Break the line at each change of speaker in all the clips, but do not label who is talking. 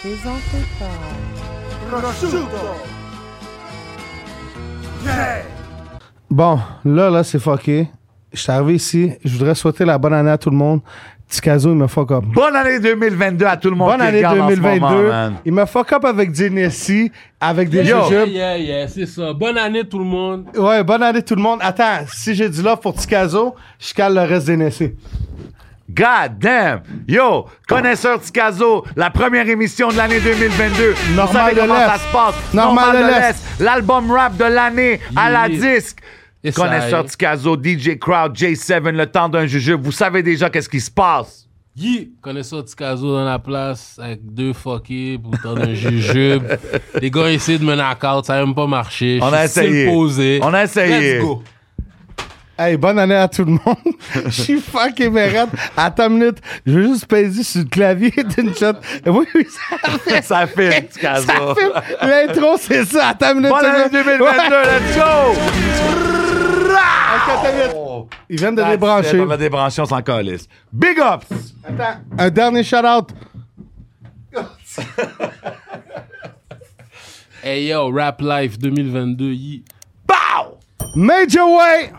présenté par...
Prosciutto! Yeah!
Bon, là, là, c'est fucké. Je suis arrivé ici. Je voudrais souhaiter la bonne année à tout le monde. Ticazo, il me fuck up.
Bonne année 2022 à tout le monde
Bonne
qui
année
regarde en ce
2022.
moment, man.
il me fuck up avec Genesee, avec des
Yo.
jujubes.
Yeah, yeah, c'est ça. Bonne année tout le monde.
Ouais, bonne année tout le monde. Attends, si j'ai du love pour Ticazo, je cale le reste des Nessie.
God damn! Yo, connaisseur Ticazo, la première émission de l'année 2022. Vous
Normal
savez
de
comment
l'Est.
ça se passe.
Normal de l'Est.
L'album rap de l'année à la
Yeah.
disque.
Yes,
connaisseur
I.
Ticazo, DJ Crowd, J7, le temps d'un jujube. Vous savez déjà qu'est-ce qui se passe.
Yi, connaisseur Ticazo dans la place avec deux fuckés pour tendre un jujube. Les gars essaient de me knock out, ça n'a même pas marché. Je
On a
suis still
essayé.
posé.
On a essayé.
Let's go.
Hey, bonne année à tout le monde. Je suis fucking malade. Attends une minute. Je veux juste peser sur le clavier d'une shot. Oui, oui, ça fait.
Ça fait
Ça
Ticazo.
fait. L'intro, c'est ça. Attends une minute.
Bonne
une
année
minute.
2022,
Ouais.
let's go!
Attends une minute. Ils viennent de
That's it,
débrancher.
On a débranché, on s'en calisse. Big ups!
Attends, un dernier shout-out.
Hey yo, Rap Life 2022, Yi.
Pow!
Major Way!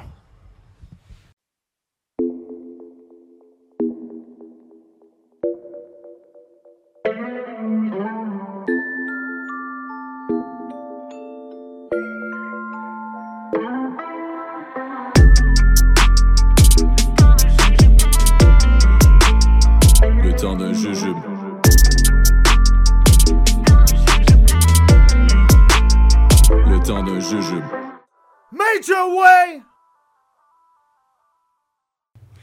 Le temps d'un jujube. Le temps d'un jujube.
Major way!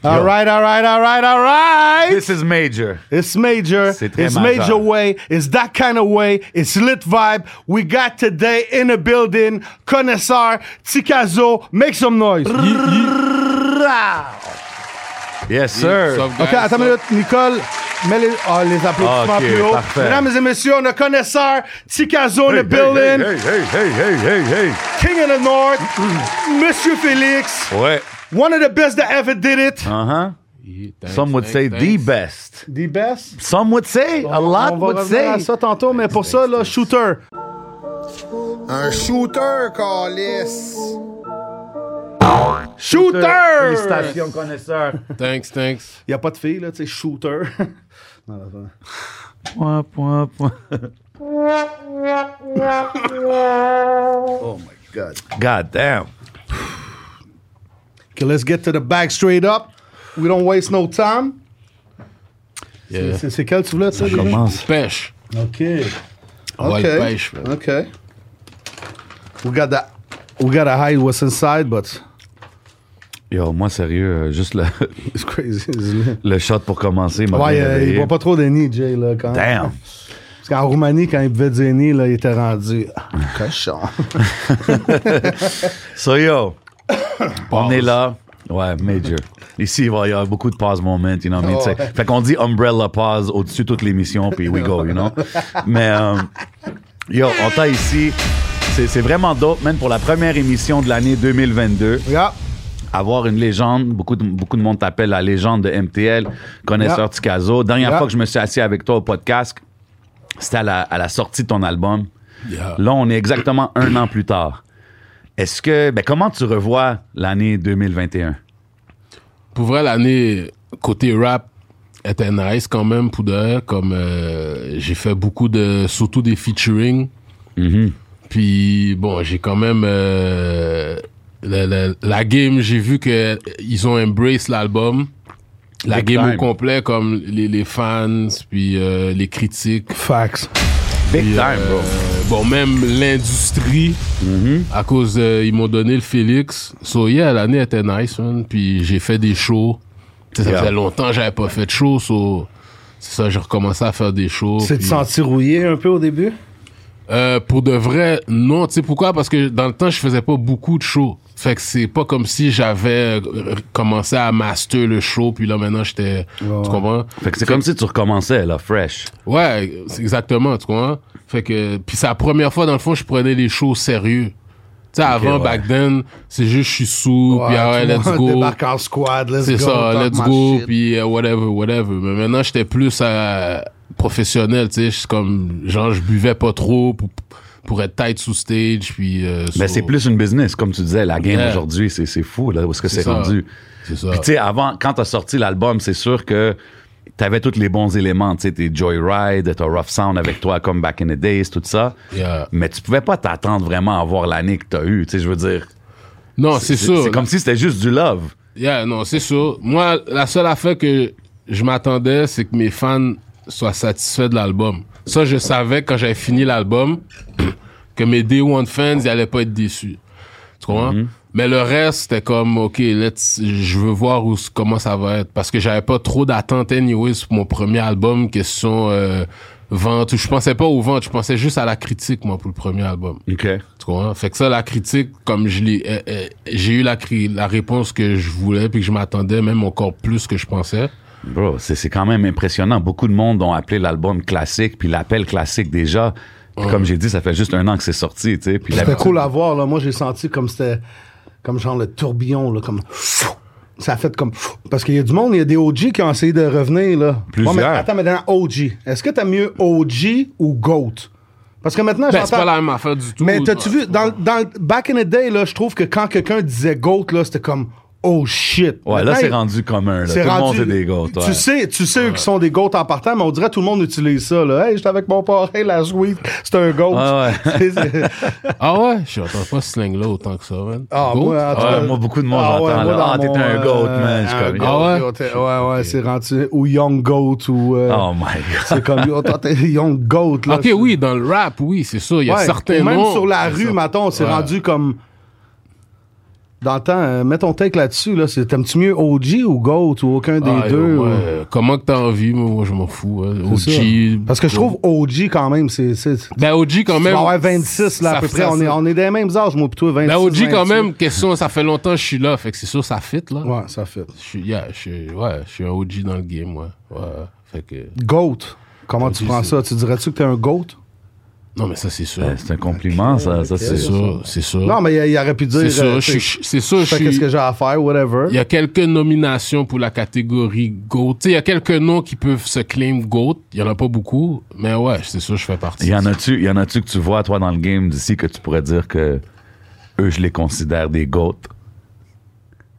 All right, all right, all right, all right!
This is major.
It's major.
C'est très
it's
majeur.
major way. It's that kind of way. It's lit vibe. We got today in the building. Connaisseur, Tikazo, make some noise.
Yi, yi.
Yes, sir.
Sauf que-
OK, attends une minute. Nicole, mets les, oh, les applaudissements
Ok,
plus haut.
parfait.
Mesdames et messieurs, on a connaisseur, Tikazo in the building.
Hey, hey, hey, hey, hey, hey, hey.
King of the North, Monsieur Félix,
Ouais.
one of the best that ever did it.
Uh-huh.
Yi, thanks,
Some would
thanks,
say
thanks.
the best.
The best.
Some would say, a lot
on va
would
revenir
say.
à ça tantôt, mais pour ça, là, shooter.
Un shooter, Calis!
Shooter!
Félicitations, connaisseur.
Thanks, thanks.
Il n'y a pas de fille, là, tu sais, shooter. Non, non, non.
point, point, point.
oh my God.
God damn.
Okay, let's get to the back straight up. We don't waste no time.
Yeah.
C'est, c'est quel tu voulais, ça, déjà?
Commence.
Pêche.
OK.
On va
OK.
le pêche. man.
OK. We got that. We gotta hide what's inside, but
Yo, moi, sérieux, euh, juste le,
it's crazy, isn't it?
le shot pour commencer. m'a
Ouais,
bien
euh, il
réveillé.
boit pas trop de nid, Jay, là, quand même.
Damn.
Parce qu'en Roumanie, quand il buvait des nids, là, il était rendu ah, cochon.
So, yo, on est là. Ouais, major. Ici, il va y avoir beaucoup de pause moment, you know what I mean?
Ouais.
T'sais, Fait qu'on dit umbrella pause au-dessus de toute l'émission, puis we go, you know? Mais, euh, yo, on t'a ici. C'est c'est vraiment dope, man, pour la première émission de l'année 2022
yeah.
avoir une légende. Beaucoup de, beaucoup de monde t'appelle la légende de MTL, connaisseur
Yeah.
Ticazo. Dernière
Yeah.
fois que je me suis assis avec toi au podcast, c'était à la, à la sortie de ton album.
Yeah.
Là, on est exactement un an plus tard. Est-ce que, ben, comment tu revois l'année 2021?
pour vrai, l'année côté rap était nice quand même pour de vrai, comme euh, j'ai fait beaucoup de surtout des featuring.
Mm-hmm.
Puis bon, j'ai quand même euh, la, la- la game, j'ai vu que ils ont embrace l'album. La
Big
game
time.
au complet comme les, les fans puis euh, les critiques
Facts.
Big
puis,
time,
euh,
bro. Mm-hmm.
Bon, même l'industrie, à cause, euh, ils m'ont donné le Félix. So, yeah, l'année était nice, man. Puis j'ai fait des shows. Tu sais, ça
Yeah.
faisait longtemps que j'avais pas fait de show, so... C'est ça, j'ai recommencé à faire des shows.
C'est de
puis-
sentir rouillé un peu au début?
Euh, pour de vrai, non. Tu sais pourquoi? Parce que dans le temps, je faisais pas beaucoup de shows. Fait que c'est pas comme si j'avais euh, commencé à master le show, puis là, maintenant, j'étais... Tu comprends?
Fait que c'est comme si tu recommençais, là, fresh.
Ouais, c'est exactement, tu comprends? Fait que, puis c'est la première fois, dans le fond, je prenais les choses sérieux. Tu sais, avant,
ouais.
back then, c'est juste, je suis sous, puis ah ouais,
tout le
let's
monde
go.
Débarque en squad, let's
C'est
go.
ça,
talk
let's
my
go,
shit.
puis euh, whatever, whatever. Mais maintenant, j'étais plus à, professionnel, tu sais. Je suis comme, genre, je buvais pas trop pour, pour être tight sous stage, puis. euh,
Mais
sur-
Ben, c'est plus une business, comme tu disais. La game
Yeah.
aujourd'hui, c'est c'est fou, là, où est-ce que
C'est
c'est
ça.
rendu.
C'est ça.
Puis, tu sais, avant, quand t'as sorti l'album, c'est sûr que t'avais tous les bons éléments. Tu sais, tes Joyride, t'as Rough Sound avec toi, comme Back in the Days, tout ça.
Yeah.
Mais tu pouvais pas t'attendre vraiment à voir l'année que t'as eue. Tu sais, je veux dire.
Non, c'est sûr.
C'est comme si c'était juste du love.
Yeah, non, c'est sûr. Moi, la seule affaire que je m'attendais, c'est que mes fans soient satisfaits de l'album. Ça, je savais quand j'avais fini l'album que mes Day One fans, ils allaient pas être déçus. Tu comprends? Mais le reste, c'était comme, OK, let's, je veux voir où, comment ça va être. Parce que j'avais pas trop d'attentes anyways pour mon premier album, question euh, vente. Je pensais pas aux ventes, je pensais juste à la critique, moi, pour le premier album.
OK.
Tu comprends? Fait que ça, la critique, comme je l'ai, euh, euh, j'ai eu la, cri- la réponse que je voulais puis que je m'attendais même encore plus que je pensais.
Bro, c'est c'est quand même impressionnant. Beaucoup de monde ont appelé l'album classique, puis l'appel classique déjà. Puis Comme j'ai dit, ça fait juste un an que c'est sorti, tu sais. Puis
C'était
l'habitude-
cool à voir, là. Moi, j'ai senti comme c'était, comme genre le tourbillon, là, comme. Ça a fait comme. Parce qu'il y a du monde, il y a des OG qui ont essayé de revenir, là.
Plusieurs.
mais attends, mais dans OG, est-ce que t'as mieux OG ou GOAT? Parce que maintenant,
Ben, c'est pas
j'entends.
la même affaire du tout.
Mais t'as-tu
Ouais.
vu, dans, dans Back in the Day, là, je trouve que quand quelqu'un disait GOAT, là, c'était comme, oh shit.
Ouais, là,
Maintenant,
c'est
il-
rendu commun. Là. Tout
c'est
le monde
rendu-
est des gars, toi.
Tu sais, tu sais eux qui sont des goats en partant, mais on dirait que tout le monde utilise ça. Là. Hey, j'étais avec mon parrain, la suite, c'est un goat.
Ah ouais.
C'est- c'est-
Ah ouais? Je n'entends pas ce slang-là autant que ça, man.
Ah,
Goat?
moi, en tout
Ouais,
cas-
moi, beaucoup de monde,
Ah,
j'entends,
ouais, moi,
là,
dans
Ah, t'es
mon,
un goat,
euh,
man. Je suis
un
comme,
goat,
Ah ouais?
yo, t'es- ouais, ouais, c'est rendu. Ou Young Goat, ou. euh,
Oh my God.
C'est comme, yo, toi, t'es Young Goat, là.
ok, oui, dans le rap, oui, c'est sûr. Il y a
ah, Ouais,
certains
ou Même
noms.
sur la
Il y a
rue,
certains-
mettons, c'est
Ouais.
rendu comme. Dans le temps, euh, mets ton take là-dessus, là. c'est- T'aimes-tu mieux OG ou Goat, ou aucun des
Ah, yo,
deux?
ouais,
ou-
Comment que t'as envie? Moi, moi, je m'en fous. ouais.
C'est
OG.
ça. Parce que je trouve OG quand même, c'est. c'est-
Ben, OG quand même.
Tu vas avoir 26 là, à
ça
peu
fait
près. On
ça.
est, on est des mêmes âges, moi, plutôt 26.
Ben, OG quand
28.
même, question, ça fait longtemps que je suis là. Fait que c'est sûr, ça fit, là.
Ouais, ça fait.
Je suis, yeah, je suis, ouais, je suis un OG dans le game, ouais. ouais. Fait que.
Goat. Comment tu
OG,
prends
c'est-
ça? Tu dirais-tu que t'es un goat?
Non, mais ça, c'est sûr.
Ben, C'est un compliment, ça. ça
C'est
c'est
sûr, c'est sûr.
Non, mais il, il aurait pu dire.
c'est sûr,
euh,
je
tu sais,
suis- c'est sûr,
je
je
fais qu'est-ce
suis.
que j'ai à faire, whatever.
Il y a quelques nominations pour la catégorie GOAT. Tu sais, Il y a quelques noms qui peuvent se claim GOAT. Il n'y en a pas beaucoup, mais ouais, c'est sûr, je fais partie.
Y en a-tu, y en a-tu que tu vois, toi, dans le game d'ici, que tu pourrais dire que eux, je les considère des goats?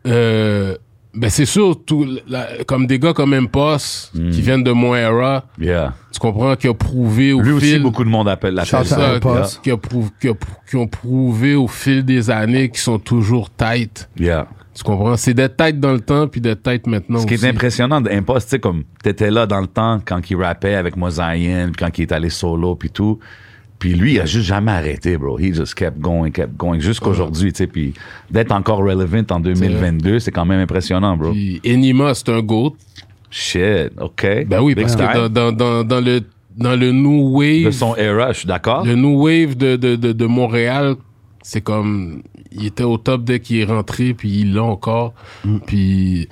Euh, ben, c'est sûr, tout, la- comme des gars comme Impost, qui viennent de mon era,
Yeah.
tu comprends, qui ont prouvé au
Lui aussi,
fil...
beaucoup de monde appelle la
Shout
C'est
out
ça,
Impost.
qui, a prouv- qui a prou- qui ont prouvé au fil des années qu'ils sont toujours tight.
Yeah.
Tu comprends? C'est des têtes dans le temps, puis des têtes maintenant
Ce qui
aussi.
est impressionnant d'Impost, tu sais, comme t'étais là dans le temps quand il rappait avec Mosaïen, quand il est allé solo, puis tout. Puis lui, il a juste jamais arrêté, bro. He just kept going, kept going, jusqu'aujourd'hui, tu sais. Puis d'être encore relevant en 2022, c'est quand même impressionnant, bro.
Puis Enima, c'est un GOAT.
Shit, OK.
Ben oui,
Big
parce que
time.
dans, dans, dans, dans le, dans le New
De
Wave,
son era, je suis d'accord.
le New Wave de, de, de, de Montréal, c'est comme, il était au top dès qu'il est rentré, puis il l'a encore, puis... il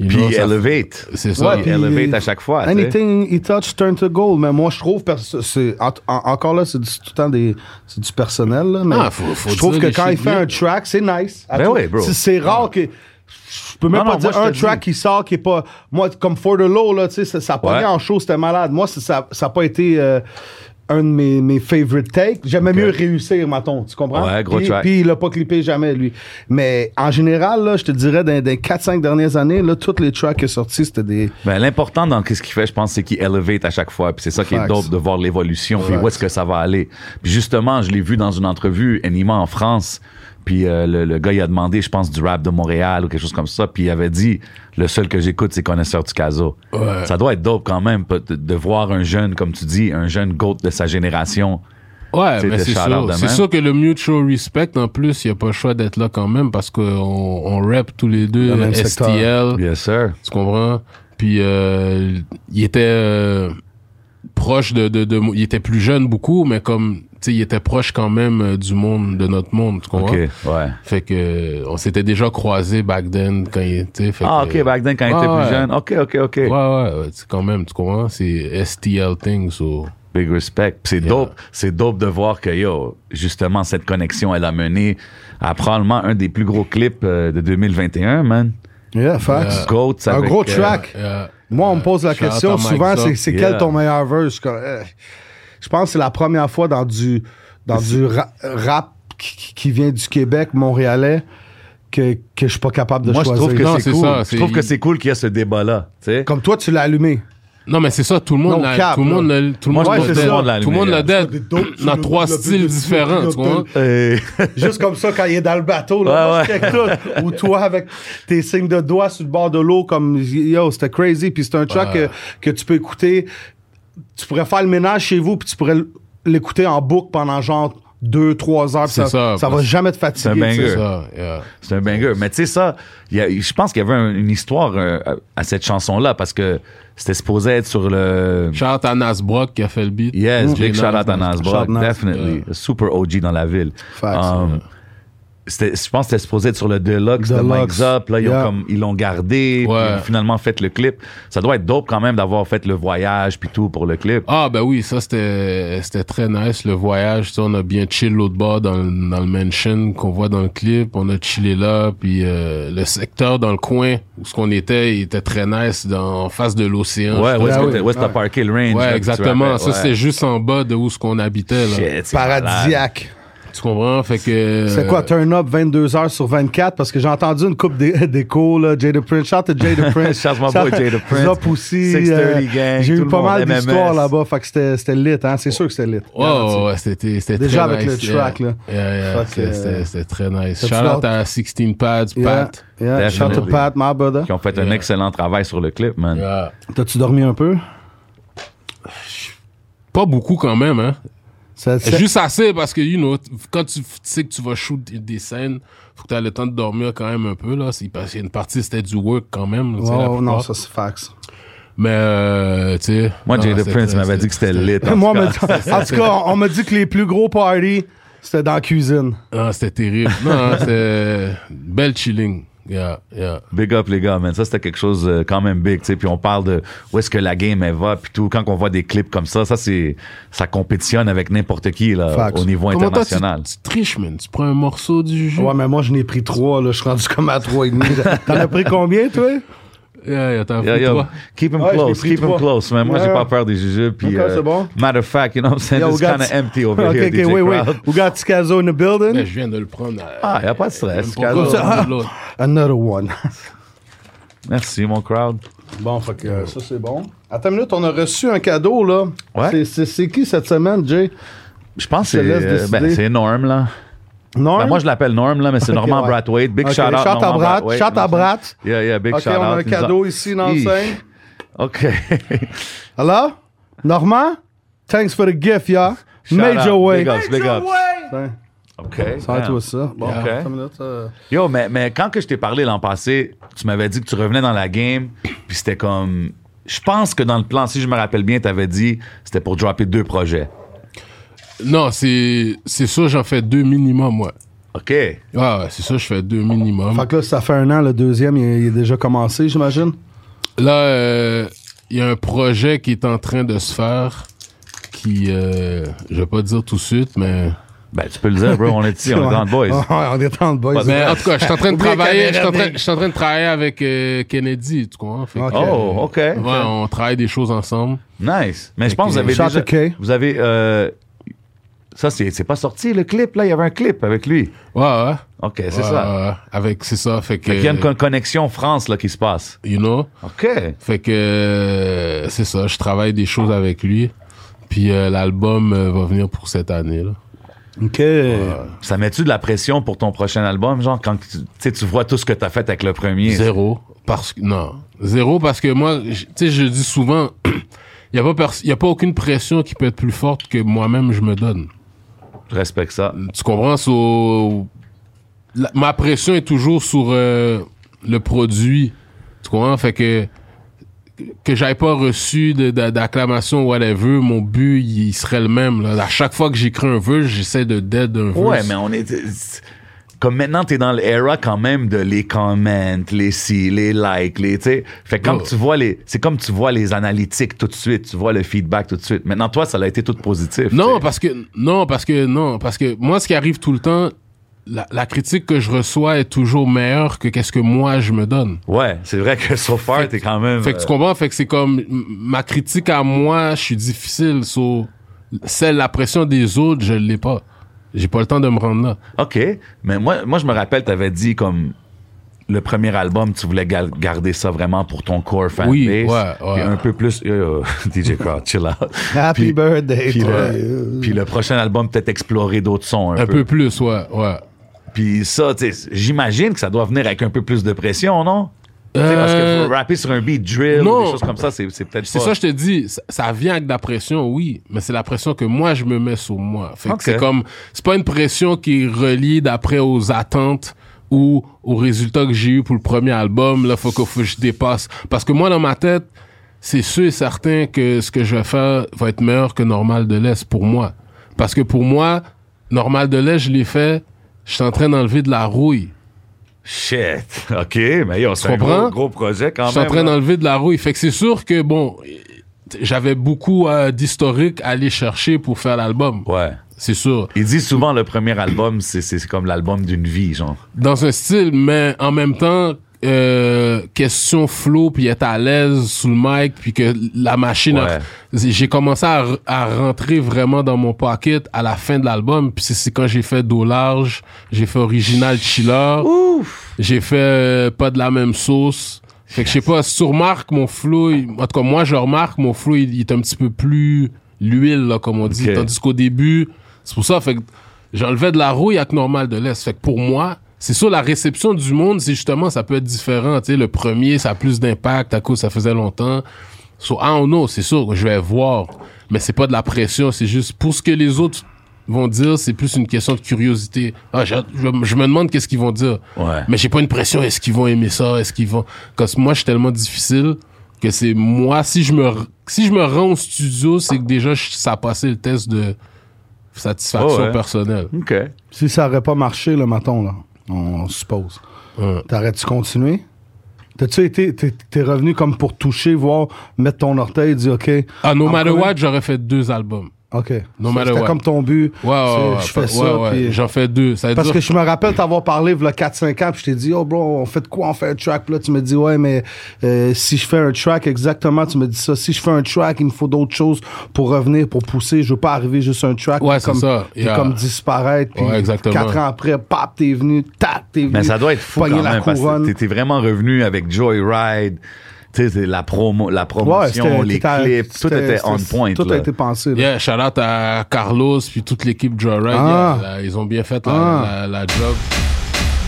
Mm. Puis
l'a, ça-
Elevate.
C'est
Il
ça.
puis-
Elevate à chaque fois, tu sais.
Anything he touch turn to gold. Mais moi, je trouve, parce que c'est, en- en- encore là, c'est du- c'est tout le temps des, c'est du personnel. Là, mais
Ah, faut- faut
je trouve
dire
que
les
quand il
shit
fait
bien.
un track, c'est nice. À
Ben
tout-
oui, bro.
C'est, c'est rare que. Je peux même
Non,
pas
non,
dire
moi, je
un
te
track qui sort qui est pas. Moi, comme For the Low, là, tu sais, ça, ça a pas
Ouais.
en show, c'était malade. Moi, c'est- ça n'a pas été. euh, un de mes, mes favorite takes. J'aimais mieux réussir, mettons. Tu comprends?
Ouais, gros
Hein? Puis-
track.
puis il l'a pas clippé jamais, lui. Mais en général, là, je te dirais, dans, dans les 4-5 dernières années, là, tous les tracks qui sont sortis, c'était des.
Ben, l'important dans ce qu'il fait, je pense, c'est qu'il elevate à chaque fois. Puis c'est ça qui est
Facts.
dope de voir l'évolution. Puis où est-ce que ça va aller. Puis justement, je l'ai vu dans une entrevue, Anima en France. Puis euh, le, le gars, il a demandé, je pense, du rap de Montréal ou quelque chose comme ça. Puis il avait dit, le seul que j'écoute, c'est Connaisseur du Caso. Ça doit être dope quand même peut- de, de voir un jeune, comme tu dis, un jeune goat de sa génération.
Ouais,
Tu sais,
mais
de
c'est
shout-out
sûr.
de
C'est
même.
sûr que le mutual respect, en plus, il n'y a pas le choix d'être là quand même parce qu'on on rap tous les deux
Le même
STL.
secteur.
Yes, sir.
Tu comprends? Puis euh, il était euh, proche de, de, de- Il était plus jeune beaucoup, mais comme. Tu sais, il était proche quand même euh, du monde, de notre monde, tu comprends?
OK, ouais.
Fait que. euh, On s'était déjà croisés back then quand il était. fait
Ah,
que-
OK, back then, quand il
Ouais,
était plus
ouais.
jeune. OK, OK, OK.
Ouais, ouais, ouais, c'est quand même, tu comprends? C'est STL thing, so.
Big respect. Puis C'est dope. C'est dope de voir que, yo, justement, cette connexion, elle a mené à probablement un des plus gros clips euh, de 2021, man.
Yeah, facts.
Yeah.
Goat,
Un
avec,
gros
euh,
track.
Euh,
Moi, on me pose la
shout out
question
à Mike
souvent,
Zopp.
c'est c'est
Yeah.
quel ton meilleur verse? Je, suis comme, euh, je pense que c'est la première fois dans du, dans du ra- rap qui, qui- qui vient du Québec, montréalais, que, que je suis pas capable de
Moi, je
choisir.
trouve que
Non,
c'est
c'est
cool.
ça,
je
c'est-
trouve que c'est cool qu'il y a ce débat-là. tu sais.
Comme toi, tu l'as allumé.
Non, mais c'est ça, tout le monde
Non,
l'a-
cap,
tout le
là.
monde l'a- tout le
Moi,
monde
je pense que tout le monde
l'a
l'a Tout le monde l'a
allumé,
dead. Dans trois styles différents, tu vois.
Euh,
Juste comme ça, quand il est dans le bateau, là,
Ouais,
moi, je check tout. Ou toi, avec tes signes de doigts sur le bord de l'eau, comme yo, c'était crazy. Puis c'est un track
Ouais.
que, que tu peux écouter. Tu pourrais faire le ménage chez vous, puis tu pourrais l'écouter en boucle pendant genre deux, trois heures. puis
C'est
Ça, ça,
ça,
va
parce-
jamais te fatiguer.
C'est un banger.
tu sais.
C'est ça, yeah.
C'est un banger. Mais tu sais, ça, il y a- je pense qu'il y avait un- une histoire euh, à, à cette chanson-là parce que c'était supposé être sur le.
Shout out à Nas Brock qui a fait le beat.
Yes,
Mm.
big
Jay
shout out à
Nas.
Nas Brock,
Shout Nas,
definitely. Super OG dans la ville.
Facts,
Um, c'était- je pense que c'était supposé être sur le Deluxe, de
Deluxe,
Mike Zop. Là, ils, ont
yeah.
comme, ils l'ont gardé, puis
Ouais.
ils ont finalement fait le clip. Ça doit être dope quand même d'avoir fait le voyage puis tout pour le clip.
Ah, ben oui, ça c'était c'était très nice. Le voyage, tu sais, on a bien chill l'autre bord dans, le- dans le mansion qu'on voit dans le clip. On a chillé là, puis euh, le secteur dans le coin où ce qu'on était, il était très nice dans, en face de l'océan.
ouais, où est-ce
Ah
que
oui,
t'as- où est-ce que t'as
ouais.
parké le range? là,
Ouais,
que tu
exactement.
rappelles,
Ça,
ouais.
c'était juste en bas de où ce qu'on habitait, là.
Shit, c'est malade.
Paradisiaque.
Tu comprends? Fait que...
C'est
Euh.
quoi, turn up 22 heures sur 24? Parce que j'ai entendu une coupe d'é- d'écho, là. Jada Prince. Shout out to Jada Prince.
Shout out my boy Jada Prince.
Zop aussi. euh,
630 gang,
J'ai
tout
eu
le
pas
monde,
mal
MMS.
d'histoires là-bas. Fait que c'était c'était lit, hein. C'est sûr que c'était lit. Garanti.
Oh, ouais, c'était c'était très
Déjà avec
nice.
le track,
yeah.
là.
Yeah, yeah,
Fuck,
c'était-
euh,
c'était- c'était très nice.
t'as-tu
Shout out
l'autre?
à 16 Pads,
Yeah,
Pat.
yeah. Shout out to
Definitely.
Pat, my brother.
Qui ont fait un
Yeah.
excellent travail sur le clip, man.
Yeah.
T'as-tu dormi un peu?
Pas beaucoup quand même, hein.
Ça- ça-
Juste assez parce que, you know, t- quand tu f- tu sais que tu vas shoot des- des scènes, faut que tu aies le temps de dormir quand même un peu, là. C'est parce qu'il y a une partie, c'était du work quand même. tu sais, la
Ouais, ouais, non,
plupart.
ça, c'est fax.
Mais, euh, tu sais.
Moi,
non,
Jada
c'était-
Prince m'avait dit que c'était lit. en
Moi, on
tout cas.
me dit- en tout cas, on on m'a dit que les plus gros parties, c'était dans la cuisine.
Non, c'était terrible. Non, hein, c'était belle chilling. Yeah, yeah.
Big up les gars, man. Ça c'était quelque chose euh, quand même big, tu sais. Puis on parle de où est-ce que la game elle va, puis tout. Quand on voit des clips comme ça, ça c'est ça compétitionne avec n'importe qui là
Facts.
au niveau
Comment toi, tu,
international.
tu triches, man? Tu prends un morceau du jeu?
Ouais, mais moi, je n'ai pris trois, là. Je suis rendu comme à trois et demi. T'en as pris combien, toi?
Yeah, yeah, t'en
Yo,
fous,
yo,
toi.
keep him
Ouais, je
close,
l'ai pris
keep him
trois.
close, man. Moi j'ai
Ouais.
pas peur des jujubes. Puis euh,
Ok, c'est bon.
matter of fact, you know what I'm saying,
Yo,
it's
we got-
kind of empty over
Ok,
here,
ok,
DJ
wait, wait.
crowd.
We got Scazo in the building.
Ben, je viens de le prendre. euh,
Ah, y a pas de
même
stress.
pas
Carlo.
comme ça, l'autre.
Another one.
Merci mon crowd.
Bon, fait que euh, ça, c'est bon. Attends une minute, on a reçu un cadeau, là.
Ouais.
C'est- C'est c'est qui cette semaine, Jay?
Je pense
Je te
que c'est
laisse
euh, ben,
décider.
c'est Norm là.
Non?
Ben, moi je l'appelle Norm là, mais c'est
Ok,
Norman
ouais.
Brathwaite. Big
Ok,
shout out.
shout à
Norman
Brad,
Brathwaite,
shout à
you know what I'm
Brad.
saying? Yeah, yeah, big
OK,
shout out.
on a un
Ils nous ont-
cadeau ici dans
Hi.
le sein.
OK.
Alors? Normand? Thanks for the gift, y'all.
Shout
Major
out.
way.
Big ups, big ups.
Tiens,
OK.
Ça
damn.
toi ça. Bon,
Yeah.
attends une minute, euh,
Yo, mais, mais quand que je t'ai parlé l'an passé, tu m'avais dit que tu revenais dans la game, puis c'était comme... Je pense que dans le plan, si je me rappelle bien, t'avais dit c'était pour dropper deux projets.
Non, c'est c'est ça, j'en fais deux minimum, moi.
OK.
Ouais, ouais, c'est ça, je fais deux minimum.
Fait que là, ça fait un an, le deuxième, il, est- il est déjà commencé, j'imagine.
Là, euh, il y a un projet qui est en train de se faire qui, euh, je vais pas dire tout de suite, mais...
Ben, tu peux le dire, bro, on est ici, on est dans le boys.
on est dans le boys.
Pas de-
Mais en tout cas, je suis en train de
Oubliez
travailler, je
Kennedy.
suis en train, je suis en train de travailler avec euh, Kennedy, tu comprends? Fait que, euh,
Ok.
Oh, OK.
ouais, on travaille des choses ensemble.
Nice. Mais je pense que vous avez
Shout
déjà...
to Kay.
Vous avez... euh, Ça, c'est c'est pas sorti, le clip, là. Il y avait un clip avec lui.
Ouais, ouais.
OK, c'est
Ouais,
ça.
ouais, avec, c'est ça, fait que...
Fait qu'il y a une con- connexion France, là, qui se passe.
you know?
OK.
Fait que euh, c'est ça, je travaille des choses avec lui. Puis euh, l'album euh, va venir pour cette année. Là.
OK.
Ça met-tu de la pression pour ton prochain album, genre quand tu, tu sais, tu vois tout ce que t'as fait avec le premier?
Zéro. Parce que, non. Zéro parce que moi, j- tu sais, je dis souvent, il n'y a, pas pers- y a pas aucune pression qui peut être plus forte que moi-même je me donne.
Je respecte ça.
Tu comprends? So, la- ma pression est toujours sur euh, le produit. Tu comprends? Fait que que j'avais pas reçu de- de- d'acclamation ou whatever, mon but, il serait le même. Là. À chaque fois que j'écris un verse, j'essaie de dead un verse.
Ouais, mais on est. c'est- Comme maintenant, t'es dans l'era quand même de les comments, les si, les likes, les. tu sais. Fait que quand
Oh.
tu vois les. C'est comme tu vois les analytiques tout de suite, tu vois le feedback tout de suite. Maintenant, toi, ça a été tout positif.
Non,
tu sais.
parce que non, parce que non, parce que moi, ce qui arrive tout le temps, la, la critique que je reçois est toujours meilleure que qu'est-ce que moi je me donne.
Ouais, c'est vrai que so far, t'es quand même.
Fait que tu
euh,
comprends, fait que c'est comme m- ma critique à moi, je suis difficile, so, celle la pression des autres, je l'ai pas. J'ai pas le temps de me rendre là.
OK. Mais moi, moi je me rappelle, t'avais dit comme le premier album, tu voulais ga- garder ça vraiment pour ton core fan
Oui,
base,
ouais, ouais.
Puis un peu plus. euh, DJ Crowd, chill out.
Happy
Puis-
birthday. Euh,
Puis
to
le,
you.
puis le prochain album, peut-être explorer d'autres sons un,
Un
peu.
peu plus, ouais, ouais.
Puis ça, tu sais, j'imagine que ça doit venir avec un peu plus de pression, non? Tu sais, Parce que
Euh,
rapper sur un beat drill, ou
non.
des choses comme ça, c'est c'est peut-être
C'est
pas-
ça, je te dis, ça, ça vient avec de la pression, oui, mais c'est la pression que moi, je me mets sur moi. Fait que
Ok.
c'est comme, c'est pas une pression qui est reliée d'après aux attentes ou aux résultats que j'ai eu pour le premier album, là, faut que, faut que je dépasse. Parce que moi, dans ma tête, c'est sûr et certain que ce que je vais faire va être meilleur que Normal de l'Est pour moi. Parce que pour moi, Normal de l'Est, je l'ai fait, je suis en train d'enlever de la rouille.
Shit. OK, mais yo, c'est un
comprends?
gros, gros projet quand
Je suis en
même.
train
là.
d'enlever de la rouille. Fait que c'est sûr que, bon, j'avais beaucoup euh, d'historique à aller chercher pour faire l'album.
Ouais.
C'est sûr.
Il dit souvent le premier album, c'est- c'est comme l'album d'une vie, genre.
Dans un style, mais en même temps, euh, question flow, puis être à l'aise sous le mic, puis que la machine... a-
Ouais.
J'ai commencé à, re- à rentrer vraiment dans mon pocket à la fin de l'album, puis c'est- c'est quand j'ai fait Dos Large, j'ai fait Original Chiller, j'ai fait euh, Pas de la même sauce. Fait que je sais pas, si tu remarques mon flow, il- en tout cas moi je remarque mon flow, il, il est un petit peu plus l'huile, là, comme on dit.
Ok.
Tandis qu'au début, c'est pour ça, fait que j'enlevais de la rouille avec Normal de l'Est. Fait que pour moi, c'est sûr, la réception du monde, c'est justement, ça peut être différent. Tu sais, le premier, ça a plus d'impact à cause ça faisait longtemps. So, ah non, c'est sûr que je vais voir. Mais c'est pas de la pression, c'est juste pour ce que les autres vont dire, c'est plus une question de curiosité. Ah, j'ai hâte- je, je me demande qu'est-ce qu'ils vont dire.
Ouais.
Mais j'ai pas une pression, est-ce qu'ils vont aimer ça, est-ce qu'ils vont... Parce que moi, je suis tellement difficile que c'est moi, si je me r- si je me rends au studio, c'est que déjà, je- ça a passé le test de satisfaction
Oh, ouais.
personnelle.
OK.
Si ça aurait pas marché, le maton, là, on suppose.
Ouais.
T'aurais-tu continué? T'as-tu été. T'es t'es revenu comme pour toucher, voir, mettre ton orteil et dire OK.
Ah, No
En
Matter
premier-
What, j'aurais fait deux albums.
OK.
No
Ça,
matter
C'était
what.
comme ton but.
Ouais, ouais,
C'est-
ouais,
je fais
ouais,
ça.
ouais,
puis-
J'en fais deux. Ça veut
Parce
dire
que je me rappelle t'avoir parlé v'là 4-5 ans, puis je t'ai dit, oh bro, on fait de quoi, on fait un track, puis là tu me dis, ouais, mais euh, si je fais un track, exactement, tu me dis ça, si je fais un track, il me faut d'autres choses pour revenir, pour pousser, je veux pas arriver juste un track,
Ouais,
puis
c'est
comme,
ça.
puis
Yeah.
comme disparaître, puis
Ouais, exactement.
4 ans après, pap, t'es venu, tac, t'es venu,
Mais ça doit être fou
pogner
quand
la
même, parce que
couronne.
t'es- t'es vraiment revenu avec Joyride, tu sais, c'est la, promo, la
Ouais,
promotion,
c'était-
les
t'étais-
clips, tout
c'était-
était on
c'était-
point.
Tout
là.
a été pensé, là.
Yeah, shout out à Carlos puis toute l'équipe Draw Ride.
Ah.
Yeah, là, ils ont bien fait la,
Ah.
la- la job.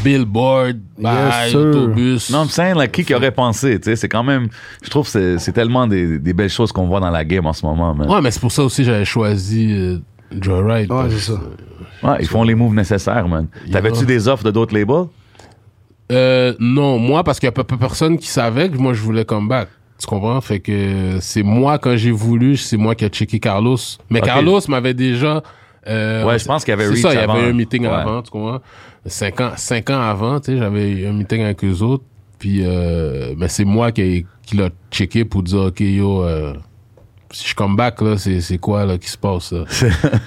Billboard, bye,
sir.
autobus.
Non, mais c'est là, qui qui aurait pensé, tu sais, c'est quand même, je trouve que c'est- c'est tellement des, des belles choses qu'on voit dans la game en ce moment, man.
ouais, mais c'est pour ça aussi que j'avais choisi euh, Draw Ride.
Ouais,
parce
c'est ça.
Ouais, ils font les moves nécessaires, man. T'avais-tu des offres de d'autres labels?
que- Euh, non, moi, parce qu'il y a peu, peu personne qui savait que moi, je voulais come back. Tu comprends? Fait que c'est moi, quand j'ai voulu, c'est moi qui a checké Carlos. Mais
Ok.
Carlos m'avait déjà... euh,
Ouais, je pense qu'il y avait
C'est
reach
ça, il y
avant. hein.
avait un meeting
Ouais.
avant, tu comprends? Cinq ans, cinq ans avant, tu sais, j'avais eu un meeting avec eux autres. Puis, euh, ben, c'est moi qui, qui l'a checké pour dire, OK, yo, euh, si je come back, là, c'est, c'est quoi, là, qui se passe, là?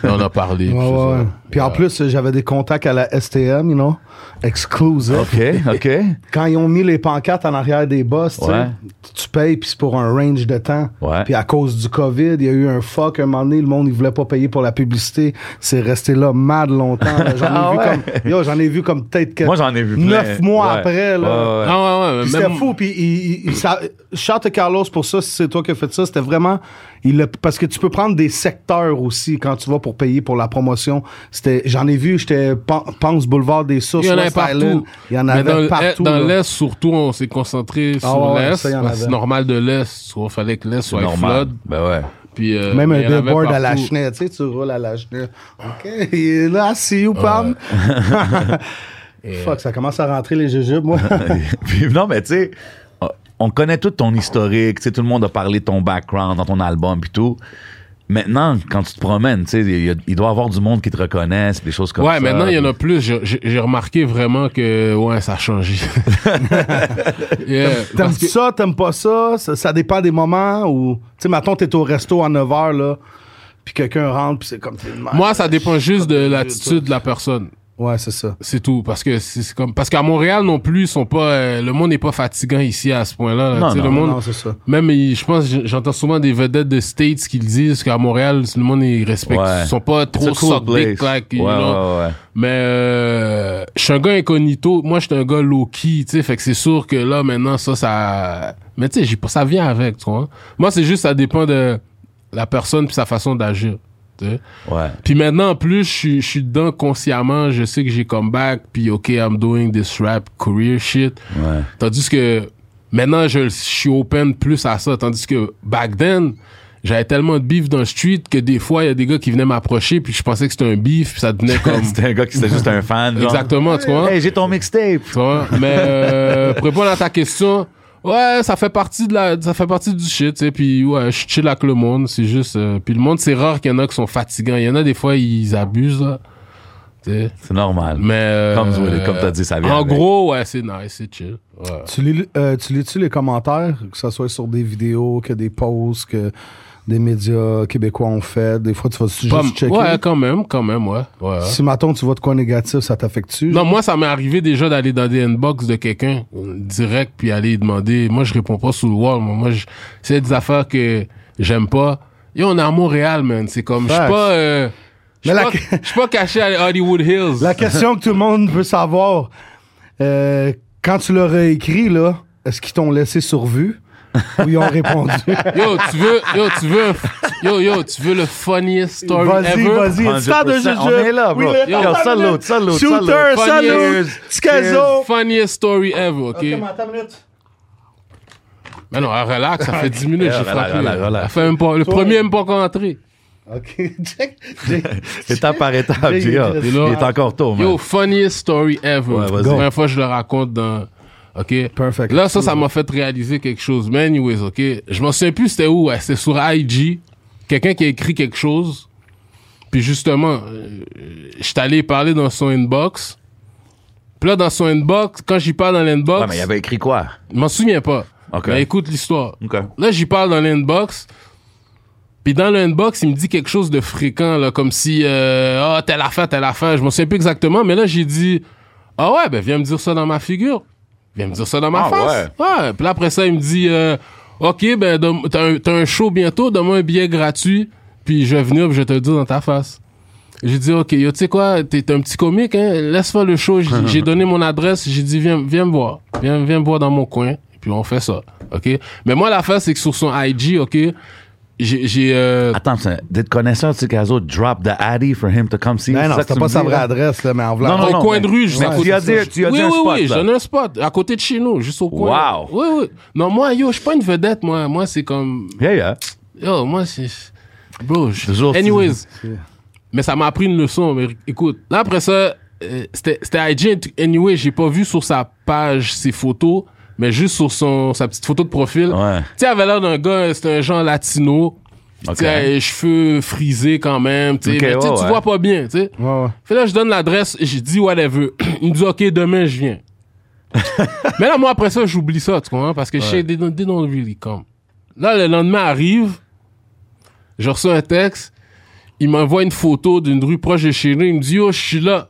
Là, on a parlé. puis
Ouais,
c'est
ouais.
euh,
ça.
Puis en
Yeah.
plus, j'avais des contacts à la STM, you know, exclusive.
OK, OK.
quand ils ont mis les pancartes en arrière des bosses, tu sais,
Ouais.
tu payes, puis c'est pour un range de temps.
Ouais.
Puis à cause du COVID, il y a eu un fuck. Un moment donné, le monde, il voulait pas payer pour la publicité. C'est resté là mad longtemps. là. J'en ai,
Ah
vu
ouais.
comme- yo, j'en ai vu comme peut-être que
Moi, j'en ai vu plein.
neuf mois
Ouais.
après. Là.
Ouais, ouais, ouais.
Ah, ouais, ouais,
Puis
même-
C'était fou, puis il, il- il- ça- shout à Carlos pour ça, si c'est toi qui as fait ça, c'était vraiment... Il a- parce que tu peux prendre des secteurs aussi quand tu vas pour payer pour la promotion. C'était, j'en ai vu, j'étais Pen- Pense Boulevard des Sources.
Il y en avait
West Island.
partout.
Il y en
Mais
avait
dans, le- eh,
partout.
Dans
là. Ah
l'Est, surtout, on s'est concentré sur
ouais,
l'Est.
ça, il y en
parce que C'est
avait.
normal de l'Est. Il fallait que l'Est soit
Normal.
flood.
Ben ouais.
Puis, euh,
Même
il
un
y en avait
billboard à la
partout.
chenille, tu sais, tu roules à la chenille. OK, là, see you, Pam. Fuck, ça commence à rentrer les jujubes, moi.
Puis, non, mais tu sais, on connaît tout ton historique, tu sais, tout le monde a parlé de ton background dans ton album puis tout. Maintenant, quand tu te promènes, tu sais, il y a- il doit y avoir du monde qui te reconnaisse, des choses comme
ouais,
ça.
maintenant, il y en a plus. J'ai- J'ai j'ai remarqué vraiment que, ouais, ça a changé. Yeah,
T'aimes
parce que-
ça, t'aimes pas ça, ça, ça dépend des moments où, tu sais, mettons, t'es au resto à 9h, là, puis quelqu'un rentre, puis c'est comme, t'es de merde.
moi, ça dépend juste de l'attitude de la personne.
Ouais, c'est ça.
C'est tout. Parce que c'est c'est comme parce qu'à Montréal non plus, ils sont pas. euh, le monde n'est pas fatigant ici à ce point-là. là.
Non,
Tu sais,
non,
le monde,
Non, c'est ça.
même ils- je pense, j- j'entends souvent des vedettes de States qui le disent qu'à Montréal, le monde ils respectent,
Ouais.
ils sont pas
It's a
trop suck dick, like,
ouais,
you know.
ouais, ouais.
Mais euh, je suis un gars incognito. Moi, je suis un gars low-key, tu sais. Fait que c'est sûr que là, maintenant, ça, ça... Mais tu sais, j'ai- ça vient avec, tu vois. Moi, c'est juste, ça dépend de la personne puis sa façon d'agir, tu sais.
Ouais.
Puis maintenant, en plus, je suis- je suis dedans consciemment. Je sais que j'ai come back, puis OK, I'm doing this rap career shit.
Ouais.
Tandis que maintenant, je, je suis open plus à ça. Tandis que back then, j'avais tellement de beef dans le street que des fois, il y a des gars qui venaient m'approcher, puis je pensais que c'était un beef, puis ça devenait comme...
C'était un gars qui était juste un fan. genre.
Exactement, tu vois.
Hey, j'ai ton mixtape.
Tu vois, mais euh, pour répondre à ta question, ouais, ça fait partie de la, ça fait partie du shit, tu sais. Puis ouais, je chill avec le monde, c'est juste. euh, puis le monde, c'est rare qu'il y en a qui sont fatigants. Il y en a des fois, ils abusent. Là, tu sais.
C'est normal.
mais euh,
Comme tu voulais, comme t'as dit, ça vient
En
avec.
gros, ouais, c'est nice, c'est chill. Ouais.
Tu lis, euh, tu lis-tu les commentaires, que ce soit sur des vidéos, que des posts, que des médias québécois ont fait? Des fois, tu vas juste
Pas-
checker.
ouais, quand même, quand même, ouais. ouais.
Si, maton tu vois de quoi négatif, ça t'affecte-tu?
Non, moi, ça m'est arrivé déjà d'aller dans des inbox de quelqu'un euh, direct puis aller demander. Moi, je réponds pas sous le wall. Moi, moi je- c'est des affaires que j'aime pas. Et on est à Montréal, man. C'est comme, je suis
Facts.
pas, euh, je suis
Mais la-
pas, je suis pas caché à Hollywood Hills.
La question que tout le monde veut savoir, euh, quand tu leur as écrit, là, est-ce qu'ils t'ont laissé sur vue ou ils ont répondu?
Yo, tu veux, yo, tu veux, yo, yo, tu veux le funniest story
Vas-y,
ever?
vas-y, stop de
100%,
juger.
on est là, bro.
Oui,
Yo,
attends une
salute,
minute.
salute,
Shooter,
salute.
salut,
Funniest-
schizo.
Funniest story ever,
Oh,
ok? Mais non, ah, relax, ça fait 10 minutes, j'ai
Ah, Relax,
frappé.
relax, relax.
Ça fait même pas, le premier est même pas encore entré.
Ok, check. J'ai-
Étape par étape,
J'ai-
Gia.
j'ai-
Il est encore tôt, man.
Yo, funniest story ever.
Ouais, vas-y.
la première fois, je le raconte dans. OK?
Perfect.
Là, ça, ça m'a fait réaliser quelque chose. Mais anyways, OK? Je m'en souviens plus c'était où. Ouais, C'était sur IG. Quelqu'un qui a écrit quelque chose. Puis justement, euh, je suis allé parler dans son inbox. Puis là, dans son inbox, quand j'y parle dans l'inbox,
Ouais, mais il avait écrit quoi?
je m'en souviens pas.
OK.
Mais écoute l'histoire.
OK.
Là, j'y parle dans l'inbox. Puis dans l'inbox, il me dit quelque chose de fréquent, là, comme si, euh, ah, telle affaire, telle affaire. Je m'en souviens plus exactement, mais là, j'ai dit, ah ouais, ben, viens me dire ça dans ma figure. Viens me dire ça dans ma
Ah
face. Ouais. Puis là, après ça, il me dit, euh, ok, ben, dom- t'as un, t'as un show bientôt, donne-moi un billet gratuit, puis je vais venir, puis je vais te le dire dans ta face. J'ai dit, ok, yo, tu sais quoi, t'es t'es un petit comique, hein, laisse faire le show. J'ai- J'ai donné mon adresse, j'ai dit, viens, viens me voir. Viens, viens me voir dans mon coin, puis on fait ça. Ok? Mais moi, l'affaire, c'est que sur son IG, ok, j'ai, j'ai, euh,
Attends, c'est- did connaisseur de Caso drop the Addy for him to come see
Non,
you?
non,
C'est ça que
c'était
tu
pas
me
sa
dis,
vraie
là?
adresse, là, mais en
Non,
voulant.
non,
au
non,
coin
mais-
de rue, juste
mais
à
tu
côté
lui as
de-
dit- tu lui as
oui,
dit un
oui,
spot,
oui,
là.
j'en ai un spot, à côté de chez nous, juste au coin.
Wow.
Oui, oui. Non, moi, yo, je suis pas une vedette, moi. Moi, c'est comme,
Yeah, yeah.
Yo, moi, c'est. Bro, je-
Toujours, tu-
Anyways. Mais ça m'a appris une leçon. Mais écoute, là, après ça, euh, c'était c'était IG. Anyway, j'ai pas vu sur sa page ses photos, mais juste sur son, sa petite photo de profil.
Ouais.
Tu sais, elle avait l'air d'un gars, euh, c'était un genre latino. Puis,
Ok.
Tu sais, les cheveux frisés quand même. Tu sais,
Ok,
mais tu sais,
ouais,
tu
ouais.
vois pas bien, tu sais.
Ouais, ouais.
Fait là, je donne l'adresse, j'ai dit whatever. Il me dit, OK, demain, je viens. Mais là, moi, après ça, j'oublie ça, tu comprends? Parce que je sais, they don't, they don't really come. Là, le lendemain arrive, je reçois un texte, il m'envoie une photo d'une rue proche de chez nous, il me dit, oh, je suis là.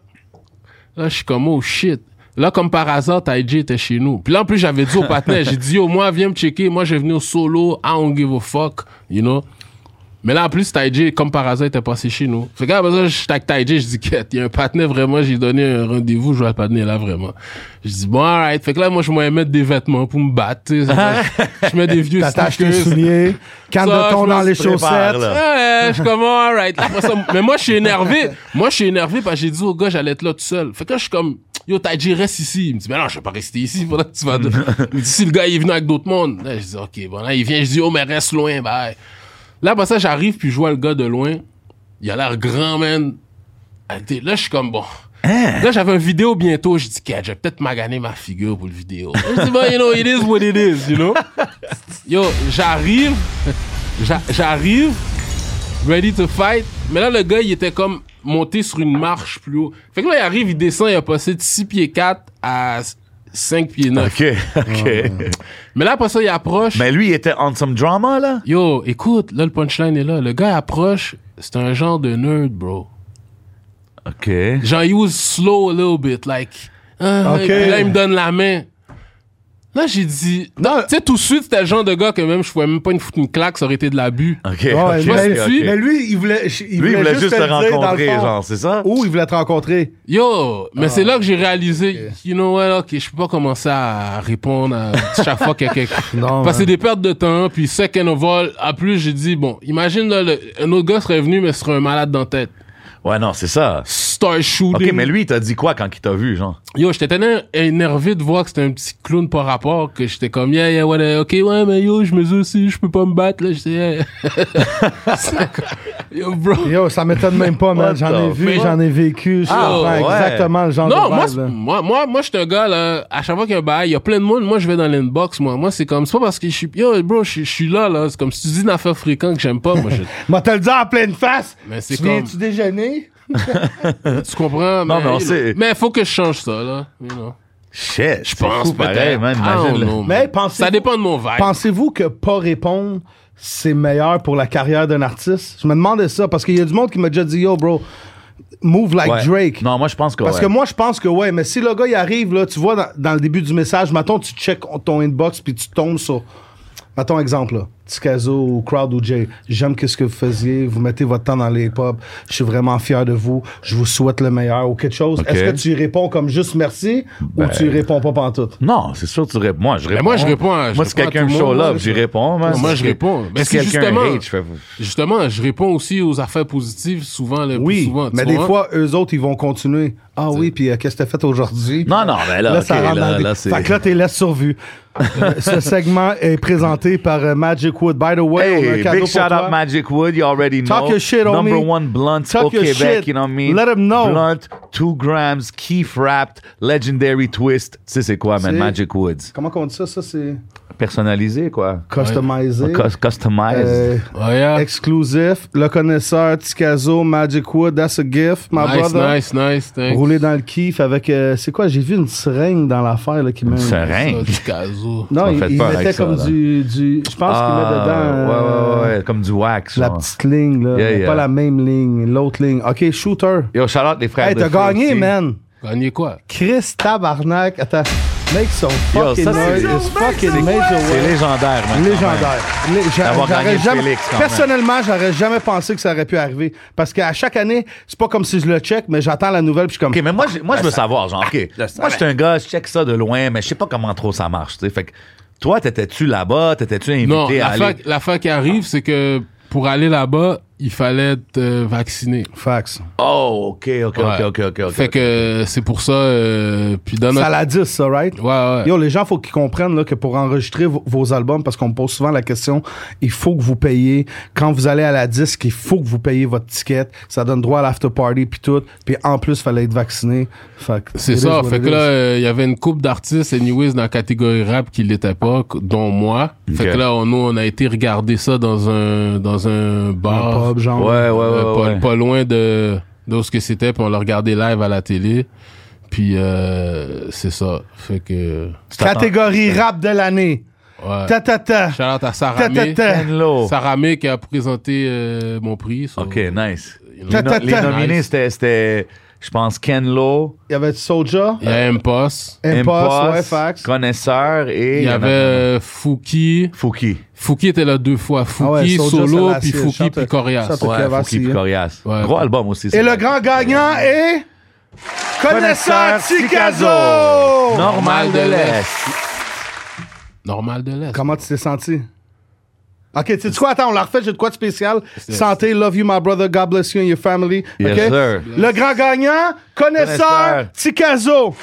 Là, je suis comme, oh, shit. Là, comme par hasard, Taiji était chez nous. Puis là, en plus, j'avais dit au partenaire, j'ai dit, yo, moi, viens me checker, moi, je vais venir solo, I don't give a fuck, you know? Mais là, en plus, Taiji, comme par hasard, était passé chez nous. Fait que là, après ça, je suis avec Taiji, je dis, quête, il y a un partenaire vraiment, j'ai donné un rendez-vous, je vois le partenaire là, vraiment. Je dis, bon, alright. Fait que là, moi, je vais mettre des vêtements pour me battre, tu sais. Ça fait- Je mets des vieux
T'attaches tes
sneakers.
souliers, canne
Ça,
de thon
je
dans
pense
les
que tu prépares,
chaussettes.
là.
Ouais, Ah, euh, je suis comme, oh, alright. Là, après ça, mais moi, je suis énervé. Moi, je suis énervé parce que j'ai dit au gars, j'allais être là tout seul. Fait que là, je suis comme, yo, Taiji, reste ici. Il me dit, mais non, je vais pas rester ici pendant que tu vas. Il me dit, si le gars, il est venu avec d'autres mondes. Là, je dis, ok, bon, là, il vient, je dis, oh, mais reste loin, bye. Là, après ça, j'arrive, puis je vois le gars de loin. Il a l'air grand, man. Arrêtez. Là, je suis comme, bon. Là, j'avais une vidéo bientôt. Je dis, Kat, je vais peut-être maganer ma figure pour le vidéo. Je dis, bon, you know, it is what it is, you know. Yo, j'arrive. J'a- J'arrive. Ready to fight. Mais là, le gars, il était comme monté sur une marche plus haut. Fait que là, il arrive, il descend, il a passé de 6 pieds 4 à 5 pieds 9.
OK, OK.
Mais là, après ça, il approche.
Mais lui, il était on some drama, là?
Yo, écoute, là, le punchline est là. Le gars approche, c'est un genre de nerd, bro.
OK.
Genre, he was slow a little bit, like. ah,
Ok.
et puis là, il me donne la main. Là, j'ai dit. Non, tu sais, tout de suite, c'était le genre de gars que même je pouvais même pas une foutre une claque, ça aurait été de l'abus.
OK.
Ouais,
ok,
mais,
ok,
lui-
ok.
mais lui, il voulait, il
Lui, il voulait juste te
le dire, dans le
rencontrer,
fond.
genre, c'est ça?
Où il voulait te rencontrer?
Yo! Mais c'est là que j'ai réalisé, you know what, ok, je peux pas commencer à répondre à chaque fois qu'il y a quelqu'un.
Non,
Parce que c'est des pertes de temps, puis second of all, à plus, j'ai dit, bon, imagine, là, le- un autre gars serait venu, mais serait un malade dans la tête.
Ouais, non, c'est ça.
Star shooting.
OK, mais lui, il t'a dit quoi quand il t'a vu, genre?
Yo, j'étais tellement énervé de voir que c'était un petit clown par rapport que j'étais comme, yeah, yeah, ouais, ok, ouais, mais yo, je mesure si je peux pas me battre, là, j'étais, yeah. C'est quoi? yo, bro.
Yo, ça m'étonne même pas, man.
What
J'en ai
the
vu,
fuck?
j'en ai vécu. Je
Ah,
comprends
ouais.
exactement le genre
Non,
de
moi,
vibe,
c'est-
là.
moi, moi, moi, je suis un gars, là, à chaque fois qu'il y a un bail, il y a plein de monde, moi, je vais dans l'inbox, moi. Moi, c'est comme, c'est pas parce que je suis, yo, bro, je, je suis là, là, c'est comme si tu dis une affaire fréquente que j'aime pas, moi, je-
Moi, te le dis en pleine face.
Mais c'est
Tu viens-tu
comme-
déjeuner?
tu comprends?
Non, mais on
you know.
sait.
Mais faut que je change ça, là, you know.
Shit,
Je
je
pense,
pense pareil,
peut-être.
man.
I don't
Imagine. le-
know,
Mais
man.
pensez-
Ça dépend de mon vibe.
Pensez-vous que pas répondre, c'est meilleur pour la carrière d'un artiste? Je me demandais ça parce qu'il y a du monde qui m'a déjà dit, yo, bro, move like
Ouais.
Drake.
Non, moi, je pense que
Parce
ouais.
que moi, je pense que ouais, mais si le gars, il arrive, là, tu vois, dans, dans le début du message, mettons, tu check ton inbox, puis tu tombes sur, mettons, exemple, là, Ticazo ou Crowd ou Jay, j'aime qu'est-ce que vous faisiez, vous mettez votre temps dans les hip-hop, je suis vraiment fier de vous, je vous souhaite le meilleur ou quelque chose.
Ok. Ben,
Est-ce que tu y réponds comme juste merci ou tu y réponds pas pantoute?
Non, c'est sûr que tu réponds. Moi, je réponds.
moi, je réponds à- je
Moi, si
réponds à
quelqu'un me
tout le monde,
show
moi,
up,
je-
j'y réponds, man.
Moi,
Si
je
que-
réponds. Mais
Si
c'est
quelqu'un
justement-
hate, je fais.
Justement, je réponds aussi aux affaires positives, souvent, le plus
Oui,
souvent. tu
mais des
vois.
fois, eux autres, ils vont continuer. Ah oui, puis euh, qu'est-ce que t'as fait aujourd'hui?
Non, non, mais là,
Là,
OK,
ça rentre dans
là,
des-
là, c'est.
Fait que là, t'es laisse survue. Euh, Ce segment est présenté par euh, Magic Wood. By the way, on a un
Hey,
cadeau
big
pour
shout
toi.
out Magic Wood, you already know.
Talk your shit,
Number
homie.
one blunt au
Talk your
Québec,
shit.
you know what I mean?
Let 'em know.
Blunt, 2 grams, keef wrapped, legendary twist. Tu sais, c'est quoi, man?
C'est-
Magic Woods.
Comment qu'on dit ça? Ça, c'est
Personnalisé, quoi.
customisé,
Cus- Customized.
euh,
Oh, yeah.
exclusif. Le connaisseur, Ticazo, Magic Wood, that's a gift, my
Nice,
brother.
nice, nice, thanks.
Roulé dans le kiff avec... euh, c'est quoi? J'ai vu une seringue dans l'affaire là, qui m'a...
Ça,
Seringue.
du caso.
Non,
m'as
il,
fait
il
peur
mettait
avec ça,
comme
là.
du, du... Je pense qu'il met dedans...
Ah,
euh,
ouais, ouais, ouais, comme du wax.
La
genre.
petite ligne, là.
Yeah,
mais
yeah.
Pas la même ligne, l'autre ligne. OK, shooter.
Yo, shout out les frères.
Hey,
de
t'as
feu
gagné,
aussi.
man.
Gagner quoi?
Chris Tabarnak. Attends. Make some
Yo,
fucking
ça,
noise.
c'est-
It's fucking
C'est
major.
légendaire, man. quand même.
Légendaire. Lé- j'a-
D'avoir
j'aurais
gagné
jamais-
Félix, quand même.
personnellement, j'aurais jamais pensé que ça aurait pu arriver. Parce qu'à chaque année, c'est pas comme si je le check, mais j'attends la nouvelle puis je suis comme.
OK, mais moi, j'ai- moi
Ah,
je veux savoir, genre, OK. Moi, je suis un gars, je check ça de loin, mais je sais pas comment trop ça marche, tu sais. Fait que, toi, t'étais-tu là-bas? T'étais-tu invité
Non,
à
l'affaire
aller?
l'affaire qui arrive, c'est que pour aller là-bas, il fallait être euh, vacciné.
Fax.
Oh, OK, OK,
Ouais.
OK, OK, OK.
Fait que c'est pour ça. euh, puis
Ça
dans notre...
la 10, ça, right?
Ouais, ouais.
Yo, les gens, faut qu'ils comprennent là, que pour enregistrer vo- vos albums, parce qu'on me pose souvent la question, il faut que vous payiez. Quand vous allez à la disque, il faut que vous payiez votre ticket. Ça donne droit à l'after party puis tout. Puis en plus, fallait être vacciné. Fait que-
C'est
it
ça.
is what
Fait
it
que
is.
là, euh, il y avait une coupe d'artistes, anyways, dans la catégorie rap qui l'était pas, qu- dont moi. Fait
Ok.
que là, on, nous, on a été regarder ça dans un, dans un bar.
Un pub, genre.
Ouais, ouais, ouais.
euh, pas,
Ah, ouais.
pas loin de, de où ce que c'était, puis on l'a regardé live à la télé. Puis euh, c'est ça. Fait que.
Catégorie rap de l'année.
Ouais.
Ta ta ta.
Shout-out à Sarah
Ta ta
May.
ta.
Hello.
Sarah May qui a présenté euh, mon prix. so-
Oh. OK, nice.
you know.
Ta, ta,
Les
ta.
nominés, c'était- c'était, je pense, Ken Lo,
Il y avait Soja,
Il y a M-Poss.
Impost, ouais, Fax.
Connaisseur et...
Il y
en a-
avait euh, Fouki.
Fouki.
Fouki était là deux fois. Fouki,
Ah ouais, Soulja,
solo,
ça l'a
puis
assis,
Fouki,
chante-
puis Corias.
chante- Fait qu'il
Ouais,
avait
Ah, Fouki
essayé.
puis Corias.
Ouais.
Gros album aussi.
Et
c'est
le
vrai.
grand gagnant est. Connaisseur Ticazo!
Normal de l'Est.
Normal de l'Est.
Comment tu t'es senti? OK, tu sais quoi? Attends, on la refait, j'ai de quoi de spécial. Santé, love you, my brother, God bless you and your family.
Yes,
OK?
sir.
Le grand gagnant, connaisseur,
Connaisseur.
Ticazo.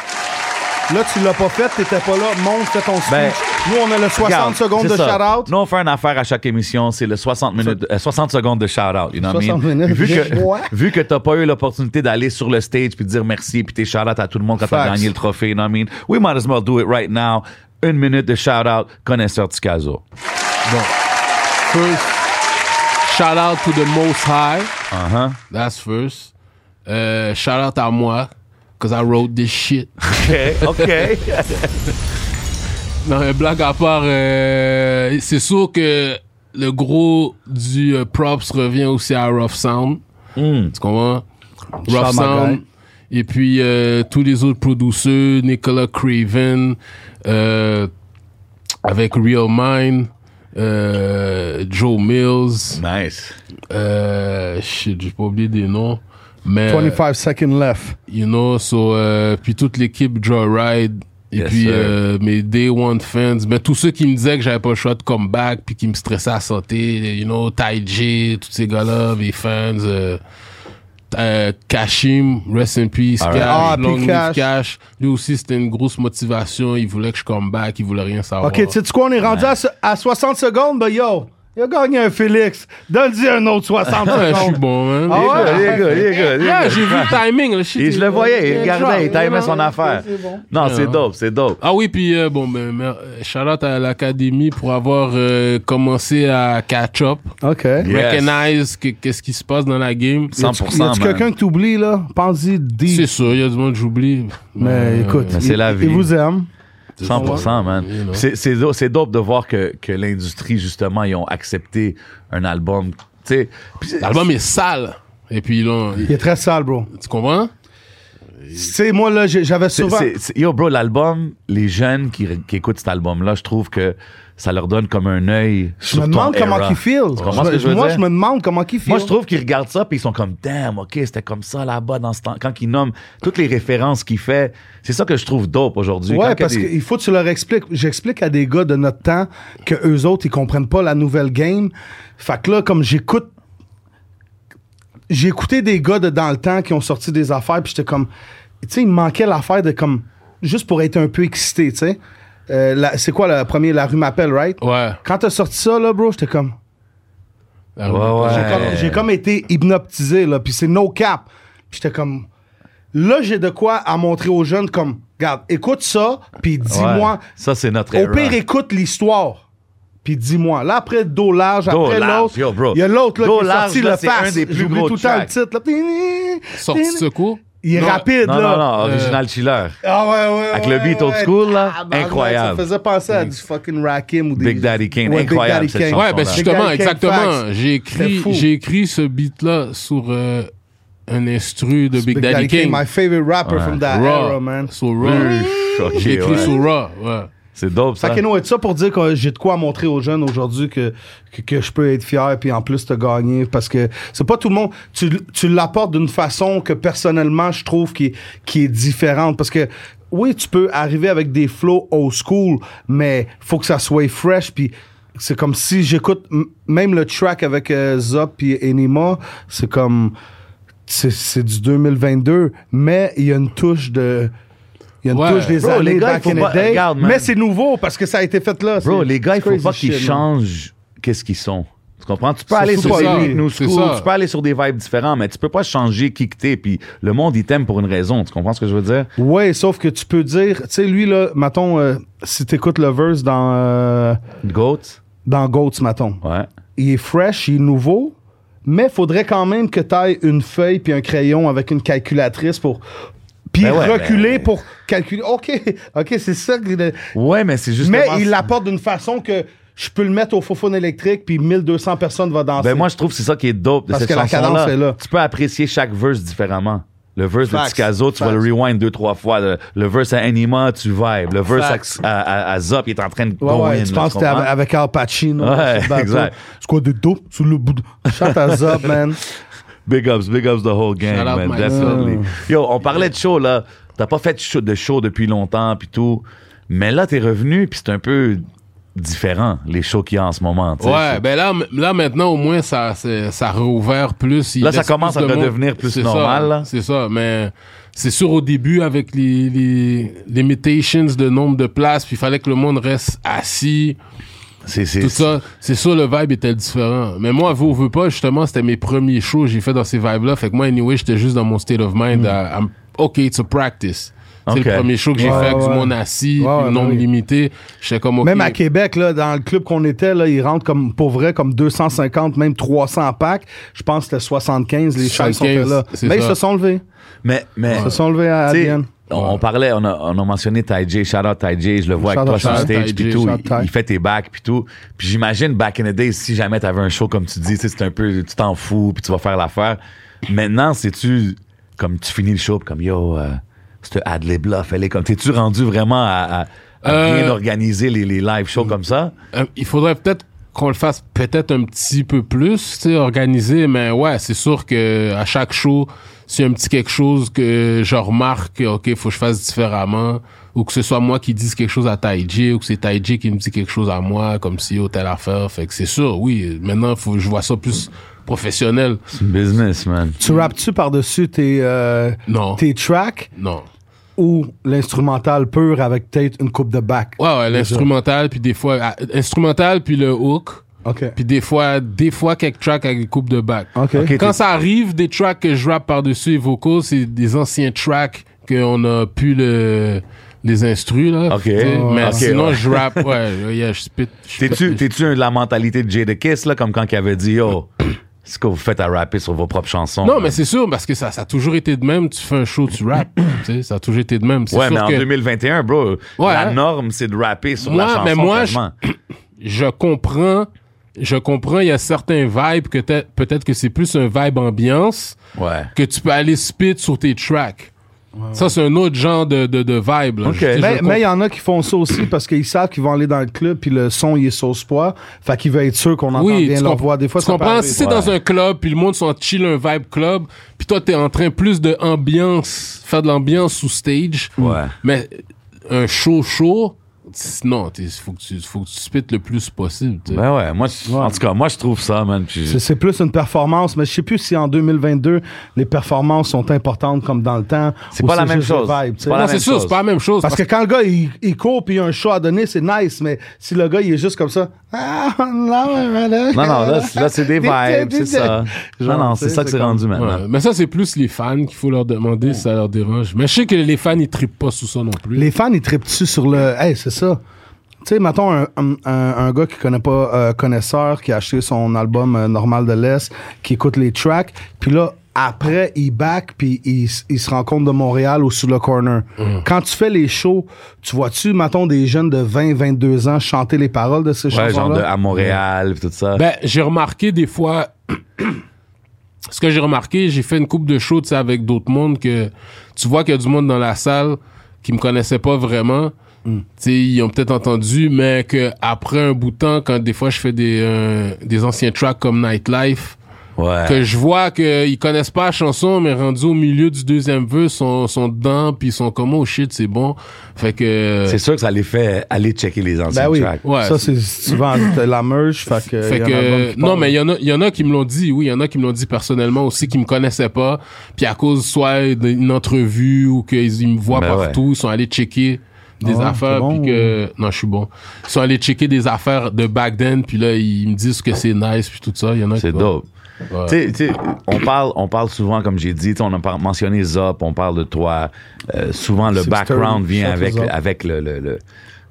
Là, tu l'as pas fait, t'étais pas là. Montre fais ton speech.
Ben,
Nous, on a le 60
Regarde,
secondes
c'est
de
ça.
shout-out.
Nous, on fait une affaire à chaque émission, c'est le 60, minutes, euh, 60 secondes de shout-out. You know what I mean?
60 minutes,
Vu
je vois.
que, vu que t'as pas eu l'opportunité d'aller sur le stage puis de dire merci puis t'es shout-out à tout le monde quand t'as
Facts.
gagné le trophée, you know what I mean? We might as well do it right now. Une minute de shout-out, connaisseur Ticazo.
First, shout out to the Most High.
Uh-huh.
That's first. Euh, shout out à moi, cause I wrote this shit.
OK, OK.
Non, mais blague à part, euh, c'est sûr que le gros du euh, props revient aussi à Rough Sound. Tu comprends? Rough
Charles Maguire.
Sound. Et puis euh, tous les autres producteurs, Nicolas Craven, euh, avec Real Mind, euh, Joe Mills,
Nice.
euh, shit, j'ai pas oublié des noms.
euh,
Mais,
25 seconds left.
you know, so, euh, puis toute l'équipe Joyride, et
Yes,
puis
sir.
euh, mes Day One fans, ben, tous ceux qui me disaient que j'avais pas le choix de comeback, puis qui me stressaient à sauter, you know, Ty J, tous ces gars-là, mes fans, euh, euh, Kashim, Rest in Peace,
All
Cash,
right.
Ah,
Long
puis
Live
Cash.
Cash, lui aussi c'était une grosse motivation, il voulait que je comeback, il voulait rien
Oh.
savoir.
Ok, tu sais quoi, on est rendu à, so- à 60 secondes, ben yo, il a gagné un Félix. Donne-lui un autre 60
Ouais, je suis
secondes.
bon, man.
Ah ouais?
Il est good, il est good, il est
Yeah,
good.
j'ai vu le timing, là, shit,
Et je le
il- hein.
voyais, il
il-
regardait, il timait
non,
son affaire. Non, c'est dope, c'est dope.
Ah oui, puis euh, bon, ben, mer- euh, Charlotte à l'académie pour avoir euh, commencé à catch up,
Ok.
Yes.
recognize que- qu'est-ce qui se passe dans la game.
Y a-tu
100%, man.
quelqu'un que t'oublies, là? Pense-y
C'est
deep.
sûr, il y a du monde que j'oublie.
Mais écoute,
Ben, c'est
il-
la vie.
Il vous aime.
100%, man.
You know.
C'est- C'est do- c'est dope de voir que, que l'industrie, justement, ils ont accepté un album. Tu sais, Puis c'est-
L'album est sale. Et puis là,
Il est très sale, bro.
tu comprends?
Tu sais, moi, là, j'ai- j'avais
C'est-
souvent.
c'est- c'est- yo, bro, l'album, les jeunes qui, qui écoutent cet album-là, je trouve que ça leur donne comme un œil
Je
sur
me
ton
demande comment
era.
qu'il feel.
Tu comprends ce que je veux
Moi,
dire?
je me demande comment qu'il feel.
Moi, je trouve qu'ils regardent ça, puis ils sont comme, damn, OK, c'était comme ça là-bas dans ce temps. Quand ils nomment toutes les références qu'il fait, c'est ça que je trouve dope aujourd'hui. Quand il y
Ouais,
a
parce
des-
qu'il faut que tu leur expliques. J'explique à des gars de notre temps que eux autres, ils comprennent pas la nouvelle game. Fait que là, comme j'écoute. J'ai écouté des gars de dans le temps qui ont sorti des affaires, puis j'étais comme. Tu sais, il me manquait l'affaire de comme. Juste pour être un peu excité, tu sais. Euh, la- c'est quoi le premier La rue m'appelle, right?
Oh.
Ouais.
Quand t'as sorti ça, là, bro, j'étais comme.
La-
Ouais, ouais.
J'ai comme, j'ai comme été hypnotisé, là, puis c'est no cap. Puis j'étais comme, là, j'ai de quoi à montrer aux jeunes, comme, regarde, écoute ça, puis
Ouais.
dis-moi.
Ça, c'est notre
Au
era.
pire, écoute l'histoire, puis dis-moi. Là, après, dos large,
Dos
après
large,
l'autre,
yo, bro.
il y a l'autre, là,
Dos
qui est
large,
sorti
là,
le
c'est un
fast.
des plus
J'oublie
gros
tout le temps le
tracks.
titre, là.
Sorti de secours.
Il est
Non,
rapide,
Non,
là.
non, non,
Euh,
original chiller.
Ah ouais, ouais,
Avec
ouais,
le beat old
ouais.
school, là,
ben,
incroyable.
Ça faisait penser à du fucking Rakim ou des...
Big Daddy Kane,
Ouais, Big
incroyable
Daddy
cette
Kane.
chanson.
Ouais, ben
là.
justement,
Big Daddy Kane
exactement.
Facts.
J'ai
C'était
écrit,
fou.
j'ai écrit ce beat-là sur euh, un instru de Big, Daddy, King.
My favorite rapper from that
Raw.
era, man.
Sur Raw.
Ok,
J'ai écrit
ouais.
sur Raw, ouais.
C'est dope, ça.
Fait que anyway, ça pour dire que j'ai de quoi montrer aux jeunes aujourd'hui que, que, que je peux être fier puis en plus te gagner parce que c'est pas tout le monde tu, tu l'apportes d'une façon que personnellement je trouve qui, qui est différente parce que oui tu peux arriver avec des flows old school mais faut que ça soit fresh puis c'est comme si j'écoute m- même le track avec euh, Zop et Enima c'est comme c'est c'est du 2022 mais il y a une touche de il y a une
Ouais.
touche des
Bro,
années
les gars,
back
il faut
in the
pas-
day,
regarde, man.
mais c'est nouveau parce que ça a été fait là.
Bro,
c'est-
les gars, il
c'est
faut
crazy
pas qu'ils
shit,
changent qu'est-ce qu'ils sont. Tu comprends? Tu peux
Surtout
aller sur
pas
des
lui.
new
C'est
school,
ça.
tu peux aller sur des vibes différents, mais tu peux pas changer qui que t'es. Puis le monde, il t'aime pour une raison. Tu comprends ce que je veux dire?
man. Ouais, sauf que tu peux dire, tu sais, lui, là, mettons, euh, si t'écoutes le verse dans, euh,
Goat?
dans Goats, mettons,
Ouais.
il est fresh, il est nouveau, mais faudrait quand même que t'ailles une feuille puis un crayon avec une calculatrice pour. Puis
Ben ouais,
reculer
ben-
pour calculer. OK, OK, c'est ça. que le-
Ouais, mais c'est juste.
Mais il l'apporte d'une façon que je peux le mettre au faux électrique puis 1200 personnes vont danser.
Ben moi, je trouve que c'est ça qui est dope de
Parce
cette
que la
chanson-là.
cadence est là.
Tu peux apprécier chaque verse différemment. Le verse de
Facts.
Ticazo, tu vas le
Facts.
rewind deux, trois fois. Le, le verse à Anima, tu vibes. Le verse
Facts.
à, à, à Zop, il est en train de
Ouais,
go in,
ouais, tu
là,
penses que t'es
comprends?
avec, avec Al Pacino.
Ouais,
sur le bateau.
exact.
C'est quoi, des dos sous le bout de... Shut us up, man.
Big ups, big ups the whole gang,
Shout out
man.
Mm. my
Definitely. Yo, on parlait de show, là. T'as pas fait show- de show depuis longtemps, puis tout. Mais là, t'es revenu, puis c'est un peu différent, les shows qu'il y a en ce moment. tu sais.
Ouais, ben là, m- là maintenant au moins ça, c'est- ça a rouvert plus. Il
Là, ça
laisse
commence
plus
à
de monde.
redevenir plus
C'est
normal,
ça,
là.
C'est ça, mais c'est sûr au début avec les, les limitations de nombre de places, puis il fallait que le monde reste assis,
C'est, c'est,
ben, tout ça. C'est sûr le vibe était différent. Mais moi, vous veux pas justement, c'était mes premiers shows que j'ai fait dans ces vibes là. Fait que moi anyway, j'étais juste dans mon state of mind. à- à m- ok, it's a practice. C'est
Hmm. Ok.
le premier show que j'ai
Ouais,
fait avec du
ouais.
monde assis,
Ouais,
puis
ouais,
nombre
oui.
limité. J'étais comme ok.
Même à Québec, là, dans le club qu'on était, là, ils rentrent comme, pour vrai, comme 250, même 300 packs. Je pense que c'était 75, les chaises sont
75,
là.
c'est
Mais ils
ça.
se sont levés.
Mais, mais.
Ils se sont levés à
T'sais,
Adrienne.
On, on parlait, on a, on a mentionné Ty J, shout out Ty J, je le vois
Shout
avec
out,
toi sur
shout out
stage
Ty
puis
J,
tout,
shout out
il,
Ty.
il fait tes bacs puis tout. Puis j'imagine back in the days, si jamais t'avais un show comme tu dis, tu sais, c'est un peu, tu t'en fous puis tu vas faire l'affaire. Maintenant, c'est tu comme tu finis le show, puis comme yo, euh, ce ad-lib là, fais-les comme. T'es-tu rendu vraiment à, à- à
Euh,
bien organiser les, les live shows comme ça?
Euh, il faudrait peut-être qu'on le fasse peut-être un petit peu plus, tu sais, organisé, mais ouais, c'est sûr que à chaque show, s'il y a un petit quelque chose que je remarque, que, ok, faut que je fasse différemment, ou que ce soit moi qui dise quelque chose à Taiji, ou que c'est Taiji qui me dit quelque chose à moi, comme si au telle affaire, fait que c'est sûr, oui, maintenant, faut que je vois ça plus professionnel.
C'est une business, man.
Tu
Mm.
rappes-tu par-dessus tes, euh,
Non,
tes tracks
non.
ou l'instrumental pur avec peut-être une coupe de back?
Ouais, ouais, l'instrumental, puis des fois, ah, l'instrumental, puis le hook,
OK.
puis des fois, des fois, quelques tracks avec une coupe de back.
OK.
Ok,
Quand
t'es-
ça arrive, des tracks que je rappe par-dessus les vocaux, c'est des anciens tracks qu'on a pu le, les instruire. Là,
Ok.
Tu sais,
Oh,
Mais
ok,
sinon,
ouais.
je rappe, ouais, yeah, je spit. je
T'es-tu,
spit.
t'es-tu de la mentalité de Jay de Kiss, là, comme quand il avait dit, yo, ce que vous faites à rapper sur vos propres chansons?
Non, mais c'est sûr, parce que ça, ça a toujours été de même. Tu fais un show, tu rappes. tu sais, ça a toujours été de même. C'est
Ouais,
sûr
mais en
que
2021, bro,
Ouais,
la
hein.
norme, c'est de rapper sur la
Moi,
chanson.
mais moi, je-
tellement.
je comprends, je comprends, il y a certains vibes que t'as- peut-être que c'est plus un vibe ambiance.
Ouais.
que tu peux aller spit sur tes tracks. Ça, c'est un autre genre de, de, de vibe. Là.
Ok.
Je- je
Mais
comprends.
mais il y en a qui font ça aussi parce qu'ils savent qu'ils vont aller dans le club puis le son il est sauce poids. Fait qu'ils veulent être sûr qu'on entend
oui,
bien
tu,
leur
comp-
voix. Des fois,
tu
ça peut
comprends?
arriver.
Si c'est dans un club, puis le monde sont chill, un vibe club, puis toi, t'es en train plus de ambiance, faire de l'ambiance sous stage.
Ouais.
Mais un show show, c'est- non, il faut que tu, faut que tu spites le plus possible. tu sais.
Ben ouais, moi, je- en tout cas, moi, je trouve ça, man. puis-
C'est- C'est plus une performance, mais je sais plus si en 2022 les performances sont importantes comme dans le temps.
C'est
ou
pas la même
juste le
chose.
vibe, tu sais.
Pas la
Non,
même
c'est sûr,
chose.
c'est pas la même chose.
Parce que quand le gars il, il court puis il y a un show à donner, c'est nice, mais si le gars il est juste comme ça, ah non, mais là-
Non, non, là, c'est- là, c'est des vibes, c'est ça. Non,
Genre,
non,
tu
c'est
sais,
ça que
c'est
c'est rendu
Ouais,
maintenant.
Mais ça, c'est plus les fans qu'il faut leur
Oh.
demander si ça leur dérange. Mais je sais que les fans, ils trippent pas sous ça non plus.
Les fans ils trippent dessus sur le, hey c'est ça. Tu sais, mettons un, un, un- un gars qui connaît pas euh, connaisseur, qui a acheté son album euh, Normal de l'Est, qui écoute les tracks, puis là après il back puis il, s- il se rencontre de Montréal ou sur le corner.
Mm.
Quand tu fais les shows, tu vois-tu mettons des jeunes de 20 22 ans chanter les paroles de ces
Ouais,
chansons
genre
là
de, à Montréal, puis tout ça.
Ben, j'ai remarqué des fois. ce que j'ai remarqué, j'ai fait une coupe de show tu sais, avec d'autres mondes que tu vois qu'il y a du monde dans la salle qui me connaissait pas vraiment. Tu sais, ils ont peut-être entendu, mais que après un bout de temps, quand des fois je fais des, euh, des anciens tracks comme Nightlife,
ouais.
que je vois qu'ils connaissent pas la chanson, mais rendus au milieu du deuxième vœu, sont, sont dedans, puis ils sont comme oh shit, c'est bon. Fait que.
C'est sûr que ça les fait aller checker les anciens
Ben oui.
tracks.
Ouais,
ça, c'est souvent la merge. Fait que.
Fait
Euh, y en a un album
que
qui
non
parle.
mais il y en a il y en a qui me l'ont dit oui il y en a qui me l'ont dit personnellement aussi qui me connaissaient pas puis à cause soit d'une entrevue ou qu'ils ils me voient
Ben
partout ils sont allés checker des
Ah ouais,
affaires
t'es bon
puis que non je suis bon ils sont allés checker des affaires de back then puis là ils me disent que c'est nice puis tout ça il y en a
C'est
qui-
dope.
Ouais.
Tu sais- tu sais, on parle, on parle souvent, comme j'ai dit, tu sais, on a par- mentionné Zop, on parle de toi. Euh, souvent, le
Sixter,
background vient
shout
avec,
to Zop.
avec le, le, le-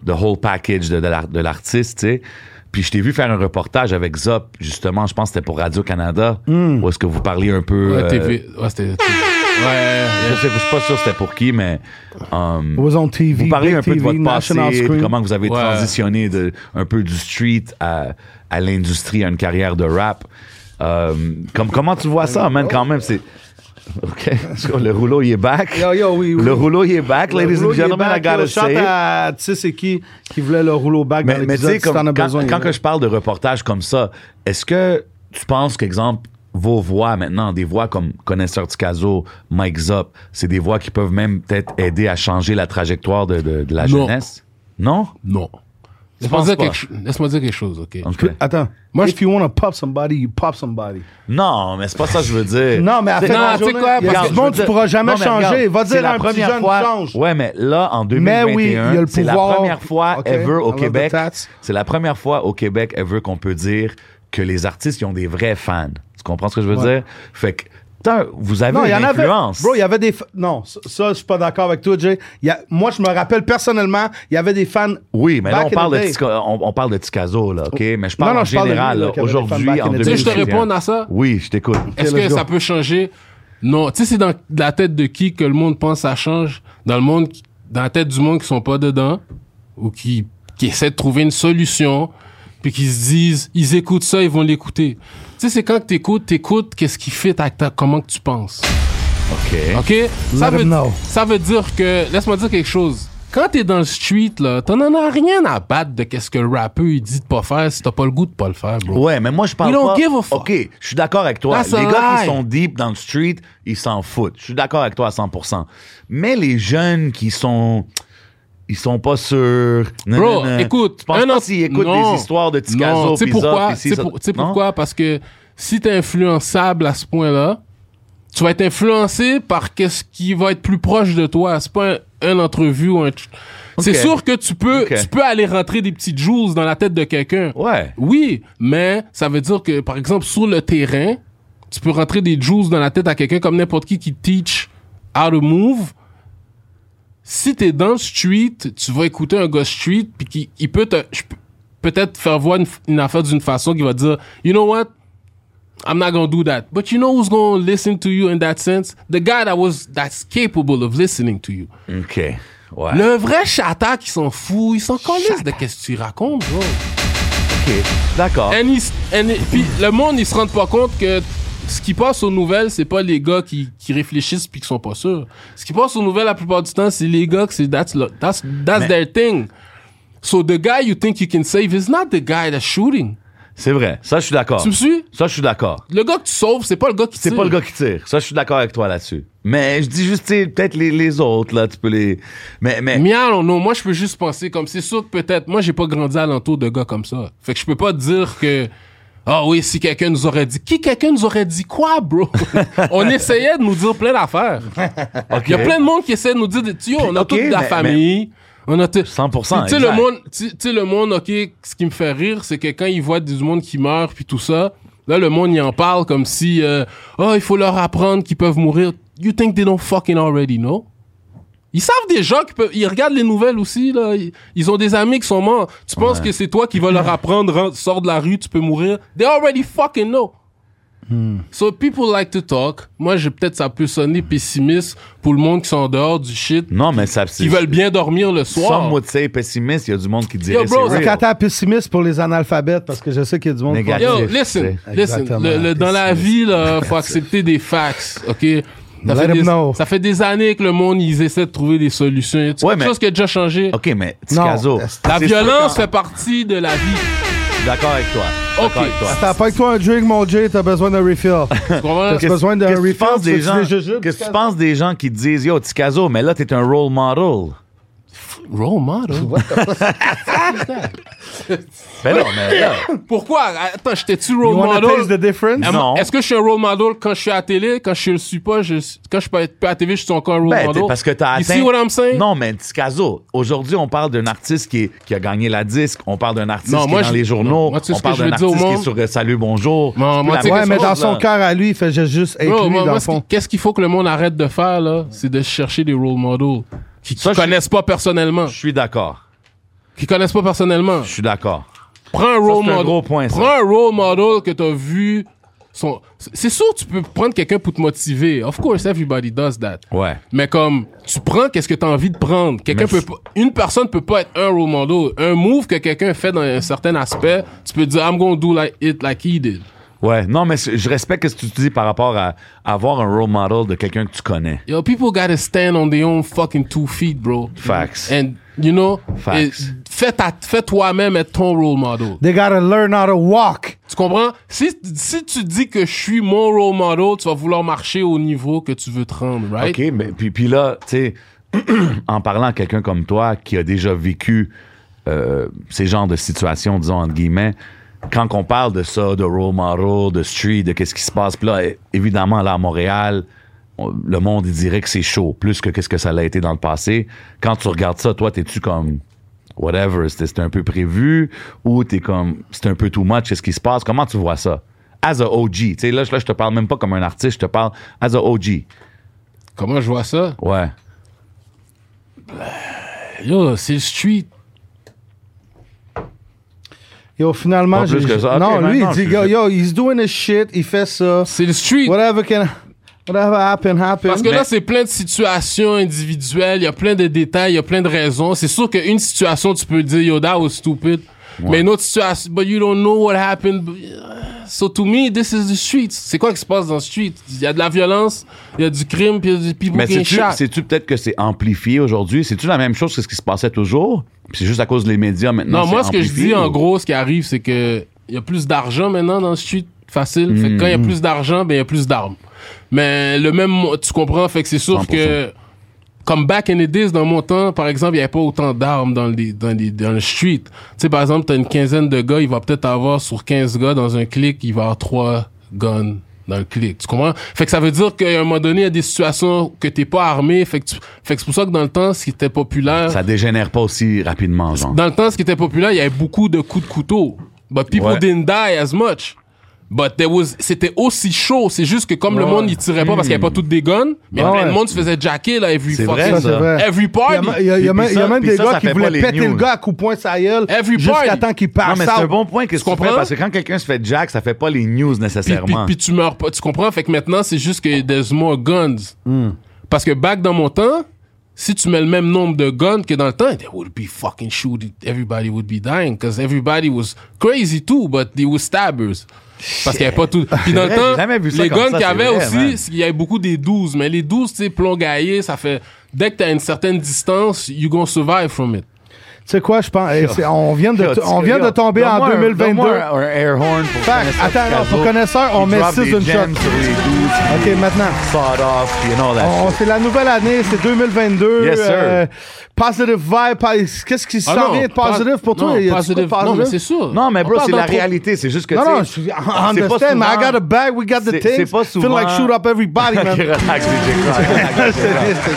the whole package de, de l'ar- de l'artiste, tu sais. Puis je t'ai vu faire un reportage avec Zop, justement, je pense que c'était pour Radio-Canada, où est-ce que vous parliez un peu...
Hmm. ouais,
euh,
TV. ouais c'était ouais
je sais- je suis pas sûr c'était pour qui, mais... um,
It was on TV.
vous parlez
big
un peu de
TV,
votre
national
passé,
screen.
puis comment vous avez
Ouais.
transitionné de, un peu du street à, à l'industrie, à une carrière de rap. Euh, comme, comment tu vois ça, man, quand même? C'est... OK, le rouleau, il est back.
Yo, yo, oui, oui.
Le rouleau, il est back,
Le
ladies
rouleau,
and
il est
gentlemen, I
back,
gotta
yo, shout
say it.
à- Tu sais, c'est qui qui voulait le rouleau back dans
Mais, mais tu
l'épisode,
sais,
si t'en
comme-
as
quand,
besoin.
quand
là.
que je parle de reportage comme ça, est-ce que tu penses qu'exemple, vos voix maintenant, des voix comme Connaisseur Ticazo, Mike Zop, c'est des voix qui peuvent même peut-être aider à changer la trajectoire de, de- de la
Non.
jeunesse? Non?
non laisse-moi
pense
dire
pas.
quelque cho- laisse-moi dire quelque chose ok
OK.
Attends.
Moi,
If you wanna pop somebody, you pop somebody.
Non, mais c'est pas ça que je veux dire.
Non, mais à
C'est-
fait,
non,
la
tu sais
journée,
quoi,
il y a
parce
du
que-
monde,
je
tu
veux
pourras
dire-
jamais
non, mais
changer.
regarde,
Va
c'est
dire à un petit jeune,
fois,
change.
Ouais, mais là, en
Mais
2021,
oui, il y a le
c'est la
pouvoir.
première fois
Ok,
ever
I
au
love the
Québec.
tats.
C'est la première fois au Québec ever qu'on peut dire que les artistes, ils ont des vrais fans. Tu comprends ce que je veux dire? Fait que, putain, vous avez
Non, il
une
y en avait.
influence.
Bro, il y avait des. fa- Non, ça, ça, je suis pas d'accord avec toi, Jay. Il y a- Moi, je me rappelle personnellement, il y avait des fans.
Oui, mais là,
back
on
in
parle,
the
de
day.
Tica- on, on parle de Ticazo, là, OK? Mais je
Non,
parle
non,
en
je parle de lui,
général,
là,
là,
qu'il y avait des fans
aujourd'hui,
back
en
in the day.
Tu sais, je te
2021.
réponds à ça?
Oui, je t'écoute.
Est-ce
let's
que
go.
ça peut changer? Non. Tu sais, c'est dans la tête de qui que le monde pense que ça change? Dans le monde, qui- dans la tête du monde qui sont pas dedans ou qui, qui essaient de trouver une solution puis qui se disent, ils écoutent ça, ils vont l'écouter. Tu sais, c'est quand que t'écoutes, t'écoutes, qu'est-ce qui fit avec ta, comment que tu penses?
OK.
OK? Ça
Let
veut,
him know.
ça veut dire que. Laisse-moi dire quelque chose. Quand t'es dans le street, là, t'en as rien à battre de qu'est-ce que le rappeur il dit de pas faire si t'as pas le goût de pas le faire, bro.
Ouais, mais moi, je parle
We don't
pas...
give a fuck.
OK, je suis d'accord avec toi.
That's
les
a
gars qui
lie.
sont deep dans le street, ils s'en foutent. Je suis d'accord avec toi à 100 Mais les jeunes qui sont... Ils sont pas sûrs. Nan,
Bro,
nan, nan.
écoute,
Tu penses
un
pas
autre-
s'ils écoutent
non.
des histoires de Ticazo,
Non, tu sais
pis
pourquoi?
ça, pis
Tu
ci,
sais
ça-
pour- tu sais
Non?
pourquoi? Parce que si t'es influençable à ce point-là, tu vas être influencé par qu'est-ce qui va être plus proche de toi. C'est pas un, un entrevue ou un... ch- C'est
Ok.
sûr que tu peux,
Ok.
tu peux aller rentrer des petites joues dans la tête de quelqu'un.
Ouais.
Oui, mais ça veut dire que, par exemple, sur le terrain, tu peux rentrer des joues dans la tête à quelqu'un comme n'importe qui qui teach how to move. Si t'es dans le street, tu vas écouter un gars street, puis qui il peut te, je peux- peut-être faire voir une, f- une affaire d'une façon qui va dire, you know what, I'm not gonna do that, but you know who's gonna listen to you in that sense? The guy that was that's capable of listening to you.
OK. Ouais.
Le vrai chatter qui s'en fout, il s'en calisse de qu'est-ce que tu racontes, bro.
OK. D'accord.
And he's- and he- puis le monde, ils se rendent pas compte que ce qui passe aux nouvelles, c'est pas les gars qui, qui réfléchissent puis qui sont pas sûrs. Ce qui passe aux nouvelles la plupart du temps, c'est les gars que c'est that's, lo- that's, that's their thing. So the guy you think you can save is not the guy that's shooting.
C'est vrai. Ça, je suis d'accord.
Tu me suis?
Ça, je suis d'accord.
Le gars que tu sauves, c'est pas le gars qui
C'est
tire.
pas le gars qui tire. Ça, je suis d'accord avec toi là-dessus. Mais je dis juste, tu sais, peut-être les, les autres, là, tu peux les. Mais, mais.
Mial, non, non, moi je peux juste penser comme c'est sûr que peut-être moi j'ai pas grandi alentour de gars comme ça. Fait que je peux pas dire que ah oui, si quelqu'un nous aurait dit qui quelqu'un nous aurait dit quoi, bro On essayait de nous dire plein d'affaires. Il y a plein de monde qui essaie de nous dire des- tu sais, on a
Ok,
toute la
mais-
famille. On a tout-
100%,
Tu sais le
exact.
monde, tu tu sais le monde, OK, ce qui me fait rire, c'est que quand ils voient du monde qui meurt puis tout ça, là le monde il en parle comme si euh, oh, il faut leur apprendre qu'ils peuvent mourir. You think they don't fucking already know? Ils savent déjà qu'ils peuvent. Ils regardent les nouvelles aussi, là. Ils, ils ont des amis qui sont morts. Tu penses que c'est toi qui vas leur apprendre, rentre- sors de la rue, tu peux mourir. They already fucking know.
Hmm.
So people like to talk. Moi, j'ai peut-être ça peut sonner pessimiste pour le monde qui sont en dehors du shit,
Non, mais ça.
qui veulent bien dormir le soir.
Hmm. Some would say pessimiste, il y a du monde qui dirait
Yo, bro,
c'est
ça
real.
Quand t'es pessimiste pour les analphabètes, parce que je sais qu'il y a du monde. qui-
Négatif.
Yo,
Actif,
listen,
c'est-
listen.
Exactement,
Le- le- dans la
pessimiste.
vie, là, faut accepter des facts, ok? Ça
Let
fait,
him
des,
know.
ça fait des années que le monde, ils essaient de trouver des solutions. Y a-tu
Ouais,
quelque
mais-
chose qui a déjà changé.
OK, mais
Non,
Ticazo.
La
c'est-
violence fait partie de la vie.
Je suis d'accord avec toi. Je suis
Ok.
D'accord avec toi.
T'as pas que toi un drink, mon Jay, t'as besoin d'un refill.
Tu comprends?
T'as besoin d'un
Qu'est-ce que
refill.
tu penses
veux
des gens
des jujubes,
Qu'est-ce que tu
Ticazo?
penses des gens qui te disent yo Ticazo mais là t'es un role model.
Role model.
Ben non mais là
Pourquoi? Attends, j'étais-tu role
You wanna taste the
model?
difference?
Am-
Non.
Est-ce que je suis un role model quand je suis à la télé? Quand je le suis pas, je, suis- quand je suis pas pas à la télé, je suis encore un role
ben, t'es-
model.
parce que t'as
You
atteint.
see what I'm saying?
Non mais Ticazo. Aujourd'hui on parle d'un artiste qui, est- qui a gagné la disque. On parle d'un artiste
Non,
qui
moi,
est dans
je-
les journaux.
non, moi, tu sais
on
ce que
parle
je
d'un
veux dire au
artiste qui est
monde?
sur euh, Salut Bonjour.
Non,
C'est
moi,
plus
tu sais
la
que
Ouais,
même
mais
chose,
dans son
là.
cœur à lui, il fait juste- juste être
Bro,
lui,
moi,
dans
moi,
le
ce qui-
fond.
qu'est-ce qu'il faut que le monde arrête de faire, là? C'est de chercher des role models qui, qui
Ça, je-
connaissent pas personnellement.
Je suis d'accord.
Qui connaissent pas personnellement.
Je suis d'accord.
Prends un role
c'est un
model.
gros point, ça.
Prends un role model que t'as vu. Son... C'est sûr, tu peux prendre quelqu'un pour te motiver. Of course, everybody does that.
Ouais.
Mais comme, tu prends qu'est-ce que t'as envie de prendre. Quelqu'un peut
Mais-
pas- une personne peut pas être un role model. Un move que quelqu'un fait dans un certain aspect, tu peux dire, I'm gonna do like it like he did.
Ouais, non, mais c'est- je respecte ce que tu dis par rapport à avoir un role model de quelqu'un que tu connais.
Yo, people gotta stand on their own fucking two feet, bro.
Facts.
And, you know,
Facts.
et- fais, ta- fais toi-même être ton role model.
They gotta learn how to walk.
Tu comprends? Si, si tu dis que je suis mon role model, tu vas vouloir marcher au niveau que tu veux te rendre, right?
OK, mais puis, puis là, tu sais, en parlant à quelqu'un comme toi qui a déjà vécu euh, ces genres de situations, disons, entre guillemets, quand on parle de ça, de role model, de street, de qu'est-ce qui se passe, puis là, é- évidemment, là, à Montréal, on- le monde, il dirait que c'est chaud, plus que qu'est-ce que ça l'a été dans le passé. Quand tu regardes ça, toi, t'es-tu comme... Whatever, c'était c'était un peu prévu ou t'es comme, c'est un peu too much, qu'est-ce qui se passe? Comment tu vois ça? As a OG, tu sais, là, je- là, je te parle même pas comme un artiste, je te parle as a OG.
Comment je vois ça?
Ouais.
Yo, c'est le street.
Yo, finalement,
Pas plus
j'ai-
que ça.
Non,
Ok,
lui, il
maintenant,
dit,
je-
yo,
je-
yo, he's doing his shit, il fait ça.
C'est le street.
Whatever can... Whatever happen, happen.
Parce que
Mais-
là, c'est plein de situations individuelles, il y a plein de détails, il y a plein de raisons. C'est sûr qu'une situation, tu peux dire, yo, that was stupid. Mais une autre situation, but you don't know what happened. but- So to me, this is the streets. C'est quoi qui se passe dans le street? Il y a de la violence, il y a du crime, puis il y a du people
Mais
qui
c'est-tu
échappent.
c'est-tu peut-être que c'est amplifié aujourd'hui? C'est-tu la même chose que ce qui se passait toujours? Puis C'est juste à cause des médias maintenant.
Non, moi,
c'est
ce que je
amplifié
dis,
ou-
en gros, ce qui arrive, c'est que il y a plus d'argent maintenant dans le street facile. Fait
Hmm.
que quand il y a plus d'argent, ben il y a plus d'armes. Mais le même, mo- tu comprends, fait que c'est sûr
100%.
que comme back in the days, dans mon temps, par exemple, il n'y avait pas autant d'armes dans, les, dans, les, dans le street. Tu sais, par exemple, t'as une quinzaine de gars, il va peut-être avoir sur 15 gars dans un clic, il va avoir trois guns dans le clic. Tu comprends? Fait que ça veut dire qu'à un moment donné, il y a des situations que t'es pas armé. Fait que, tu- fait que c'est pour ça que dans le temps, ce qui était
euh,
populaire,
Ça dégénère pas aussi rapidement, genre.
dans le temps, ce qui était populaire, il y avait beaucoup de coups de couteau. But people
Ouais.
didn't die as much. But there was, c'était aussi chaud. C'est juste que comme le monde, il tirait pas parce qu'il n'y avait pas toutes des guns, mais
Ouais.
plein de monde se faisait jacker, là, every
Hmm. C'est
fucking-
vrai,
Ça, c'est
ça.
vrai.
every
Il y a
party.
ma- il y a, il y a
Puis
même, il y a
ça-
même
puis
des
ça,
gars
ça
qui
fait pas
voulaient
les
péter le
news.
gars à coup de poing sa gueule
Every
jusqu'à
party.
temps qu'il
Non,
passe
mais c'est un
out.
bon point. Qu'est-ce que tu
comprends?
fais? Parce que quand quelqu'un se fait jack, ça fait pas les news
Puis, puis,
nécessairement.
puis tu meurs pas, tu comprends? Fait que maintenant, c'est juste que there's more guns.
Hmm.
Parce que back dans mon temps, si tu mets le même nombre de guns que dans le temps, there would be fucking shooting. Everybody would be dying. Because everybody was crazy too, but they were stabbers. Parce qu'il n'y avait pas tout. Puis dans le
vrai, j'ai jamais
temps,
vu ça
les
comme
guns
ça,
qu'il y
c'est
avait
vrai, man.
aussi, c'est- il y avait beaucoup des 12. Mais les 12, tu sais, plongaillés, ça fait. Dès que tu as une certaine distance, you gonna survive from it.
Tu sais quoi, je pense, eh, c'est- on vient de,
Yo, tu-
on vient de
yo,
tomber en
donne-moi un-
2022.
donne-moi Un, un air horn pour
Fact.
connaisseur
Attends,
Picasso.
non, pour connaisseur, on
Qui
met
drop
6
des
une
gems
shot.
sur les douze,
Ok, maintenant.
sawed off, you know that
On-
shit.
C'est la nouvelle année, c'est 2022.
Ah, Yes, sir.
euh,
Ah,
positive vibe. pa- Qu'est-ce qui s'en
Ah non,
vient de positive
pas-
pour toi?
non,
Y a-tu quoi de
positive- non, mais c'est sûr.
Non, mais
On
bro,
parle
c'est
d'un
la
pro-
réalité. C'est juste que.
Non,
tu sais,
non, je suis, I
c'est pas
understand, mais I
souvent-
got a bag, we got the
C'est-
things.
c'est pas
Feel like
souvent-
shoot up everybody,
Ok,
man.
relax, DJ Clark, relax, relax.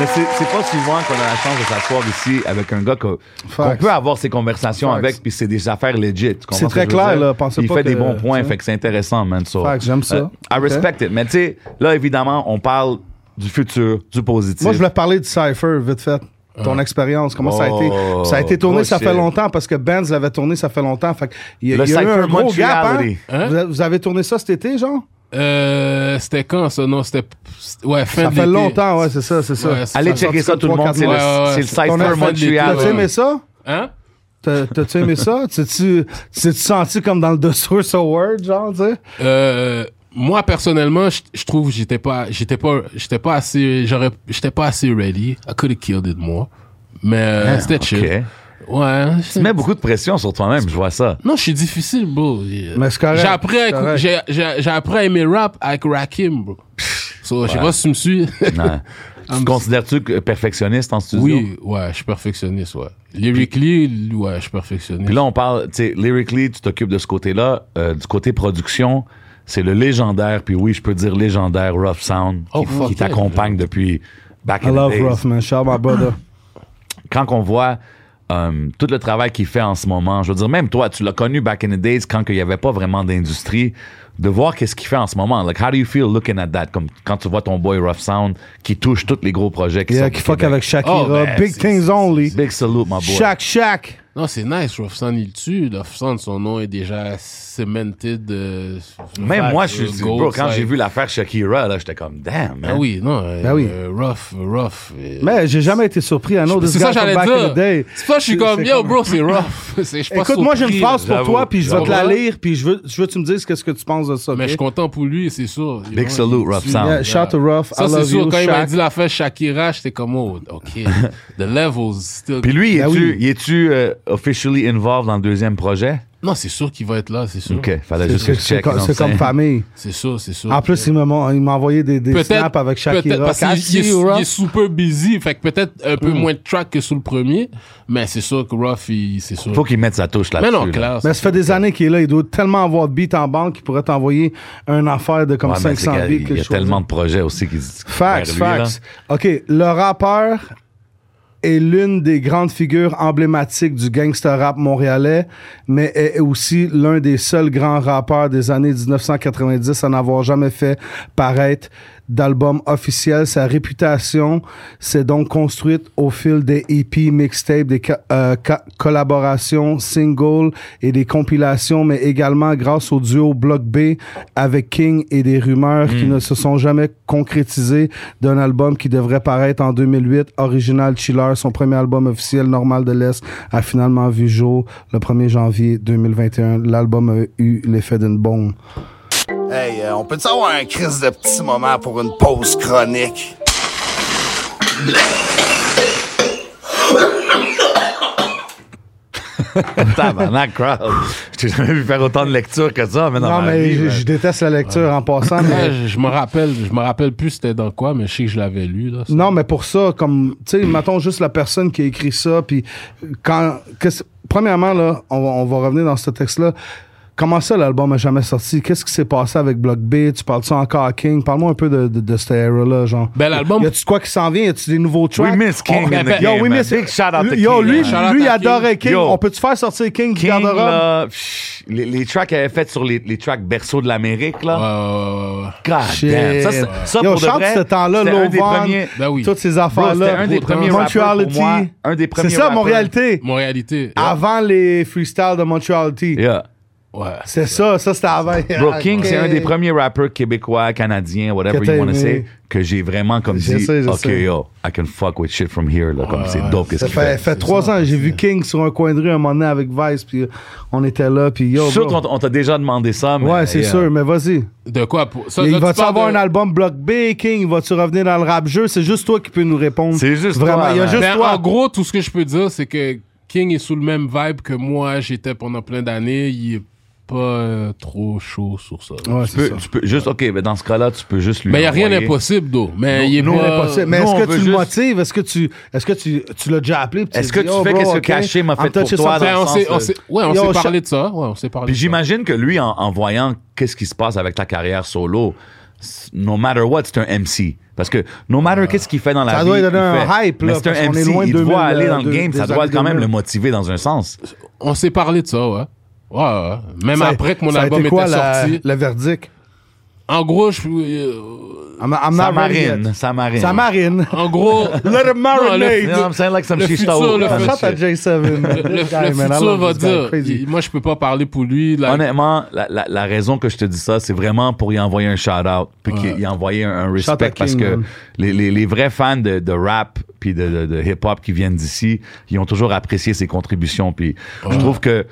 Mais c'est c'est pas souvent qu'on a la chance de s'asseoir ici avec un gars que- qu'on
Facts.
peut avoir ces conversations
Facts.
avec, puis c'est des affaires legit. tu comprends
C'est
ce que
très
je veux
clair,
dire?
là, pensez
Il
pas
fait des
que-
bons points,
tu sais.
fait que c'est intéressant, man. so,
Facts, j'aime ça.
I
Ok.
respect it. Mais tu sais, là, évidemment, on parle du futur, du positif.
Moi, je voulais parler du Cypher, vite fait. Ton expérience, comment ça a été?
Ah. Oh,
Ça a été tourné,
gros
ça fait
shit.
longtemps, parce que Benz l'avait tourné, ça fait longtemps. Fait que il y a,
Le
il y a eu
Cypher
un gros gap, hein?
Montreality.
Hein?
Vous a- Vous avez tourné ça cet été, genre?
Euh, c'était quand ça? Non, c'était. Ouais, fin
Ça
de
fait
l'été.
longtemps, ouais, c'est ça, c'est ça.
Ouais, c'est
Allez
ça.
checker ça,
comme
tout le
trois,
monde.
quatre
C'est le,
mois. Ouais, ouais,
c'est le
ouais.
Cypher
Ton affaire de
Montreal.
T'as-tu aimé ça?
Hein?
T'as- T'as-tu aimé ça? T'es-tu t'es-tu senti comme dans le The Source Award, genre, tu sais?
Euh, moi personnellement, je, je trouve que j'étais pas j'étais pas j'étais pas assez j'aurais j'étais pas assez ready. I could have killed it more. Mais
Ah,
euh, c'était
ok.
chill. Ouais. hein,
Tu mets beaucoup de pression sur toi-même, je vois ça.
Non, je suis difficile, bro. J'ai-
Mais c'est correct,
J'ai appris à
c'est
écou-
correct.
j'ai j'ai- j'ai appris à aimer rap avec Rakim, bro. So, je sais pas si tu me suis.
Non. Tu te considères-tu que- perfectionniste en studio?
oui, ouais, je suis perfectionniste, ouais. Lyrically, ouais, je suis perfectionniste.
Puis là, on parle, tu sais, lyrically, tu t'occupes de ce côté-là. Euh, du côté production, c'est le légendaire, puis oui, je peux dire légendaire Rough Sound
Oh,
qui,
fuck
qui
yeah.
t'accompagne depuis back
I
in the
love
days.
Rough, man. Shout out my brother.
Quand on voit euh, tout le travail qu'il fait en ce moment, je veux dire, même toi, tu l'as connu back in the days quand il n'y avait pas vraiment d'industrie, de voir qu'est-ce qu'il fait en ce moment. Like, how do you feel looking at that? Comme quand tu vois ton boy Rough Sound qui touche tous les gros projets qui
Yeah,
sortent
qui
du
fuck
Québec.
avec Shakira.
Oh, ben,
Big
c'est-
Things
c'est-
Only.
Big salute, my boy.
Shaq, Shaq.
Non, c'est nice, Rofsan, il tue. Rofsan, son nom est déjà cemented. euh,
Même
fact,
moi, je
euh,
suis
gold
bro, quand j'ai
side.
vu l'affaire Shakira, là, j'étais comme, damn, man.
Ah oui, non. euh,
Ben oui.
euh, rough, rough. euh,
Mais j'ai jamais été surpris. I know this
c'est ça
guy
que
from
j'allais
back in the
dire.
day.
C'est pas, je suis
C'est-
comme,
c'est
yo,
comme-
bro, c'est rough. C'est- je suis pas
Écoute, moi, j'ai une
surpris,
phrase
là.
pour toi, puis je vais te la
J'avoue.
lire, puis je veux, je veux que tu me dises qu'est-ce que tu penses de ça.
Mais je
ok?
suis content pour lui, c'est sûr. You
Big
know,
salute,
il
Rough
tue.
Sound.
Yeah, shout to Ruff.
Ça,
I
c'est
love
sûr,
you,
quand il m'a
Shaq.
dit la fin Shakira, j'étais comme, oh, OK. The levels, still.
Puis lui,
Ben
es-tu
oui.
es-tu, euh, officially involved dans le deuxième projet?
Non, c'est sûr qu'il va être là, c'est sûr.
OK, fallait
C'est-
juste que
c'est-
je
C'est
check.
comme-
non,
c'est comme
c'est-
famille.
hein, C'est sûr, c'est sûr.
En plus, il m'a mon- il m'a envoyé des, des snaps avec
peut-être,
Shakira. Hmm.
parce
Quand
qu'il
I
est,
see
il
you,
est
Ruff,
super busy, fait que peut-être un peu moins de track que sur le premier, mais c'est sûr que Ruff, il- c'est sûr.
Faut qu'il mette sa touche
mais
là-dessus.
non,
là.
classe.
Mais ça fait des années qu'il est là. Il doit tellement avoir de beats en banque qu'il pourrait t'envoyer un affaire de comme
Ouais, mais c'est
500
qu'il y a-
beats.
Il y
quelque
a
chose.
tellement de projets aussi qui
Facts, facts. OK, le rappeur est l'une des grandes figures emblématiques du gangster rap montréalais, mais est aussi l'un des seuls grands rappeurs des années 1990 à n'avoir jamais fait paraître d'album officiel. Sa réputation s'est donc construite au fil des EP, mixtapes, des ca- euh, ca- collaborations, singles et des compilations, mais également grâce au duo Block B avec King et des rumeurs
Hmm.
qui ne se sont jamais concrétisées d'un album qui devrait paraître en 2008. Original Chiller, son premier album officiel normal de l'Est, a finalement vu jour le 1er janvier 2021. L'album a eu l'effet d'une bombe.
Hey, euh, on peut-tu avoir un crise de petit moment pour une pause chronique?
Tabarnak, crowd. Je t'ai jamais vu faire autant de lectures que ça, mais dans
Non,
ma
mais
vie,
je,
man.
je déteste la lecture en passant, mais...
Ouais, Ah, je, je me rappelle, je me rappelle plus c'était dans quoi, mais je sais que je l'avais lu. Là,
Non, mais pour ça, comme, tu sais, mettons juste la personne qui a écrit ça, puis quand... qu'est-ce- premièrement, là, on va, on va revenir dans ce texte-là. Comment ça, l'album a jamais sorti? Qu'est-ce qui s'est passé avec Block B? Tu parles ça encore à King? Parle-moi un peu de, de, de cette era-là, genre.
Ben, l'album-
Y a-tu quoi qui s'en vient? Y a-tu des nouveaux tracks?
We miss King
on-
in
ben,
the
Yo,
game,
we
man.
miss-
Big shout out to
Yo,
King,
lui,
man.
shout out
lui, il
à
adorait King.
Yo.
On peut-tu faire sortir King du
King,
garde-robe?
là, pff, les, les tracks qu'elle avait fait sur les, les tracks berceaux de l'Amérique, là.
Euh,
God
Shit.
Ah, damn. Ça, c'est- ça
Yo,
pour de
chante
vrai,
ce temps-là,
c'était un des
Lovan.
premiers-
ben oui.
Toutes ces
Bro,
affaires-là.
c'était un des premiers rappeurs pour moi. Un des premiers
C'est ça,
rappeurs.
Montréalité.
Mon réalité.
Avant les freestyles de Montreality.
Yeah.
Ouais.
C'est ça, ça c'était avant.
Bro,
Ah,
King,
ok.
c'est un des premiers rappeurs québécois, canadiens, whatever
Que
you
t'as
want to
aimé.
say, que j'ai vraiment comme
Je
dit,
sais, je
OK,
sais.
yo, I can fuck with shit from here, là, comme c'est dope, qu'est-ce
Ça
qu'il
fait,
fait.
fait trois ans, j'ai vu King sur un coin de rue un moment donné avec Vice, puis on était là, puis
Je
yo.
suis sûr
bro.
qu'on t- on t'a déjà demandé ça, mais.
Ouais, c'est
yeah.
sûr, mais vas-y.
De quoi pour... ça, là,
Il
tu
va-tu
parles
avoir
de-
un album Block B, King? Il Va-tu revenir dans le rap jeu? C'est juste toi qui peux nous répondre.
C'est juste
Vraiment,
toi,
il y a
man.
juste
Ben,
toi.
En gros, tout ce que je peux dire, c'est que King est sous le même vibe que moi, j'étais pendant plein d'années. Il est pas euh, trop chaud sur ça. là.
Ouais,
Tu peux,
c'est ça.
tu peux juste, OK, mais dans ce cas-là, tu peux juste lui.
Mais il n'y a rien
envoyer-
d'impossible, d'eau. Mais il est
Nous,
pas-
on est pas sûr. Mais
euh, nous, on
est-ce que
veut
tu le
juste-
motives? Est-ce que tu, est-ce que tu, tu l'as déjà appelé? puis
Est-ce
lui
que
dis,
tu
Oh,
fais
bro,
qu'est-ce que
ok,
Caché m'a
I'm
fait pour
touching
toi
something.
dans
Ben, on
le
s'est, on
sens,
s'est- ouais, on
Yo,
s'est
cha-
parlé de ça. Ouais, on s'est parlé.
Puis
de ça.
j'imagine que lui, en, en voyant qu'est-ce qui se passe avec ta carrière solo, c- no matter what, c'est un MC. Parce que no matter qu'est-ce qu'il fait dans la
Ça
vie,
doit lui donner
il
un
fait-
hype,
mais
là,
c'est un
parce qu'on est
MC,
loin de
il doit
2000,
aller dans le
euh,
game,
des
ça doit
années
quand même
2000.
le motiver dans un sens.
On s'est parlé de ça, ouais. Ouais, ouais. Même
Ça a-
après que mon
ça a
album
été
était
quoi, la-
sorti.
Le verdict.
En gros, je, euh,
I'm- I'm
Ça
not ready yet.
marine, ça marine.
Ça marine.
en gros,
Let it
Non, le-
You know what I'm saying? Like some
Le
shit
futur,
stole.
le
Kind of
futur.
Shout
shit.
à J7. man.
le,
This guy,
le
man, I
futur
love
va
this guy.
dire.
Crazy.
Il- moi, je peux pas parler pour lui. like,
Honnêtement, la, la- la raison que je te dis ça, c'est vraiment pour y envoyer un shout-out, puis qu'il y envoyer un, un
Shout-out
respect,
King,
parce que
man.
les, les- les vrais fans de, de rap puis de, de- de hip-hop qui viennent d'ici, ils ont toujours apprécié ses contributions, puis je trouve que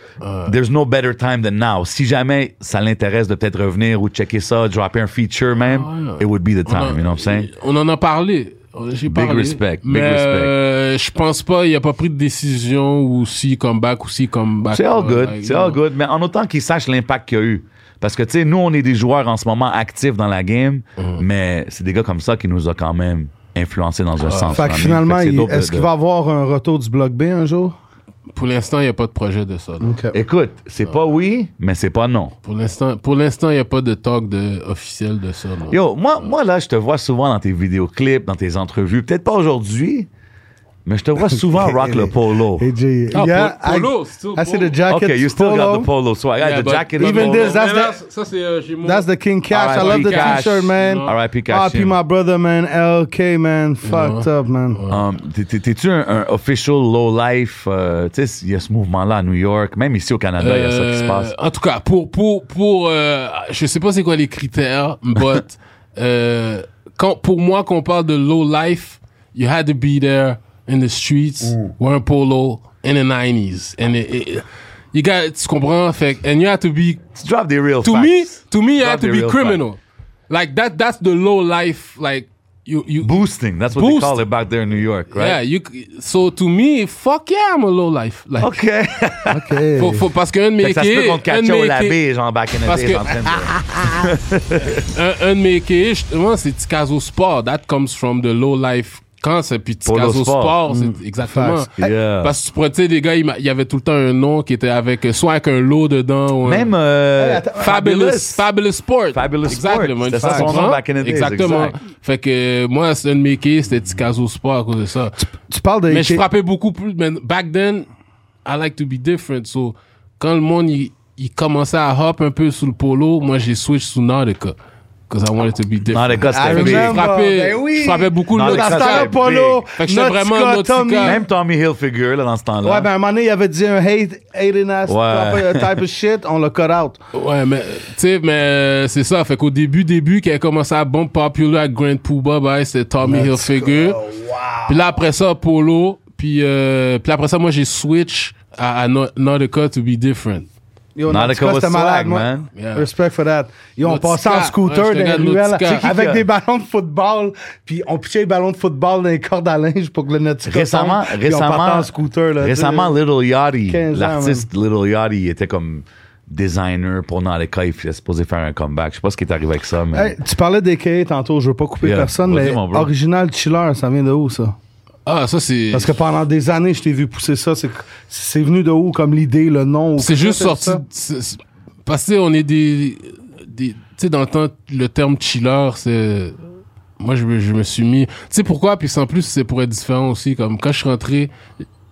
there's no better time than now. Si jamais ça l'intéresse de peut-être revenir ou de checker ça, dropper un feature même, it would be the
Ah on en-
time, you know what I'm saying?
On en a parlé. J'ai
Big
parlé.
respect, big
Mais,
respect.
euh, je pense pas, il a pas pris de décision ou si comeback ou si comeback.
C'est all
euh,
good,
like,
c'est all
non.
good, mais en autant qu'ils sachent l'impact qu'il y a eu. Parce que, tu sais, nous, on est des joueurs en ce moment actifs dans la game,
Mm.
mais c'est des gars comme ça qui nous ont quand même influencés dans un
Ah.
sens.
Fait que
quand même.
finalement,
Fait que c'est
il-
dope de-
est-ce qu'il
de-
va avoir un retour du Block B un jour?
Pour l'instant, il n'y a pas de projet de ça. là.
Écoute, c'est pas oui, mais c'est pas non.
Pour l'instant, pour l'instant, il n'y a pas de talk de, officiel de ça. là.
Yo, moi, moi là, je te vois souvent dans tes vidéoclips, dans tes entrevues, peut-être pas aujourd'hui, mais je te vois souvent rock le polo.
AJ,
Ah,
yeah,
po- polo,
I-
still
I see
polo.
the jacket.
Okay, Oh. you still got the
polo.
polo, so I got
Yeah,
the
but-
jacket.
Even
on.
this, that's
Mais là,
the-
ça, c'est, euh, j'ai mon-
That's the King Cash. I
R.I.P.
love the
Cash.
t-shirt, man.
Non.
R.I.P.
Ah,
Cash.
puis my brother, man, LK, man. Fucked up, man.
Um, t'es- t'es- T'es-tu un, un official low life? euh, tu sais, il y a ce mouvement-là à New York, même ici au Canada, il y a ça qui se passe.
Euh, En tout cas, pour pour pour euh, je sais pas c'est quoi les critères, but euh, quand pour moi qu'on parle de low life, you had to be there in the streets,
Mm.
wearing polo in the 90s and it, it- you got tu comprends fait que- and you had to be
Tu drop des real
to
facts.
me to me you
Not
had to
the
be
real
criminal. Like that that's the low life like you you
boosting. That's what
Boosting.
they call it back there in New York,
Yeah,
right?
you c- so to me, fuck yeah, I'm a low life. Like,
OK. Fait
OK.
faut, faut, parce qu'un de mes
que ça se peut
kids-
qu'on te
un de
catche au
mes kids-
labé, genre back in the
Parce
days,
que-
en train de...
un, un de mes quais, justement, c'est Ticazo Sport. That comes from the low life. Quand c'est puis
Polo
Ticazo
Sport.
Sport, c'est exactement.
Facts.
Yeah.
Parce que tu pourrais, tu sais, les gars, il m'a- il y avait tout le temps un nom qui était avec, euh, soit avec un lot dedans ou un-
Même euh,
Hey, attends,
Fabulous, Fabulous Sport.
Fabulous Sport.
Exactement.
C'était
Tu
ça son
comprends?
nom back in the days,
Exactement.
exact.
Fait que, euh, moi, c'est un de mes quais, c'était Ticazo Sport à cause de ça.
Tu parles de
Mais je frappais beaucoup plus. Mais back then, I like to be different. So, quand le monde, il, il commençait à hop un peu sous le polo, moi, j'ai switch sous Nautica. Because I wanted to be different.
Dans les gars,
I
c'était
Fait que
big.
je
remember,
frappais,
ben oui.
je frappais beaucoup
Dans
le
les
Dans ce
Ça,
temps-là,
c'est
Polo,
Fait que j'étais vraiment un
Nautica, Tommy.
Nautica.
Même Tommy Hilfiger, là, dans ce temps-là.
Ouais, ben à un moment donné, il avait dit un hate, hating ass
Ouais.
type, of- type of shit, on l'a cut out.
Ouais, mais, tu sais, mais euh, c'est ça. Fait qu'au début, début, quand elle commençait à bomb popular à Grand Pooba, bah, c'est Tommy Hilfiger. Puis là, après ça, Polo. Puis, euh, puis après ça, moi, j'ai switch à, à Na- Nautica to be different.
Yo,
Nautica was
c'était
swag,
moi.
man.
Yeah.
Respect for that. Yo, on
Nautica.
passait en scooter
Ouais,
dans
je
les
regarde
ruelles
Nautica. C'est qui
avec
qui a-
des ballons de football, puis on pitchait les ballons de football dans les cordes à linge pour que le Nautica
récemment,
tombe, puis on partait
récemment,
en scooter. Là,
récemment,
tu sais.
Little Yachty,
15 ans,
l'artiste Little Yachty, il était comme designer pour dans les cas, il était supposé faire un comeback. Je sais pas ce qui est arrivé avec ça, mais
Hey, tu parlais des KA tantôt, je veux pas couper
Yeah.
personne,
Vas-y,
mais
mon bro.
original chiller, ça vient de où ça?
Ah, ça, c'est.
Parce que pendant des années, je t'ai vu pousser ça. C'est, c'est venu de où comme l'idée, le nom? ou
C'est
quelque
juste
chose
sorti.
comme ça?
c'est- c'est- Parce que on est des. des tu sais, dans le temps, le terme chiller, c'est. Moi, je, me- je me suis mis. Tu sais pourquoi? Puis en plus, c'est pour être différent aussi. Comme quand je suis rentré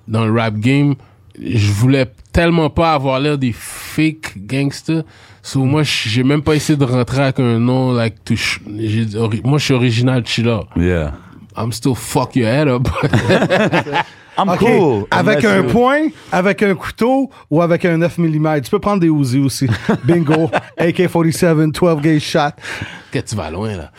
dans le rap game, je voulais tellement pas avoir l'air des fake gangsters. So, moi, j'ai même pas essayé de rentrer avec un nom, like, to ch- j'ai dit, ori- moi, je suis original chiller.
yeah.
I'm still fuck your head up.
I'm
Ok,
cool.
Avec
Unless
un
you-
point, avec un couteau ou avec un 9 mm. Tu peux prendre des Uzi aussi. Bingo. AK-47, 12 gauge shot.
que tu vas loin, là.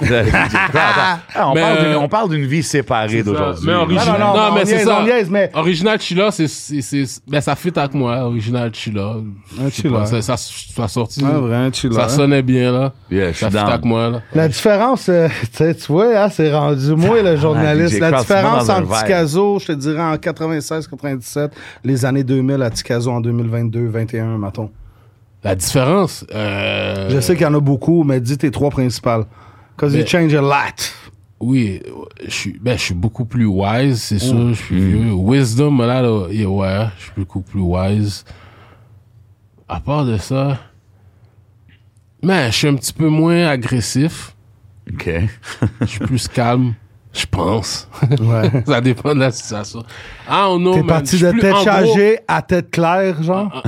Ah, on,
Mais,
parle d'une-
euh,
on parle d'une vie séparée d'aujourd'hui.
Ah, Mais original.
Non, non, non, on
mais c'est
niaise,
ça.
on niaise, mais-
Original Chilla, c'est, c'est, c'est- ben, ça fit avec moi, original Chilla. Je sais
Chilla.
pas, Ça, ça, ça a sorti.
Ah, vrai, un chiller.
ça sonnait bien, là.
Yeah, je suis
ça fit
down.
avec moi, là.
La différence, euh, tu sais, tu vois, hein, c'est rendu moi le journaliste.
DJ
La
Crowd, c'est moi
différence
dans un
entre
verre.
Ticazo, je te dirais en 96-97, les années 2000 à Ticazo en 2022-21, mettons.
La différence, euh,
Je sais qu'il y en a beaucoup, mais dis tes trois principales. Cause you
Mais-
change a lot.
oui, je suis, ben, je suis beaucoup plus wise,
Mm.
c'est sûr, je suis
Mm.
vieux. Wisdom, là, là, yeah, ouais, je suis beaucoup plus wise. À part de ça, man, je suis un petit peu moins agressif.
OK.
Je suis plus calme, je pense.
Ouais.
Ça dépend de la situation. Ah, on
T'es parti de tête chargée à tête claire, genre?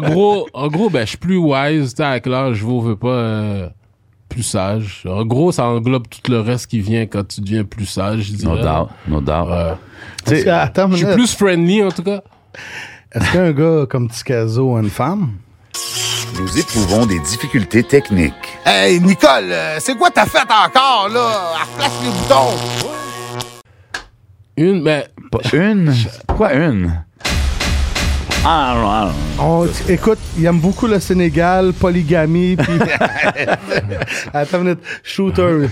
gros, en gros, ben, je suis plus wise, t'sais, avec l'âge, je vous veux pas euh, plus sage. En gros, ça englobe tout le reste qui vient quand tu deviens plus sage, je
No
dirais.
doubt. No doubt.
Ouais.
Tu sais,
Attends, une
Je suis
minute.
plus friendly, en tout cas.
Est-ce qu'un gars comme Ticazo a une femme?
Nous éprouvons des difficultés techniques.
Hey, Nicole, euh, c'est quoi ta fête encore, là? Elle place les boutons.
Une, ben,
pas une? Pourquoi une? Ah, non, ah, non.
On- Oh, écoute, il aime beaucoup le Sénégal, polygamie, puis... Attends une minute. Shooter.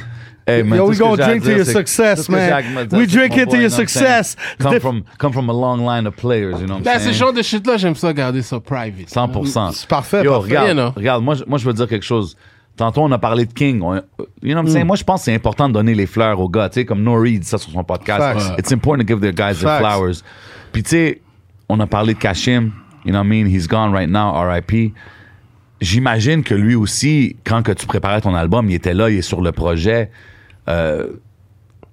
Hey, man,
Yo,
tout
we
ce que
gonna
j'ai à
drink to
dire,
your
c'est-
success,
tout ce que
man.
j'ai à me dire,
We
c'est que
drink
mon
it to
boy,
your
you know what I'm
success.
saying? Come from, come from a long line of players, you know what I'm
ben, ce
saying?
genre de shit-là, j'aime ça garder ça private.
100%.
C'est parfait,
Yo,
parfait.
regarde,
You know.
regarde moi, je- moi, je veux dire quelque chose. Tantôt, on a parlé de King. On- you know what I'm saying? Moi, je pense que c'est important de donner les fleurs aux gars. Tu sais, comme No Reed, ça, sur son podcast.
Facts.
It's important to give the guys
Facts.
their flowers. Puis, tu sais, on a parlé de Kashim. You know what I mean? He's gone right now, R.I.P. J'imagine que lui aussi, quand que tu préparais ton album, il était là, il est sur le projet. Euh,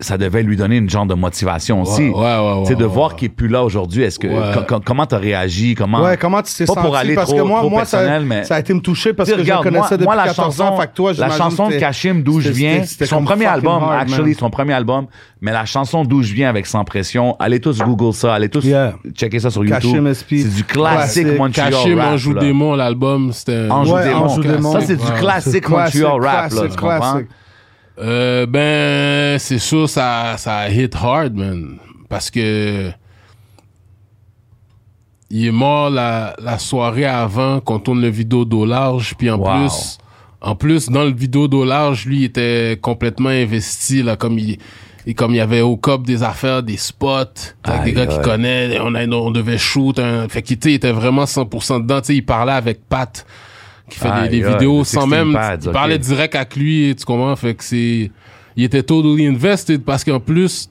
ça devait lui donner une genre de motivation aussi.
ouais, ouais, ouais,
Tu sais, de
ouais,
voir
ouais.
qu'il est plus là aujourd'hui. Est-ce que
Ouais.
co- co- comment t'as réagi Comment
Ouais, comment tu t'es
pas
senti?
pour aller
parce
trop,
que moi,
trop
moi ça,
personnel, mais
ça a été me toucher parce
Tu sais,
que
regarde,
je le connaissais
moi,
depuis
moi, la
14
chanson,
ans. Fait que toi,
la
j'imagine
chanson
que
de
t'es-
Kashim, d'où je
c'était-
viens,
c'était- c'était
son
comme
premier
fucking
album,
hard, man.
actually, son premier album, mais la chanson d'où je viens avec Sans Pression, allez tous Google ça, allez tous
Yeah.
checker ça sur
Kashim
YouTube.
SP.
C'est du classique
Classique.
Montreal
Caché,
rap.
Anjou
là.
Démon, l'album, c'était...
Anjou
Ouais,
Démon.
Anjou Démon.
Ça, c'est du
Ouais.
classique
C'est classique,
Montreal rap, là,
classique,
tu comprends?
classique.
Euh, ben, c'est sûr, ça, ça hit hard, man. Parce que. Il est mort la, la soirée avant qu'on tourne le vidéo d'eau large. Puis en
Wow.
plus, en plus, dans le vidéo d'eau large, lui, il était complètement investi, là, comme il. Et comme il y avait au COP des affaires, des spots, avec des
Aïe,
gars qui
aïe.
connaissent, on, a- on devait shoot. Un... Fait qu'il tu sais, il était vraiment 100% dedans. Tu sais, il parlait avec Pat, qui fait
Aïe,
des, des
aïe,
vidéos
le
sans
16
même...
pads,
il
ok.
parlait direct avec lui, tu comprends? Fait que c'est... Il était totally invested parce qu'en plus,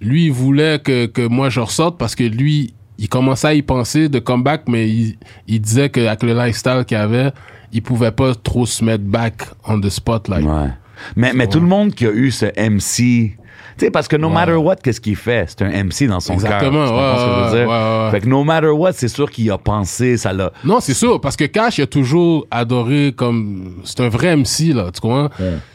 lui, il voulait que, que moi je ressorte parce que lui, il commençait à y penser de comeback, mais il, il disait qu'avec le lifestyle qu'il avait, il pouvait pas trop se mettre back on the spotlight.
Ouais. Mais, mais tout le monde qui a eu ce MC, Tu sais, parce que no matter what, qu'est-ce qu'il fait? C'est un MC dans son cœur.
Exactement,
Tu comprends ce que je veux
ouais,
dire?
ouais, ouais.
Fait que no matter what, c'est sûr qu'il a pensé, ça l'a.
Non, c'est sûr, parce que Cash, il a toujours adoré comme... C'est un vrai MC, là, tu comprends?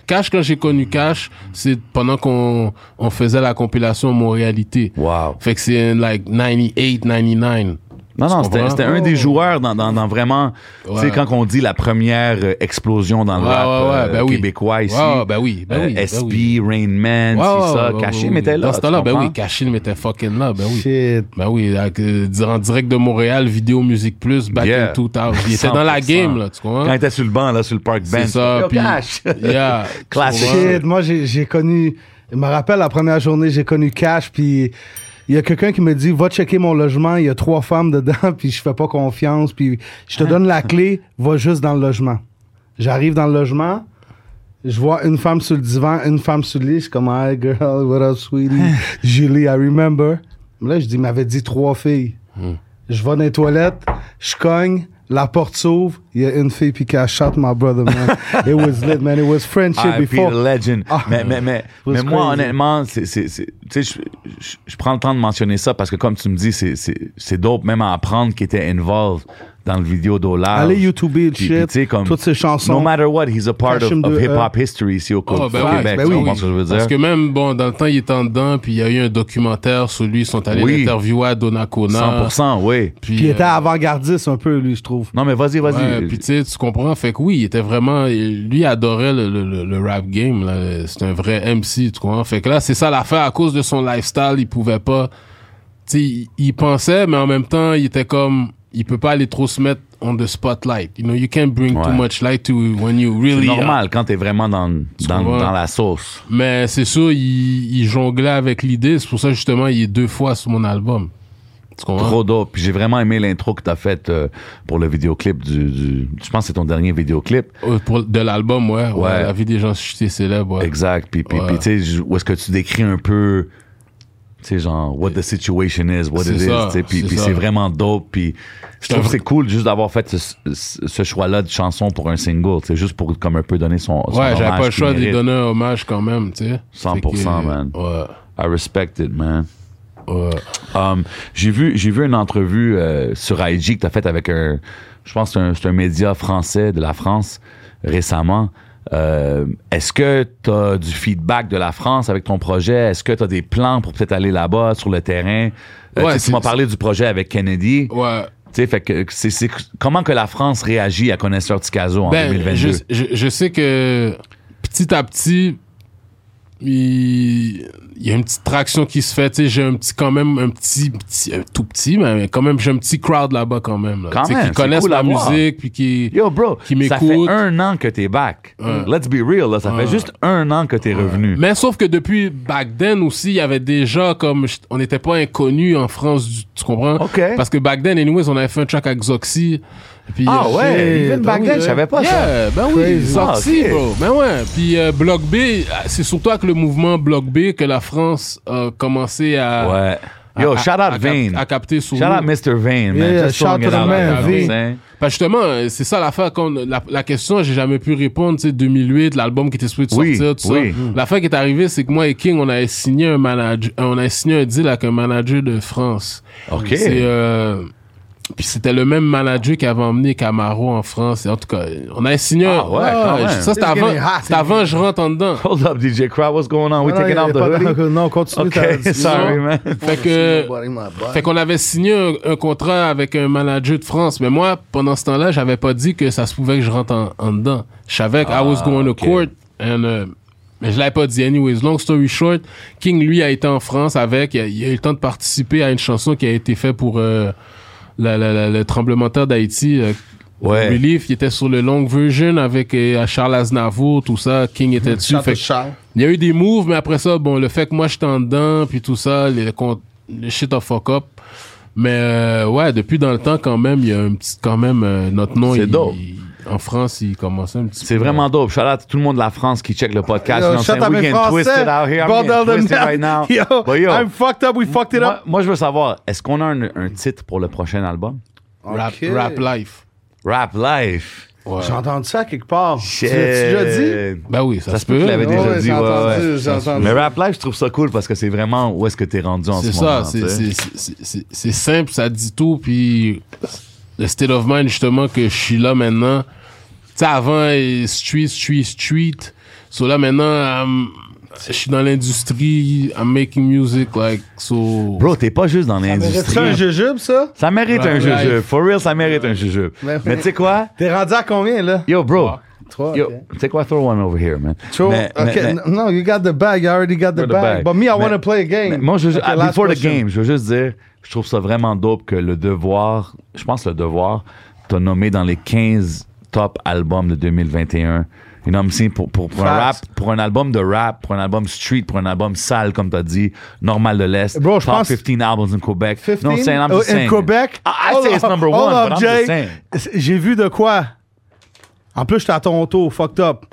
Cash, quand j'ai connu Cash, c'est pendant qu'on on faisait la compilation Montréalité.
Wow.
Fait que c'est like 98, 99.
Non,
Tu
non, c'était
comprends?
c'était un des joueurs dans, dans, dans vraiment. Tu sais,
Ouais.
quand on dit la première euh, explosion dans le
Ouais,
rap
ouais, ouais,
euh,
ben oui.
québécois ici.
Ouais, ouais, ben oui, ben oui, ben
SP,
oui.
Rain Man,
Ouais,
c'est
ouais,
ça.
ouais,
Caché,
ouais,
mais t'es là.
Dans ce
tu
temps-là, ben
comprends?
oui, Caché m'était fucking là, ben oui.
Shit.
Ben oui, avec, euh, en direct de Montréal, vidéo, musique plus, back
Yeah.
in 2000. Il était dans la
100%.
game, là, tu comprends?
Quand il était sur le banc, là, sur le park bench.
C'est ça,
Yo,
puis...
Cash!
Yeah.
Classique.
Tu comprends?
Ah, Shit, moi j'ai j'ai connu. Je me rappelle la première journée, j'ai connu Cash, puis il y a quelqu'un qui me dit Va checker mon logement, il y a trois femmes dedans, puis je fais pas confiance, puis je te donne la clé, va juste dans le logement. J'arrive dans le logement, je vois une femme sur le divan, une femme sur le lit, je suis comme Hi girl, what up sweetie, Julie, I remember. Mais là, je dis Il m'avait dit trois filles. Je vais dans les toilettes, je cogne. La porte s'ouvre, il y a une fille puis qui a shot my brother, man. It was lit, man. It was friendship
I feel
before.
legend.
Ah.
mais mais, mais,
was
mais moi,
crazy.
honnêtement, c'est- c'est- c'est- tu sais, je- je je prends le temps de mentionner ça parce que, comme tu me dis, c'est- c'est c'est dope même à apprendre qu'il était involved dans le vidéo d'Ola.
Allez YouTuber le
Puis- puis
shit,
tu sais, comme,
toutes ces chansons.
No matter what, he's a part of,
Cachim
of
de- euh,
hip-hop history ici au, au
Ah, ben oui,
Québec.
ben
tu
oui.
comprends ce que je veux dire?
Parce que même, bon, dans le temps, il était en dedans, puis il y a eu un documentaire sur lui, ils sont allés
Oui.
l'interviewer à Donnacona.
100%, oui.
Puis
Puis,
il était
euh,
avant-gardiste un peu, lui, je trouve.
Non, mais vas-y, vas-y.
ouais, puis tu sais, tu comprends. Fait que oui, il était vraiment... Lui, il adorait le, le- le- le rap game, là. C'est un vrai MC, tu comprends. Fait que là, c'est ça l'affaire. À cause de son lifestyle, il pouvait pas... Tu sais, il- il pensait, mais en même temps, il était comme... Il peut pas aller trop se mettre on the spotlight. You know, you can't bring too
Ouais.
much light to when you
c'est
really are.
normal quand t'es vraiment dans, dans,
comprends?
dans la sauce.
Mais c'est sûr, il, il jonglait avec l'idée. C'est pour ça, justement, il est deux fois sur mon album. Tu comprends?
Trop dope. Puis j'ai vraiment aimé l'intro que t'as faite euh, pour le vidéoclip du, du- Je pense que c'est ton dernier vidéoclip.
Euh, Pour, de l'album, ouais, ouais,
Ouais.
La vie des gens chutés célèbres, ouais.
Exact. Puis, puis,
Ouais.
puis, tu sais, j- où est-ce que tu décris un peu, tu sais, genre, what the situation is, what
C'est
it is,
ça,
tu sais, puis,
c'est
puis
ça.
c'est vraiment dope. Puis je
un
trouve que
vrai-
c'est cool juste d'avoir fait ce, ce- ce choix-là de chanson pour un single, tu sais, juste pour comme un peu donner son. son
Ouais, j'avais
hommage
pas le
qu'il
choix de lui
mérite.
donner un hommage quand même, tu sais.
100%,
Fait que,
man.
Ouais,
I respect it, man.
ouais.
Um, j'ai vu, j'ai vu une entrevue euh, sur IG que t'as faite avec un, je pense que c'est un, c'est un média français de la France récemment. Euh, Est-ce que t'as du feedback de la France avec ton projet Est-ce que t'as des plans pour peut-être aller là-bas sur le terrain Euh, tu
Ouais,
sais, Tu
c'est-
m'as parlé du projet avec Kennedy.
Ouais.
Tu sais, fait que c'est c'est- comment que la France réagit à connaisseur Ticazo en
Ben, je,
2022
je, je sais que petit à petit, il il y a une petite traction qui se fait. Tu sais, j'ai un petit, quand même, un petit, petit- un tout petit, mais quand même, j'ai un petit crowd là-bas quand même. Là,
Quand
Tu sais,
même,
qui
c'est
connaissent
cool à
la
voir.
musique, puis qui.
Yo, bro,
qui
ça fait
m'écoute.
un an que t'es back.
Ouais.
Let's be real, là, ça
Ouais.
fait juste un an que t'es revenu.
Mais sauf que depuis back then aussi, il y avait déjà comme je- on n'était pas inconnus en France, du- tu comprends
Ok.
Parce que back then, anyways, on avait fait un track avec Zoxy. Puis,
Ah
euh,
ouais,
shit,
even back
ben oui,
then,
ouais.
je savais pas ça.
Yeah, Ben oui,
Crazy.
Zoxy,
Ah, ok.
bro. Ben ouais. Puis euh, Bloc B, euh, c'est surtout avec le mouvement Bloc B que la France a commencé à
Ouais. Yo,
à-
shout
à-
out
à
Vane.
cap- à capter sur
Shout
nous.
out Mr. Vane, man.
Yeah,
Just
shout
throwing it
out
out
to the
there,
man,
you know what I'm
Vane.
saying?
Parce que justement, euh, c'est ça l'affaire. Quand on- la, la question, j'ai jamais pu répondre. Tu sais, 2008, l'album qui était souhaité
Oui,
sortir, tout
oui.
ça. L'affaire qui est arrivée, c'est que moi et King, on avait signé un manager, on a signé un deal avec un manager de France.
OK.
C'est, euh, puis c'était le même manager qui avait emmené Camaro en France. Et en tout cas, on a signé. un-
Ah ouais, quand même.
ça c'était avant, c'était avant je rentre en dedans.
Hold up, DJ Crowd, what's going on? We
Non, non,
taking
y
off
avait
the
pas de-
hoodie?
Non, continue. t'as
OK,
dit-
sorry,
non.
man.
Fait que, fait qu'on avait signé un, un contrat avec un manager de France, mais moi, pendant ce temps-là, j'avais pas dit que ça se pouvait que je rentre en, en dedans. Je savais que I was going
Ah, ok.
to court, and, euh, mais je l'avais pas dit. Anyways, long story short, King, lui, a été en France avec, il a, il a eu le temps de participer à une chanson qui a été faite pour euh, la- la- la- le tremblement de terre d'Haïti. euh,
Ouais.
Relief, il était sur le long version avec euh, Charles Aznavour, tout ça. King était dessus. Fait que- il y a eu des moves, mais après ça, bon, le fait que moi j'étais en dedans, puis tout ça, les, con- le shit a fuck up. Mais euh, ouais, depuis dans le temps, quand même, il y a un petit, quand même, euh, notre nom,
C'est
il-
dope.
il- en France, il commençait un petit
C'est
peu.
vraiment dope. Shout out à tout le monde de la France qui check le podcast.
Yo,
You know what
shut
I'm
up,
saying?
mes
We can twist
Français.
it out here. I'm
Bordel
getting
de
twisted
merde.
right now.
Yo,
But yo,
I'm fucked up, we fucked it
moi,
up.
moi, je veux savoir, est-ce qu'on a un, un titre pour le prochain album?
Rap,
Ok.
rap life.
Rap Life.
Ouais.
J'ai entendu ça quelque part. Tu l'as-tu déjà dit?
Shit.
Ben oui, ça,
Ça
se peut.
je l'avais
ouais,
déjà
ouais,
dit.
j'ai
ouais,
entendu,
ouais.
j'ai entendu.
Mais Rap Life, je trouve ça cool parce que c'est vraiment où est-ce que t'es rendu en
C'est
ce
ça,
moment.
c'est-
tu sais.
c'est- c'est c'est- c'est simple, ça dit tout, puis le state of mind, justement, que je suis là maintenant. Tu sais, avant, eh, street, street, street. So là, maintenant, I'm- je suis dans l'industrie, I'm making music, like, so...
Bro, t'es pas juste dans
C'est
l'industrie.
un jujube, ça?
Ça mérite un
Rap Life.
jujube. For real, ça mérite un jujube.
Ouais.
Mais tu sais quoi?
T'es rendu à combien, là?
Yo, bro.
Trois,
Yo,
ok.
tu sais quoi? Throw one over here, man.
Sure.
Mais- mais-
okay.
mais-
n- No, you got the bag. You already got the,
the
bag.
bag.
But me, I
Mais-
want to play a game.
Mais moi, je, veux ju-
Okay,
ah,
last
before the
question.
game, je veux juste dire, je trouve ça vraiment dope que le devoir, je pense le devoir, t'a nommé dans les 15 top albums de 2021. You know what I'm saying? Pour, pour, pour un rap,
Facts.
pour un album de rap, pour un album street, pour un album sale, comme t'as dit, normal de l'Est.
Bro, je
top
pense-
15 albums in Québec.
15
Non, I'm saying, I'm
Oh,
just
in
saying.
Québec.
I, I
Hold
say
up,
it's Ah, number
hold
one,
up,
but I'm
Jay.
just saying.
J'ai vu de quoi? En plus, j'étais à Toronto, fucked up.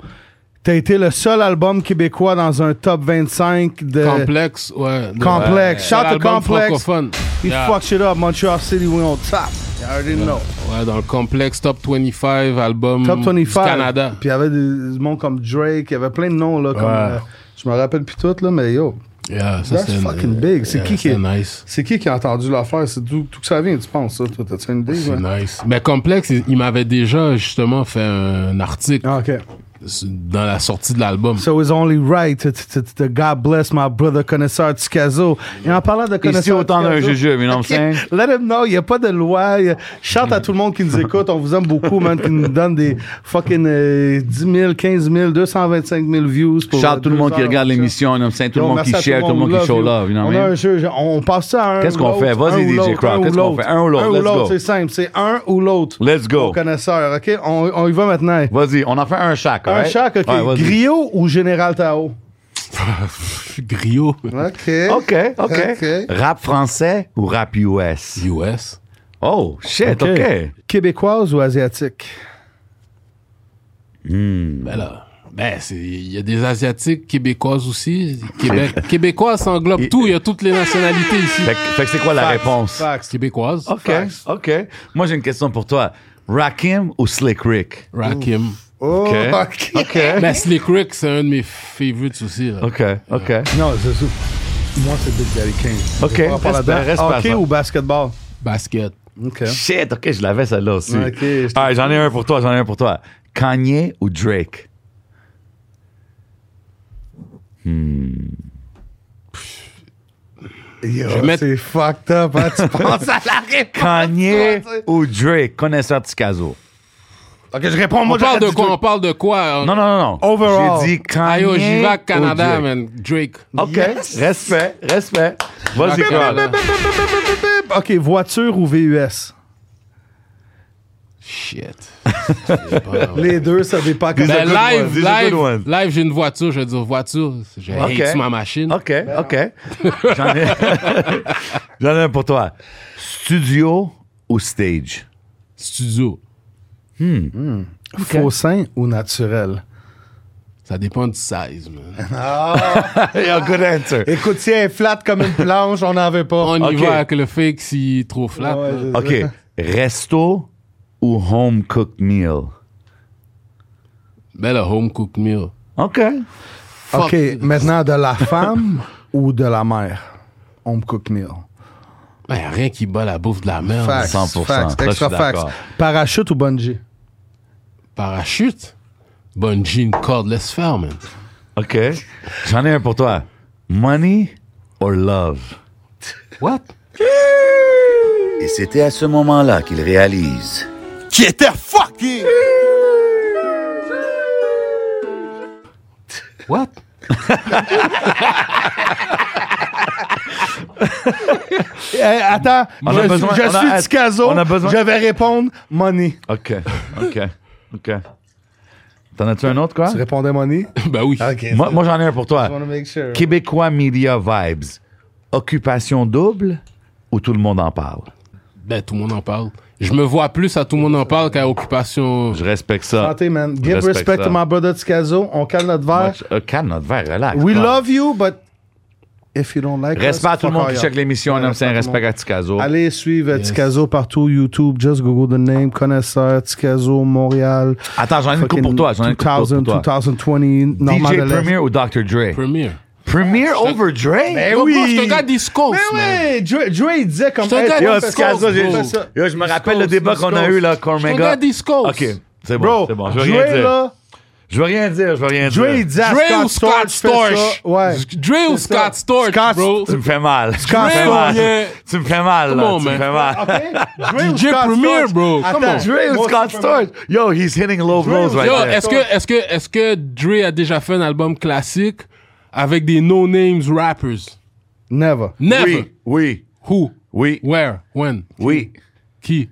T'as été le seul album québécois dans un top 25 de...
Complexe, ouais. de-
Complexe.
Sur
euh, Shout to
l'album
Complexe.
francophone.
You
Yeah.
fuck shit up, Montreal City, we on top. You already know.
Ouais, dans le complexe, top 25, album
Mm. Top 25.
Mm. du Canada.
Puis il y avait des, des monde comme Drake, il y avait plein de noms, là. Comme,
Ouais.
euh, je me rappelle plus tout, là, mais yo,
Yeah, ça,
that's
c'est-
fucking big. C'est
yeah,
qui qui...
c'est nice.
C'est qui qui a entendu l'affaire? C'est d'où tout que ça vient, tu penses, ça? Toi, t'as-tu une idée?
Ah, C'est
ouais?
nice. Mais complexe, il il m'avait déjà justement fait un article
Ah, OK.
s- dans la sortie de l'album.
So it's only right to, to- to- to God bless my brother connaisseur Ticazo. Et en parlant de connaisseur
Ici, autant d'un
Ticazo-
jujube, you know what I'm saying?
Let him know, il n'y a pas de loi. Y a- Chante à tout le monde qui nous écoute. On vous aime beaucoup, man, qui nous donne des fucking euh, 10 000, 15 000, 225 000 views. Pour
Shout tout
deux
le monde qui
heures,
regarde
ça.
l'émission, you know what I'm saying? Tout le
Yo,
monde
merci
qui
à
share, tout le monde qui show
you.
love, you know
On
what I
a
mean?
un jeu, je- on passe ça à un
Qu'est-ce
ou
qu'on fait?
l'autre,
Vas-y,
un ou
DJ
l'autre,
Crowd,
un ou
qu'est-ce qu'on
l'autre.
fait? Un ou l'autre,
Un ou
let's
l'autre,
go.
c'est simple, c'est un ou l'autre.
Let's go.
Pour connaisseur, OK? On, on y va maintenant.
Vas-y, on en fait un chaque,
Un
alright?
chaque, OK.
Ouais, vas-y.
Griot ou Général Tao?
Griot.
OK.
OK, OK.
OK.
Rap français ou rap US?
US.
Oh, shit,
OK.
OK.
Québécoise ou asiatique?
Ben là. Ben, c'est- il y a des Asiatiques, Québécoises aussi. Québec, Québécoises, ça englobe tout. Il y a toutes les nationalités ici.
Fait, que- fait que c'est quoi la réponse?
Facts.
Québécoises.
OK, OK. Moi, j'ai une question pour toi. Rakim ou Slick Rick?
Rakim.
Oh,
OK.
OK.
Mais Slick Rick, c'est un de mes favorites aussi. là.
OK, OK.
Non, c'est ça. Moi, c'est Big Daddy Kane.
OK,
On va pas
reste,
là-dedans.
reste pas
Hockey
ça.
ou basketball?
Basket.
OK.
Shit, OK, je l'avais celle-là aussi.
OK, je
All right, j'en ai un pour toi, j'en ai un pour toi. Kanye ou Drake?
Yo,
vais mettre-
c'est fucked up, hein, tu penses?
Kanye
toi, tu sais.
ou Drake? Connaisseur Ticazo.
OK, je réponds,
On
moi,
parle
j'aurais
de
dit
quoi?
tout.
On parle de quoi? euh?
Non, non, non, non.
Overall. oh,
J'ai dit Kanye
Ayo, j'y vais à
ou
Canada,
Drake.
man. Drake.
OK, respect, respect. Vas-y, Ah, quoi?
Canada.
OK, voiture ou VUS?
Shit. Je sais pas, ouais.
Les deux, ça dépend quand
Ben, live,
These are good
live,
ones.
live, j'ai une voiture, je vais dire voiture, je
Ok.
hate ma machine.
OK, OK. J'en ai... J'en ai un pour toi. Studio ou stage?
Studio,
Faux sein ou naturel?
ça dépend du size, man.
Yeah, good answer.
Écoute, si elle est flat comme une planche, on n'en veut pas.
On y
Ok.
va avec le fake s'il est trop flat. man.
OK. Resto ou home cooked meal?
Ben, le home cooked meal.
OK.
Fuck.
OK, maintenant, de la femme ou de la mère? On me cook meal.
Ben, y a rien qui bat la bouffe de la merde.
Facts,
100%,
facts,
ça, je
extra
suis
facts.
d'accord.
Parachute ou bungee?
Parachute. Bonne jean corde, laisse faire, man.
OK. J'en ai un pour toi. Money or love?
What?
Et c'était à ce moment-là qu'il réalise.
Qui était fucké!
What?
Eh, attends,
On
je,
a besoin-
je
on a-
suis Ticazo.
on a besoin-
Je vais répondre money.
OK. OK. OK. T'en as-tu un autre, quoi?
Tu répondais money?
ben oui.
Ah.
Moi, moi, j'en ai un pour toi.
make sure.
Québécois Media Vibes. Occupation double ou tout le monde en parle?
Ben, tout le monde en parle. Je me vois plus à tout le monde en parle qu'à occupation.
Je respecte ça.
Santé, man. Give
Respect
respect
ça.
to my brother Ticazo. On calme notre verre.
Calme notre euh, verre, relax.
We
Come on.
love you, but If you don't like us,
Respect à tout le
fuck
monde
all
qui
y'all.
check l'émission.
Ouais,
on aime ça, un
respect à tout le
respect à Ticazo.
monde. Allez suivre euh, Ticazo partout, YouTube, just google the name, connaisseur, Ticazo, Montréal.
Attends, j'en ai une coupe pour toi. J'en ai une coupe d'autres
2000,
pour toi.
2020, normal
DJ
de l'Est.
Premier ou Dr. Dre?
Premier.
Premier over Dre?
Ben
Eh oui! Je te gars East Coast, man.
Mais oui, Dre, Dre, il disait comme
Je te
toi,
regarde,
Yo,
Yo,
fais
Ticazo,
ça,
Ticazo, j'ai-
fais ça.
Yo, je me rappelle
Coast,
le débat
East
qu'on a
Coast.
eu, là,
Je te
Cormega.
gars East Coast.
OK, c'est
é
bon,
Bro,
c'est bon. Je veux rien
Dre,
dire.
là,
Je veux rien dire, je veux rien
Dre, il
dire.
disait à
Dre ou
Scott
Scott
Storch, fais ça.
Storch?
Ouais.
Dre ou
C'est ça.
Scott Storch,
Scott-
bro?
Tu me fais mal. Tu
Scott
me fais mal.
Storch.
Tu me fais mal, là.
Come on,
Tu me
man.
fais mal.
Ok? Dre ou
DJ
Scott
Premier,
Storch?
bro. Come
Attends,
on.
Dre ou Scott Storch? Yo, he's hitting low blows right
Yo,
there.
est-ce que, est-ce que, est-ce que Dre a déjà fait un album classique avec des no-names rappers?
Never.
Never.
Oui, oui,
Who?
oui,
Where? When?
oui.
Qui?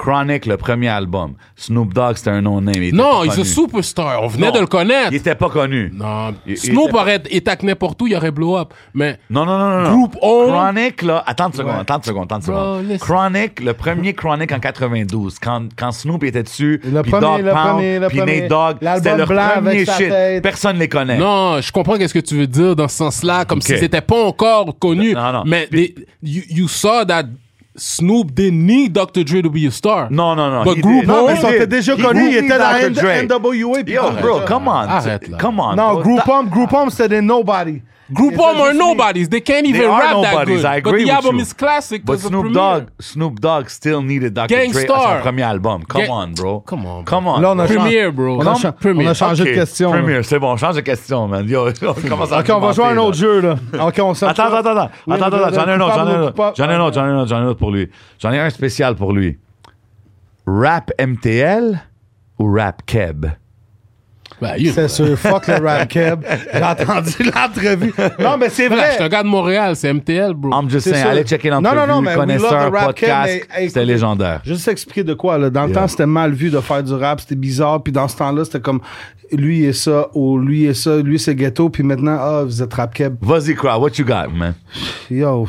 Chronic, le premier album. Snoop Dogg, c'était un non-name. il était
Non,
pas
il est
connu.
a superstar. On venait
Non.
de le connaître.
Il était pas connu.
Non,
Il- il
Snoop
était-
aurait été n'importe où, il aurait blow up. Mais
Non, non, non, non. non.
Group Own.
Chronic, là. Attends une seconde, attends une seconde, attends une
Bro,
seconde.
listen.
Chronic, le premier Chronic en 92, quand, quand Snoop était dessus,
Le
puis
premier,
Dog
le
Pound,
premier, le
puis
premier.
Nate Dogg,
L'album
c'était leur
blanc avec
premier
sa
shit.
tête.
Personne les connaît.
non, je comprends qu'est-ce que tu veux dire dans ce sens-là, comme si
Ok.
c'était pas encore connu.
Non, non.
Mais they- you, you saw that Snoop didn't need Dr. Dre to be a star.
Non, non, non.
But
he
Group
did.
Own-
Non, mais
He
ils étaient
did.
déjà
He
connus.
did
Ils étaient
Dr.
dans
Dre.
N- NWA. puis
Yo,
tout.
bro, come on.
Arrête, là.
Come on.
Non,
bro.
Groupon, Groupon, c'était des Hum, nobody.
Groupon
Et ça,
are
je suis-
nobodies. They can't even
They are
rap that
nobodies,
good.
I
But
agree
the
with
album
you.
is classic.
But
it's a
Snoop
premiere.
Dogg, Snoop Dogg still needed Dr. Dre à
Gangstar.
son premier album. Come
Ga-
on, bro.
Come on, bro.
Come on.
Là, on a
bro.
changé-
Premier, bro.
On a, cha-
Premier.
on a changé
Ok,
de question. là.
Premier, c'est bon, change de question, man. Yo, on commence à
Ok, on va
argumenter,
jouer à un
là.
autre jeu, là. Ok, on
Ah, tá,
s'en
Attends, attends, attends, attends,
Oui,
attends, attends,
oui,
j'en ai un autre, j'en ai un autre,
coupable,
j'en ai un autre, j'en ai un autre, j'en ai un autre pour lui. J'en ai un spécial pour lui. Rap MTL ou rap Keb?
Ben, you-
C'est sûr, fuck le rap keb. J'ai entendu l'entrevue. Non, mais c'est
Ben, je te
vrai.
regarde Montréal, c'est MTL, bro.
I'm just
C'est
saying,
sûr.
allez checker
Non, non,
l'entrevue,
non, mais we love
connaisseur,
the rap Keb,
podcast,
mais, hey,
c'était légendaire.
Juste expliquer de quoi, là. Dans le temps, c'était mal vu de faire du rap, c'était bizarre. Puis dans ce temps-là, c'était comme lui et ça, ou lui et ça, lui c'est ghetto. Puis maintenant, ah, vous êtes rap keb.
Vas-y, quoi, what you got, man?
Yo,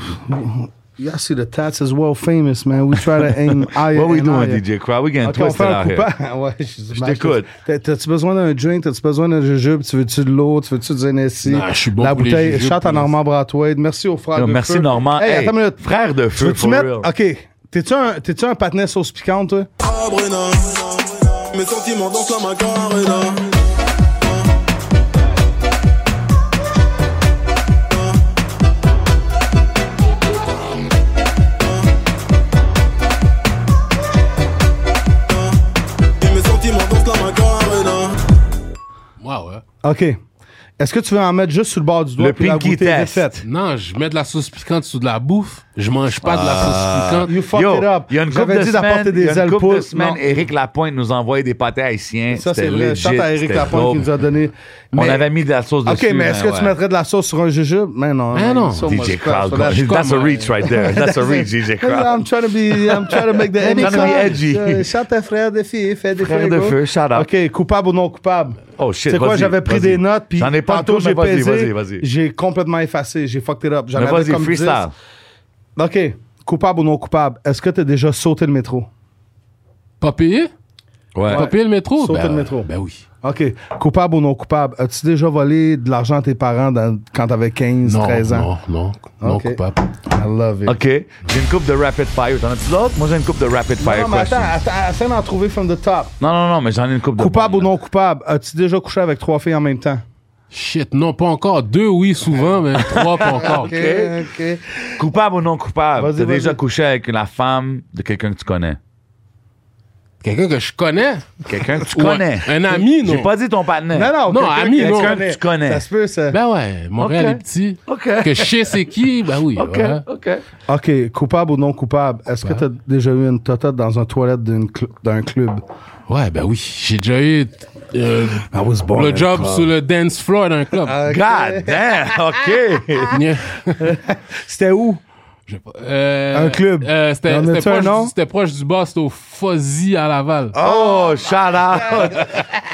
y'all see the tats is well famous, man. We try to aim higher.
What we
and
doing,
higher.
DJ Crowd? We getting
Ok, on fait
twisted
un
out here.
coupant. ouais, je suis
Je
mal-
t'écoute.
T'as- T'as-tu besoin d'un drink? T'as-tu besoin d'un jujube? Tu veux-tu de l'eau? Tu veux-tu du NSI?
Nah, je suis bon
La
pour les
bouteille.
jujubes,
Chat à
please.
Normand Brathwaite. Merci aux frères
Yo,
de
merci,
feu.
Normand.
Hey,
Hey,
attends une minute.
frère de
Tu
feu,
veux-tu
for
mettre...
real.
OK. T'es-tu un, t'es-tu un patinet sauce piquante, toi?
Sabrina. Mes sentiments dansent la macarena. Et mes sentiments dansent la macarena.
Wow, hein. ouais.
OK. Est-ce que tu veux en mettre juste sur le bord du doigt
Le
puis la
pinky
goûter
test.
défaite?
Non, je mets de la sauce piquante sous de la bouffe. Je mange pas de la sauce piquante.
You fucked
Ah. Yo,
it up.
Il y a une couple
J'avais
de
dit d'apporter
semaines, il y
des
a
ailes
une couple de
poules.
semaines,
Non.
Éric Lapointe nous envoyait des pâtés haïtiens.
Ça, c'est
C'était
vrai.
legit,
Shout à Éric
c'était
Lapointe qui
dope.
nous a donné.
On
Mais-
avait mis de la sauce
OK,
dessus.
mais est-ce que tu
ouais.
mettrais de la sauce sur un jujube? Mais non.
Mais non.
So much
DJ Crowd.
fat. So that's-
That's a
come on.
reach right there. That's a reach, DJ Crowd.
I'm trying to be, I'm trying to make the
I'm trying to be edgy.
Euh, Chante à frère de fille, fais des
Frère de
frigos.
feu, shout out.
OK, coupable ou non coupable?
Oh shit.
C'est quoi,
vas-y,
j'avais pris
vas-y.
des notes, puis
J'en ai pas
tantôt
tout, mais
j'ai
vas-y,
pesé,
vas-y, vas-y.
j'ai complètement effacé, j'ai fucked it up. J'en
Mais
avais
vas-y,
comme 10.
freestyle.
OK, coupable ou non coupable, est-ce que t'as déjà sauté le métro?
Pas payé?
Ouais.
Pas payé le métro?
Sauter
ben,
le métro.
Ben oui.
OK, coupable ou non coupable, as-tu déjà volé de l'argent à tes parents dans- quand t'avais 15,
Non,
13 ans?
non, non, non
Ok.
coupable.
I love it.
OK. J'ai une coupe de rapid fire. T'en as-tu d'autres? Moi, j'ai une coupe de rapid fire
Non, mais attends,
question.
attends, essaie d'en trouver from the top.
Non, non, non, mais j'en ai une coupe de.
Coupable ou non coupable, as-tu déjà couché avec trois filles en même temps?
Shit, non, pas encore. Deux, oui, souvent, mais trois, pas encore.
OK.
Coupable ou non coupable?
Vas-y,
T'as
vas-y.
déjà couché avec la femme de quelqu'un que tu connais.
Quelqu'un que je connais?
Quelqu'un que tu
Ouais.
connais.
Un ami, non?
J'ai pas dit ton partenaire.
Non, non,
Non,
quelqu'un
ami,
que
non.
Que tu connais.
Ça se peut, ça.
Ben ouais, Montréal
Ok.
est petit.
OK.
Que je sais c'est qui? Ben oui.
OK.
ouais.
OK.
OK, coupable ou non coupable, est-ce
Ben.
que tu as déjà eu une totote dans un toilette d'une cl- d'un club?
Ouais, ben oui. J'ai déjà eu euh,
I was born in
le
a
job
club. Ah
sur le dance floor d'un club.
God damn. OK.
Yeah.
C'était où?
Euh,
Un club.
euh,
Y
C'était
en
c'était
a-tu un nom? Ah.
proche, c'était proche du boss, c'était au Fuzzy à Laval.
Oh, shout out!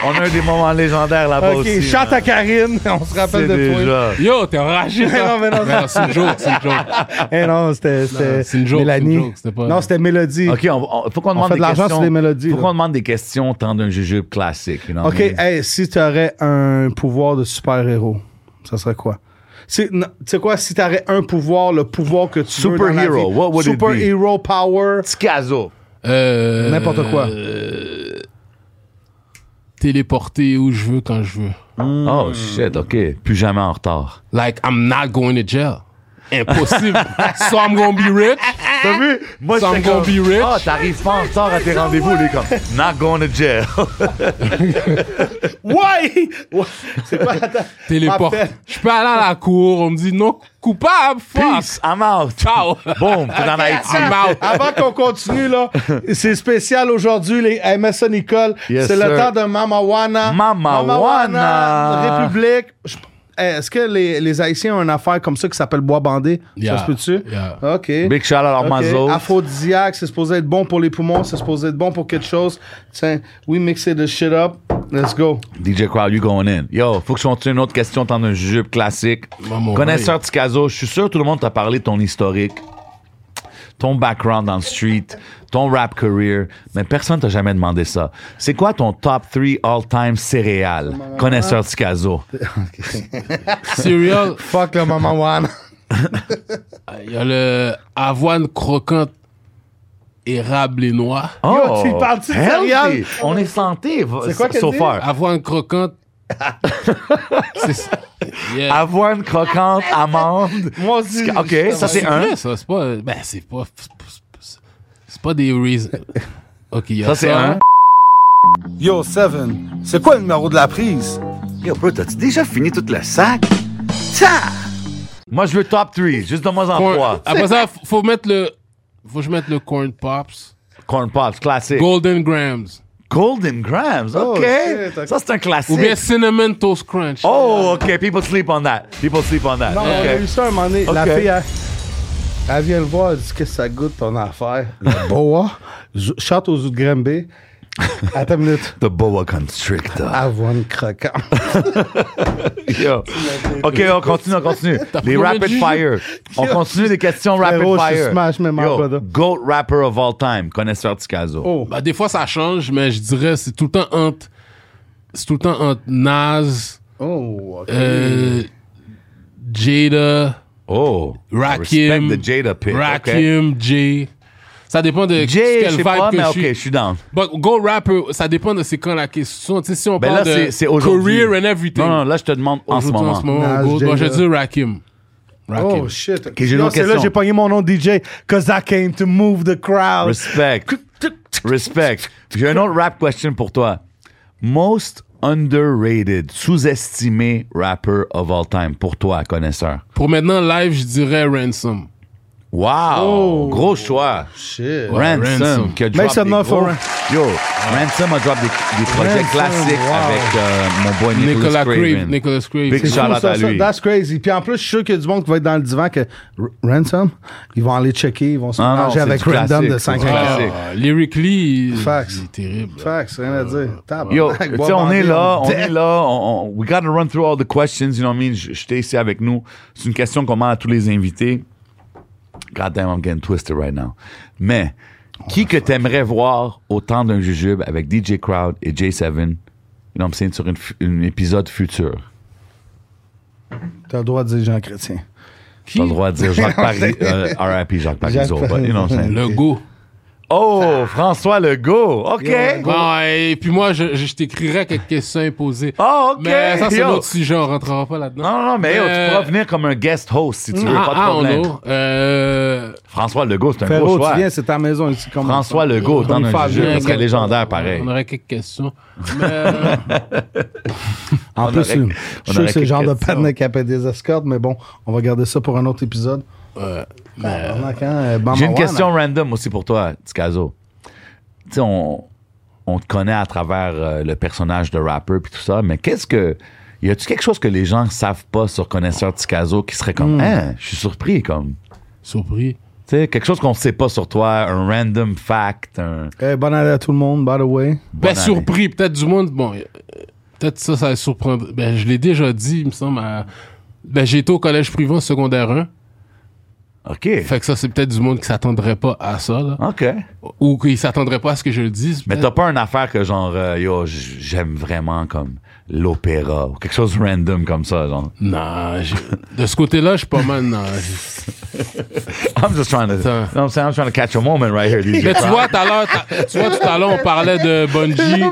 On a eu des moments légendaires là-bas aussi.
OK, chante à Karine, on se rappelle
C'est
de toi.
déjà.
Yo, t'es enragé.
Mais non, mais non,
Mais C'est une joke, c'est une joke.
Eh non, c'était c'était
c'est une joke,
Mélanie.
c'est une joke, c'était pas-
Non, c'était Mélodie.
OK, on, on- faut qu'on demande
fait de
des
l'argent
questions.
sur des mélodies,
Faut
là.
qu'on demande des questions tant d'un jujube Ah, classique. you know what
OK,
I mean?
hey, si tu aurais un pouvoir de super-héros, ça serait quoi? c'est- n- Tu sais quoi, si t'aurais un pouvoir, le pouvoir que tu veux dans la
Superhero,
vie.
what would it be?
Superhero power.
Tikazo.
Euh,
N'importe quoi.
Téléporter où je veux quand je veux.
Hmm.
Oh shit, ok. Plus jamais en retard.
Like, I'm not going to jail. Impossible. so I'm gonna be rich.
T'as vu? Moi,
Some
j'étais
gonna
comme,
be rich.
Ah, t'arrives pas en retard à tes rendez-vous, les comme. Not going to jail.
Ouais! Ouais. C'est quoi, attends.
Téléporter.
Rappel.
Je peux aller à la cour, on me dit non coupable, fuck.
Peace, I'm out.
Ciao.
Boom, t'es dans Haïti.
I'm out.
Avant qu'on continue, là, c'est spécial aujourd'hui, les MSN Nicole.
Yes,
c'est le temps
sir.
de Mamawana.
Mamawana.
République. Je- Est-ce que les, les Haïtiens ont une affaire comme ça qui s'appelle bois bandé?
Yeah,
Ça se peut-tu?
yeah.
OK.
Big shout out à
Ok.
Armazo.
Aphrodisiaque, c'est supposé être bon pour les poumons, c'est supposé être bon pour quelque chose. Tiens, we mix it the shit up. Let's go.
DJ Crowd, you going in. Yo, faut que je continue une autre question, t'en as un jupe classique.
Maman,
Connaisseur Ticazo, je suis sûr que tout le monde t'a parlé de ton historique, ton background dans le street, ton rap career, mais personne t'a jamais demandé ça. C'est quoi ton top 3 all-time céréales? Connaisseur Ticazo.
Cereal,
Fuck le Mamawana.
il y a le avoine croquante, érable et noix.
Yo, tu parles-tu de
Oh, healthy.
céréales?
On est santé, va-
C'est quoi qu'elle
so
dit?
far.
Avoine croquante. c'est ça. Yeah.
Avoine croquante, amande.
Moi aussi.
OK, ça c'est un.
vrai, ça, c'est pas. Ben, c'est pas. c'est pas- C'est pas des reasons. Ok, il y a
Ça c'est un.
Yo, Seven, c'est quoi le numéro de la prise?
Yo, bro, t'as-tu déjà fini toute la sac? Ça!
Moi, je veux top 3. Juste donne-moi en
Corn-
trois.
Après ça, faut faut mettre le. Faut que je mette le corn pops.
Corn Pops, classique.
Golden grams.
Golden Grams, OK.
shit, ok.
Ça, c'est un
Oh, Ou bien
classique.
cinnamon toast crunch.
Oh, OK. People sleep on that. People sleep on that.
Non, Ah, on a
OK.
eu ça un moment donné.
Ok.
La fille, elle, elle vient le voir, elle dit Qu'est-ce que ça goûte ton affaire Le boa, zou- chante aux zoo de Grimby. Attends une minute.
The boa constrictor.
Avoine croquant.
Yo. OK, on continue, on continue. Les
combien de
rapid
jus?
fire. On continue des questions rapid
Frérot, je
fire.
smash mes mains,
Yo,
brother.
GOAT rapper of all time, connaisseur Ticazo.
Bah, des fois, ça change, mais je dirais, c'est tout le temps entre. C'est tout le temps entre Nas,
Oh, ok.
euh,
Mm.
Jada,
Oh. Respect
Rakim.
the Jada pick. OK.
Rakim, Jay. Ça dépend de
Jay, je
quel
sais
vibe
pas,
que
mais
je
OK, je
suis.
suis down.
But go rapper, ça dépend de c'est quand la question. Tu sais, si on
Ben là,
parle
c'est- c'est
de
aujourd'hui.
career and everything.
Non, non, là, je te demande en ce
Aujourd'hui,
moment.
en ce moment,
Nas,
go- moi, je
Jada.
dis Rakim. Rakim.
Oh shit.
j'ai une
Non,
autre
c'est là
question.
j'ai pogné mon nom de DJ. Cause I came to move the crowd.
Respect. Respect. J'ai un autre rap question pour toi. Most underrated, sous-estimé rapper of all time pour toi, connaisseur.
Pour maintenant, live, je dirais Ransom.
Wow! Gros choix.
Shit.
Ransom,
Oh. Ransom.
qui a drop
Make some
des
noise for
gros-
Ran-
Yo, Ransom a drop des, des projets
Ransom,
classiques
wow.
avec euh, mon boy Nicolas,
Nicolas Crave.
Craven.
Nicolas Crave.
Big
C'est-
shout out
Ça, ça,
à lui.
that's crazy. Puis en plus, je suis sûr qu'il y a du monde qui va être dans le divan que R- Ransom, ils vont aller checker, ils vont se
Ah, non,
mélanger
c'est
avec
du
Random
classique,
de
c'est
5
du classique.
Ah, Lyrically, il-
Facts.
il est terrible.
Facts, rien à dire. Tabarnak,
Yo,
bois
tu sais, on
bandé,
est là, on
dit-
est là, on, on- we gotta run through all the questions, you know what I mean? J- J'étais ici avec nous. C'est une question qu'on demande à tous les invités. God damn, I'm getting twisted right now. Mais, qui que t'aimerais voir au temps d'un jujube avec DJ Crowd et J7, you know what I'm saying, sur une fu- un épisode futur?
T'as le droit de dire Jean Chrétien.
Qui?
T'as le droit de dire Jacques Paris, euh, RIP Jacques Parizeau,
Jacques
but you know what I'm saying?
Le go.
Oh, François Legault, OK!
Bon, et puis moi, je, je t'écrirais quelques questions imposées.
Oh, OK!
Mais ça, c'est
Yo.
un autre sujet, on rentrera pas là-dedans.
Non, non, mais yo,
Euh,
tu pourras venir comme un guest host si tu veux,
Ah,
pas de
ah, on
problème.
a. Euh,
François Legault, c'est un gros
Ferro,
choix.
tu viens, c'est ta maison ici. Comme
François Legault, dans
Comme
un
Fabien,
jeu, ça serait
gars.
légendaire pareil.
On aurait quelques questions. Mais, euh,
En
on
plus,
aurait-
euh,
on
je sais
aurait
que c'est le genre de
quelques questions.
panne qui appelle des escortes, mais bon, on va garder ça pour un autre épisode. Ah, Tabarnak, hein, euh, Bamba
Euh, J'ai une
Wana.
question random aussi pour toi, Ticazo. Tu sais, on, on te connaît à travers euh, le personnage de rapper puis tout ça, mais qu'est-ce que. Y a-tu quelque chose que les gens savent pas sur Connaisseur Ticazo qui serait
Hmm.
comme, hein, je suis surpris, comme.
surpris.
Tu sais, quelque chose qu'on sait pas sur toi, un random fact, un.
Hey, Eh, bonne année à tout le monde, by the way.
Ben,
année.
surpris, peut-être du monde. Bon, euh, peut-être ça, ça surprendre. Ben, je l'ai déjà dit, il me semble. à- Ben, j'ai été au collège privé en secondaire 1.
OK.
Fait que ça, c'est peut-être du monde qui s'attendrait pas à ça, là.
OK.
Ou qui s'attendrait pas à ce que je le dise.
Mais t'as
peut-être.
pas une affaire que genre, euh, yo, j- j'aime vraiment comme l'opéra ou quelque chose de random comme ça, genre.
Non, je- de ce côté-là, je suis pas mal. non. Je-
I'm just trying to, you know
Attends.
what I'm saying? I'm trying to catch a moment right here. DJ
Mais tu
Prime.
vois, tout à l'heure, t'as- tu vois, tout à l'heure, on parlait de bungee,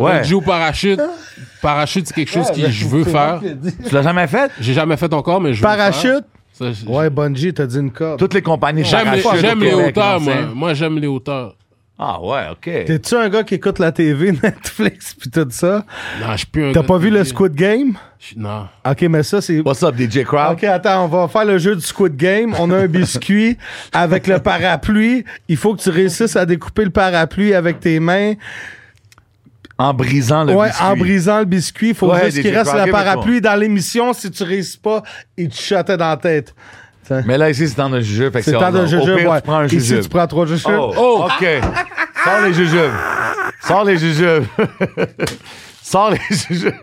Ouais.
bungee ou parachute. Parachute, c'est quelque chose que je veux faire.
tu l'as jamais fait?
J'ai jamais fait encore, mais je veux le faire.
Parachute?
Ça, je-
Ouais, Bungie, t'as dit une corde.
Toutes les compagnies
J'aime les,
parachutes au
j'aime les
Québec,
hauteurs,
you know what
moi.
I'm saying?
Moi, j'aime les hauteurs.
Ah ouais, OK.
T'es-tu un gars qui écoute la TV, Netflix, puis tout ça?
Non, je suis plus un
T'as
gars
pas
de
vu le
télé.
Squid Game?
Je- Non.
Ok, mais ça, c'est.
What's up, DJ Crowd?
Ok, attends, on va faire le jeu du Squid Game. On a un biscuit avec le parapluie. Il faut que tu réussisses à découper le parapluie avec tes mains.
En brisant le
ouais,
biscuit.
en brisant le biscuit, il faut
Ouais,
juste qu'il
DJ
reste
Crockett,
le
mais toi.
parapluie dans l'émission. Si tu réussis pas, il te shotait dans la tête.
Mais là, ici, c'est dans le jujube. fait que
C'est le temps
au
de jujube,
pire,
ouais.
tu prends un
Ici,
jujube.
tu prends trois jujubes.
Oh, OK. Sors les jujubes. Sors les jujubes. Sors les jujubes.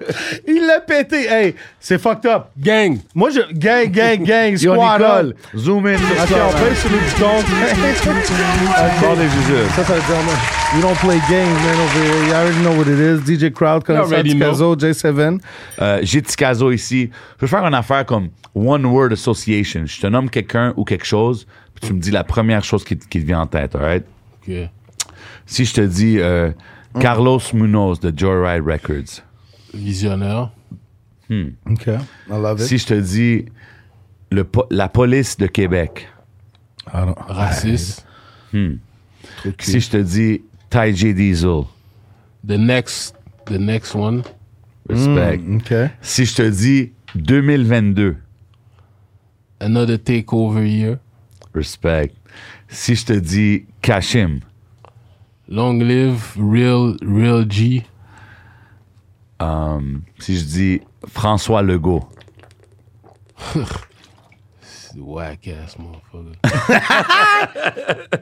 Il l'a pété. Hey, c'est fucked up.
Gang!
Moi, je. Gang, gang, gang,
Yo,
squad
Nicole,
up.
zoom in.
Ok, on paye sur les dictons.
Sors les jujubes.
Ça, ça veut dire, man, you don't play games, man, over here. You already know what it is. DJ Crowd, Connaisseur
already
du
know.
Caso, J7.
Euh, J'ai Ticazo ici. Je veux faire une affaire comme One Word Association. Je te nomme quelqu'un ou quelque chose, puis tu me dis la première chose qui, te- qui te vient en tête, all right?
Ok.
Si je te dis euh, Carlos Munoz de Joyride Records.
Visionnaire.
OK. I love
Si je te dis le po- la police de Québec.
Raciste.
Si je te dis Ty J. Diesel.
The next. The next one.
Respect.
OK.
Si je te dis 2022.
Another takeover year.
Respect. Si je te dis Kashim.
Long live real, real G.
Si je dis François Legault.
Whack ass, motherfucker.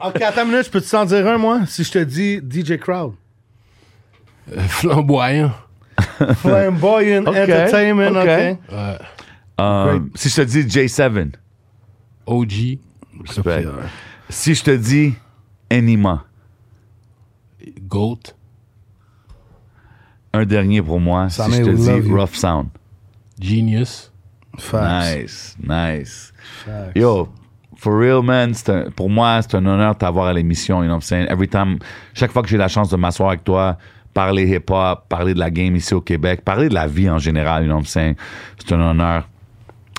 OK, attends une minute, je peux te t'en dire un, moi, si je te dis DJ Crowd.
Euh, Flamboyant.
Flamboyant
OK,
Entertainment, OK.
OK.
Ouais.
Euh, si je te dis J7.
OG.
Respect. Si je te dis Anima.
Goat.
Un dernier pour moi. si je
Samir,
te
we love
dis
you.
Rough Sound.
Genius.
Facts.
Nice, nice. Yo, for real, man, c'est un- pour moi, c'est un honneur de t'avoir à l'émission. You know what I'm saying? Every time, chaque fois que j'ai la chance de m'asseoir avec toi, parler hip-hop, parler de la game ici au Québec, parler de la vie en général, you know what I'm saying? C'est un honneur.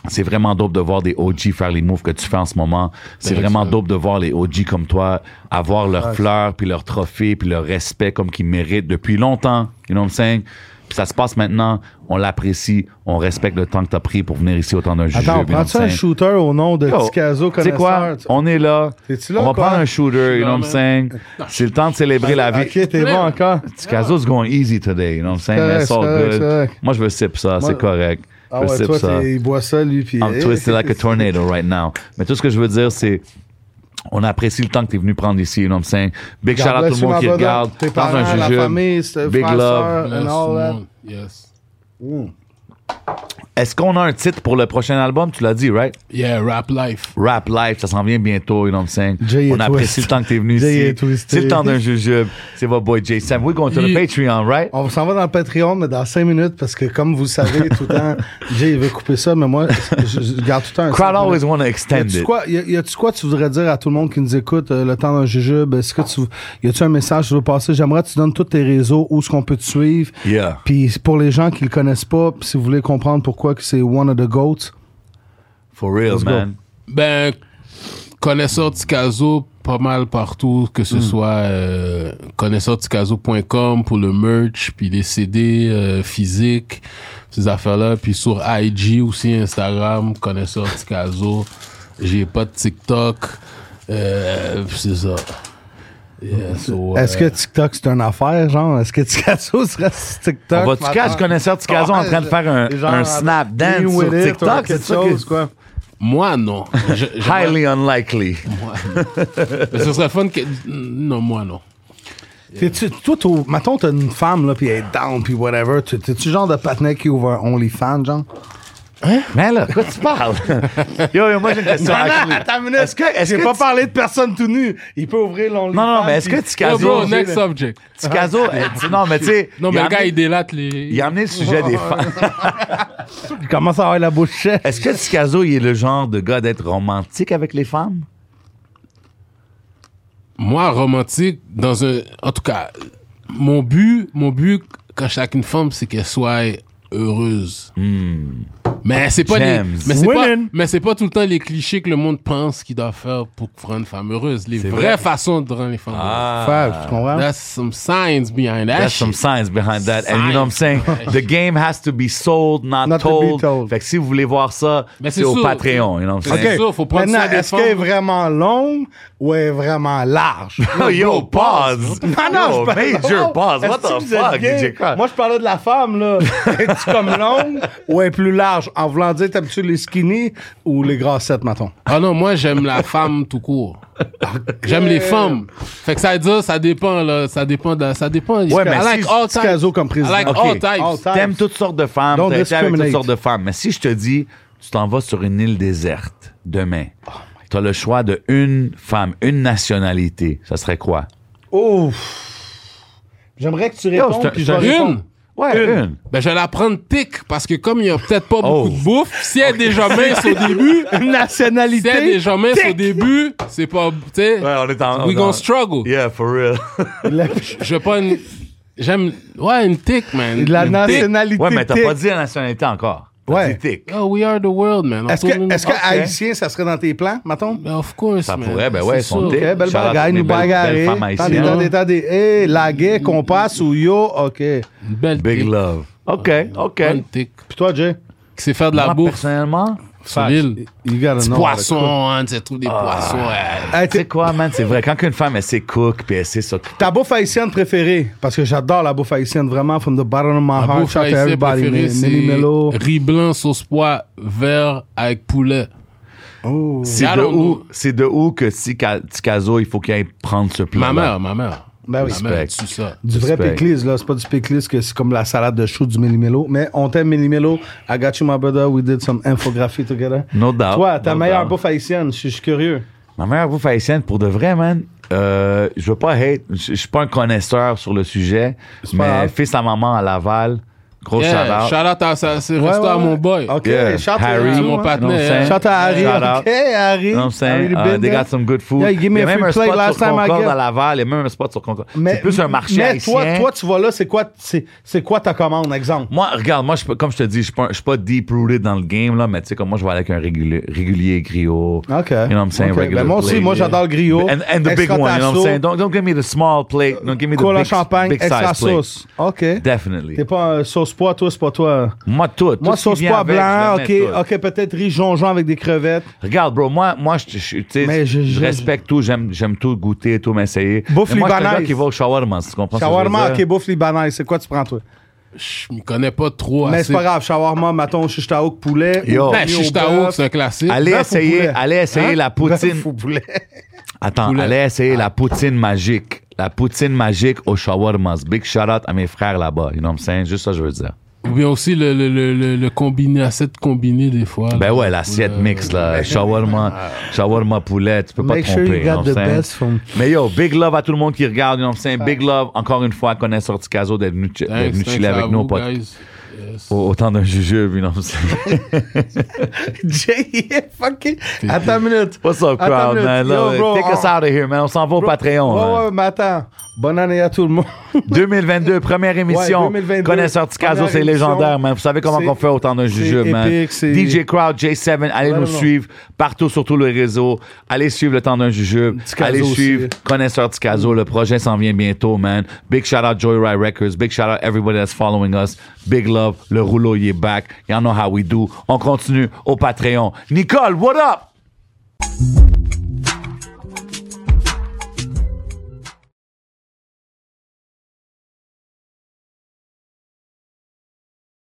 C'est vraiment dope de voir des OG faire les moves que tu fais en ce moment. C'est
Ben,
Thanks,
vraiment
man.
dope de voir les OG comme toi avoir leurs fleurs, puis leurs trophées, puis leur respect comme qu'ils méritent depuis longtemps. You know what I'm saying? Puis ça se passe maintenant. On l'apprécie. On respecte le temps que t'as pris pour venir ici au temps d'un jeu.
Attends, prends-tu un shooter au nom de Ticazo
Tu sais
Connaisseur?
quoi?
tu-
On est là.
T'es-tu là,
on va
quoi? Ah,
prendre un shooter, you know what I'm
man.
saying? C'est le temps de célébrer la vie.
OK, t'es bon encore.
Ticazo's going easy today, you know what I'm saying?
correct,
That's all
c'est correct,
good.
c'est correct.
Moi, je veux sip ça, c'est correct.
Ah
je
ouais,
sip
toi,
ça.
t'es- il boit ça, lui, puis...
I'm twisted like a tornado right now. Mais tout ce que je veux dire, c'est on apprécie le temps que tu es venu prendre ici, you know what I'm saying? Big shout out à tout le monde qui regarde.
Tes
Dans
parents,
un
la
jujube.
famille, c'est-
Big
frères,
love.
sœurs,
Bless
and all
tout le
that.
monde. Yes.
Est-ce qu'on a un titre pour le prochain album? Tu l'as dit, right?
Yeah, rap life.
Rap Life, ça s'en vient bientôt, you know what I'm saying?
Jay
on
est
apprécie
twist.
le temps que t'es venu
Jay
ici.
est twisté.
C'est le temps d'un jujube. C'est votre boy Jay Sam. We're going to the
Il-
Patreon, right?
On s'en va dans le Patreon, mais dans 5 minutes, parce que comme vous le savez, tout le temps, Jay il veut couper ça, mais moi, je, je garde tout le temps un
Crowd
cinq minutes.
always want to extend
Y a-tu
it.
quoi, y a- y a-tu quoi tu voudrais dire à tout le monde qui nous écoute euh, le temps d'un jujube? Est-ce que tu, y a-tu un message que tu veux passer? J'aimerais que tu donnes tous tes réseaux, où est-ce qu'on peut te suivre.
Yeah.
Puis pour les gens qui le connaissent pas, puis si vous voulez comprendre pourquoi que c'est one of the goats.
For real, man.
Ben, connaisseur Ticazo, pas mal partout, que
Hmm.
ce soit euh, connaisseurticazo.com pour le merch, puis les CD euh, physiques, ces affaires-là, puis sur IG aussi, Instagram, connaisseur Ticazo. J'ai pas de TikTok. Euh, puis c'est ça. Yeah, so, euh,
Est-ce que TikTok c'est une affaire, genre? Est-ce que Ticasso serait sur TikTok?
On va tu cacher connaisseur Ticazo en train de faire un, un snap dance
ou
sur TikTok? C'est
quelque
ça que-
chose, quoi.
Moi, non. Je- j'aimerais-
Highly unlikely.
Mais ce serait fun que... Non, moi, non.
T'es-tu, toi, t'as- mettons, t'as une femme, là, pis elle est down, pis whatever. t'es- T'es-tu le genre de patinet qui ouvre un OnlyFans, genre?
Mais là, quoi tu parles? yo, yo, moi j'ai une question.
Ah non,
actually.
attends une minute.
Est-ce que. Est-ce
J'ai
que
pas
tu-
parlé de personne tout nu. Il peut ouvrir l'only.
Non, non, mais est-ce que
Yo,
Ticazo.
Oh, bro, next subject.
Ticazo. eh, tu- Non, mais tu sais.
Non,
il
mais
a
le gars,
amené-
il délate les.
Il a amené le sujet des femmes.
Il commence à avoir la bouche chèche.
Est-ce que Ticazo, il est le genre de gars d'être romantique avec les femmes?
Moi, romantique, dans un. En tout cas, mon but, mon but quand je suis avec une femme, c'est qu'elle soit heureuse. Mais c'est pas les,
Hmm. James.
mais c'est pas,
Women.
mais c'est pas tout le temps les clichés que le monde pense qu'il doit faire pour rendre une femme heureuse. Les vraies
vrai.
façons de rendre les femmes
Fave, tu comprends?
heureuses. There's some science behind that.
There's some
Ah, shit.
science behind that. And you know what I'm saying?
Science.
The game has to be sold, not,
Not to
told.
be told.
Fait que si vous voulez voir ça,
Mais
c'est
c'est
au
sûr.
Patreon. You know what I'm
Ok.
saying?
ça, faut prendre
Maintenant,
ça des
est-ce qu'elle est
femmes.
vraiment longue ou elle est vraiment large?
Yo, yo, pause.
Ah non,
Yo,
je parlais-
major
Oh,
pause. What
est-ce que
the
vous êtes
fuck,
gay?
DJ Crowd?
Moi, je parlais de la femme, là. Es-tu comme longue ou est plus large? En voulant dire, t'aimes-tu les skinny ou les grassettes, mettons?
Ah non, moi j'aime la femme tout court. J'aime les femmes. Fait que ça veut dire, ça dépend là, ça dépend, de, ça dépend.
Ouais, mais
I like
si-
all types.
Ticazo comme
I
président.
like
Ok.
all types.
All types.
T'aimes toutes sortes de femmes,
Don't
t'as été avec toutes
discriminate.
sortes de femmes. Mais si je te dis, tu t'en vas sur une île déserte demain,
Oh
t'as le choix de une femme, une nationalité, ça serait quoi?
Ouf! J'aimerais que tu
Yo,
répondes,
c'est un-
puis je
c'est
vais
un-
répondre.
Une.
Ouais, une.
Ben, je vais la prendre tic, parce que comme il y a peut-être pas
Oh.
beaucoup de bouffe, si elle est déjà mince au début,
Une
si elle est
nationalité.
déjà mince au début, c'est pas, tu sais,
Ouais, on est en- on est
we
en-
gonna struggle.
Yeah, for real.
Je vais pas une, j'aime, ouais, une tic, man.
La
Une tic.
nationalité.
Ouais, mais t'as
tic.
pas dit la nationalité encore. T'as
Ouais.
dit tic.
Oh, we are the world, man. On
Est-ce
tourne
que,
une-
est-ce que
Oh,
haïtien, ça serait dans tes plans, mettons?
ben, of course,
Ça
man.
pourrait, ben ouais,
C'est
son
sûr.
tic.
Eh, belle
Shout out
bagaille,
toutes mes
nous
belles-
bagarrées.
belles femmes
Attendez,
haïtiennes.
attendez, attendez. Hé, eh, la guerre qu'on passe ou yo, OK. Puis
Une belle
Big
tic.
love. OK, OK.
Bonne tic.
toi, Jay?
C'est faire de la
Moi,
bouffe.
personnellement,
sur l'île.
Il garde
Petit
un
poisson, hein, tu sais, trouves des
Ah.
poissons. ouais.
Hey,
tu sais
t'es-
quoi, man, c'est vrai, quand qu'une femme, elle sait cook, puis elle sait s'occuper.
ta bouffe haïtienne préférée, parce que j'adore la bouffe haïtienne, vraiment, from the bottom of my
Ma
heart,
bouffe
shout out to
haïtienne
everybody,
préférée,
man. Nelly Mello.
c'est riz blanc, sauce pois, vert avec poulet.
C'est de,
Allons-nous.
où, c'est de où que Tica- Ticazo, il faut qu'il aille prendre ce plat.
Ma mère, ma mère.
Ben oui.
Ma mère,
Respect.
tu ça.
Du vrai
Respect.
péclise, là. C'est pas du péclise que c'est comme la salade de chou du Mélimélo. Mais on t'aime, Mélimélo. I got you, my brother. We did some infography together.
No doubt.
Toi, ta
No
meilleure
doubt.
bouffe haïtienne, je suis- je suis curieux.
Ma mère bouffe haïtienne, pour de vrai, man. Euh, je veux pas hate, je je suis pas un connaisseur sur le sujet,
pas
mais
grave.
fils à maman à Laval, gros
Yeah,
shout-out.
shout out à ça, c'est
Ouais,
resto
ouais,
à
ouais.
mon boy.
OK,
Yeah.
shout out
Harry,
to-
mon
ouais.
You know what
partenaire.
I'm saying?
Shout out à Harry.
Shout out.
OK, Harry.
You know what I'm saying?
Harry the
Uh, they
big guy.
got some good food.
Yeah, he gave me
Il y a
a
même
free
un
plate
spot
last
sur
time I
Concorde
get.
à Laval, il y a même un spot sur Concorde.
Mais-
C'est plus un marché
mais
haïtien.
toi, toi, tu vas là, c'est quoi, c'est, c'est quoi ta commande, exemple?
Moi, regarde, moi, je suis pas- comme je te dis, je suis pas, je suis pas deep rooted dans le game, là, mais tu sais, comme moi, je vais aller avec un régulier, régulier griot.
OK.
You know what I'm saying?
OK. Ben,
regular
moi aussi,
plate.
moi, j'adore le griot.
And, and the big
Extra
one, you know what
tasso.
I'm saying? Don't, don't give me the small plate. Don't give me the
Cola
big,
champagne,
big
extra
size plate.
sauce. OK.
Definitely.
T'es pas un sauce pois, toi, c'est pas toi.
Moi, tout. tout
Moi,
ce qui
sauce
vient
pois
avec,
blanc,
je le mets
OK.
tout.
OK, peut-être riz jonjon avec des crevettes.
Regarde, bro, moi, moi je, je- tu sais,
Mais je-
je
je-
respecte tout. J'aime, j'aime tout goûter, tout m'essayer.
Bouffe
Mais moi, je suis le gars
libanaise.
qui va au shawarma, si tu comprends ce que je veux
Shawarma,
dire. Ah,
OK, bouffe libanaise. C'est quoi tu prends, toi?
Je m'y connais pas trop
Mais
assez.
c'est pas grave. Shawarma, maton, chichtaouk, poulet.
Yo.
Ben, shish taouk, c'est un classique.
Allez
Bœuf ou
essayer,
poulet? Hein?
allez essayer la poutine. Attends,
Poulet.
allez essayer
Ah.
la poutine magique. La poutine magique au shawarmas. Big shout out à mes frères là-bas. You know what I'm saying? Juste ça, je veux dire.
Ou bien aussi le, le, le, le, le combiné, assiette combinée des fois.
Ben
là.
ouais, l'assiette
Poulet.
mixte, là. Shawarma, shawarma poulet, tu peux
Ah.
pas
Make
te
sure
tromper.
you got
you know what
the
I'm saying?
best Ah. from-
Mais yo, big love à tout le monde qui regarde. You know what I'm saying? Big love, encore une fois, connaisseur Ticazo d'être venu, ch- d'être
Thanks,
venu
thanks
chiller
à
avec nous.
vous,
au pod-
guys. Yes.
au- Autant d'un jujube, you know what I'm saying?
Jay, fucking. Attends une minute.
What's up,
Attends
crowd,
une
man?
minute.
Là,
Yo, bro,
take us
on-
out of here, man. On s'en va au Patreon. hein.
Ouais,
man.
ouais, mais attends. Bonne année à tout le monde.
2022, première émission.
Ouais, 2022,
Connaisseur Ticazo,
première
c'est
émission.
légendaire, man. Vous savez comment
C'est-
on fait autant d'un
c'est
jujube, man.
épique, c'est-
DJ Crowd, J7, allez
Ouais,
nous
non.
suivre partout sur tous les réseaux. Allez suivre le temps d'un jujube.
Ticazo
Allez
aussi.
suivre Connaisseur Ticazo. Le projet s'en vient bientôt, man. Big shout out Joyride Records. Big shout out everybody that's following us. Big love. Le rouleau, il est back. Y'en know how we do. On continue au Patreon. Nicole, what up?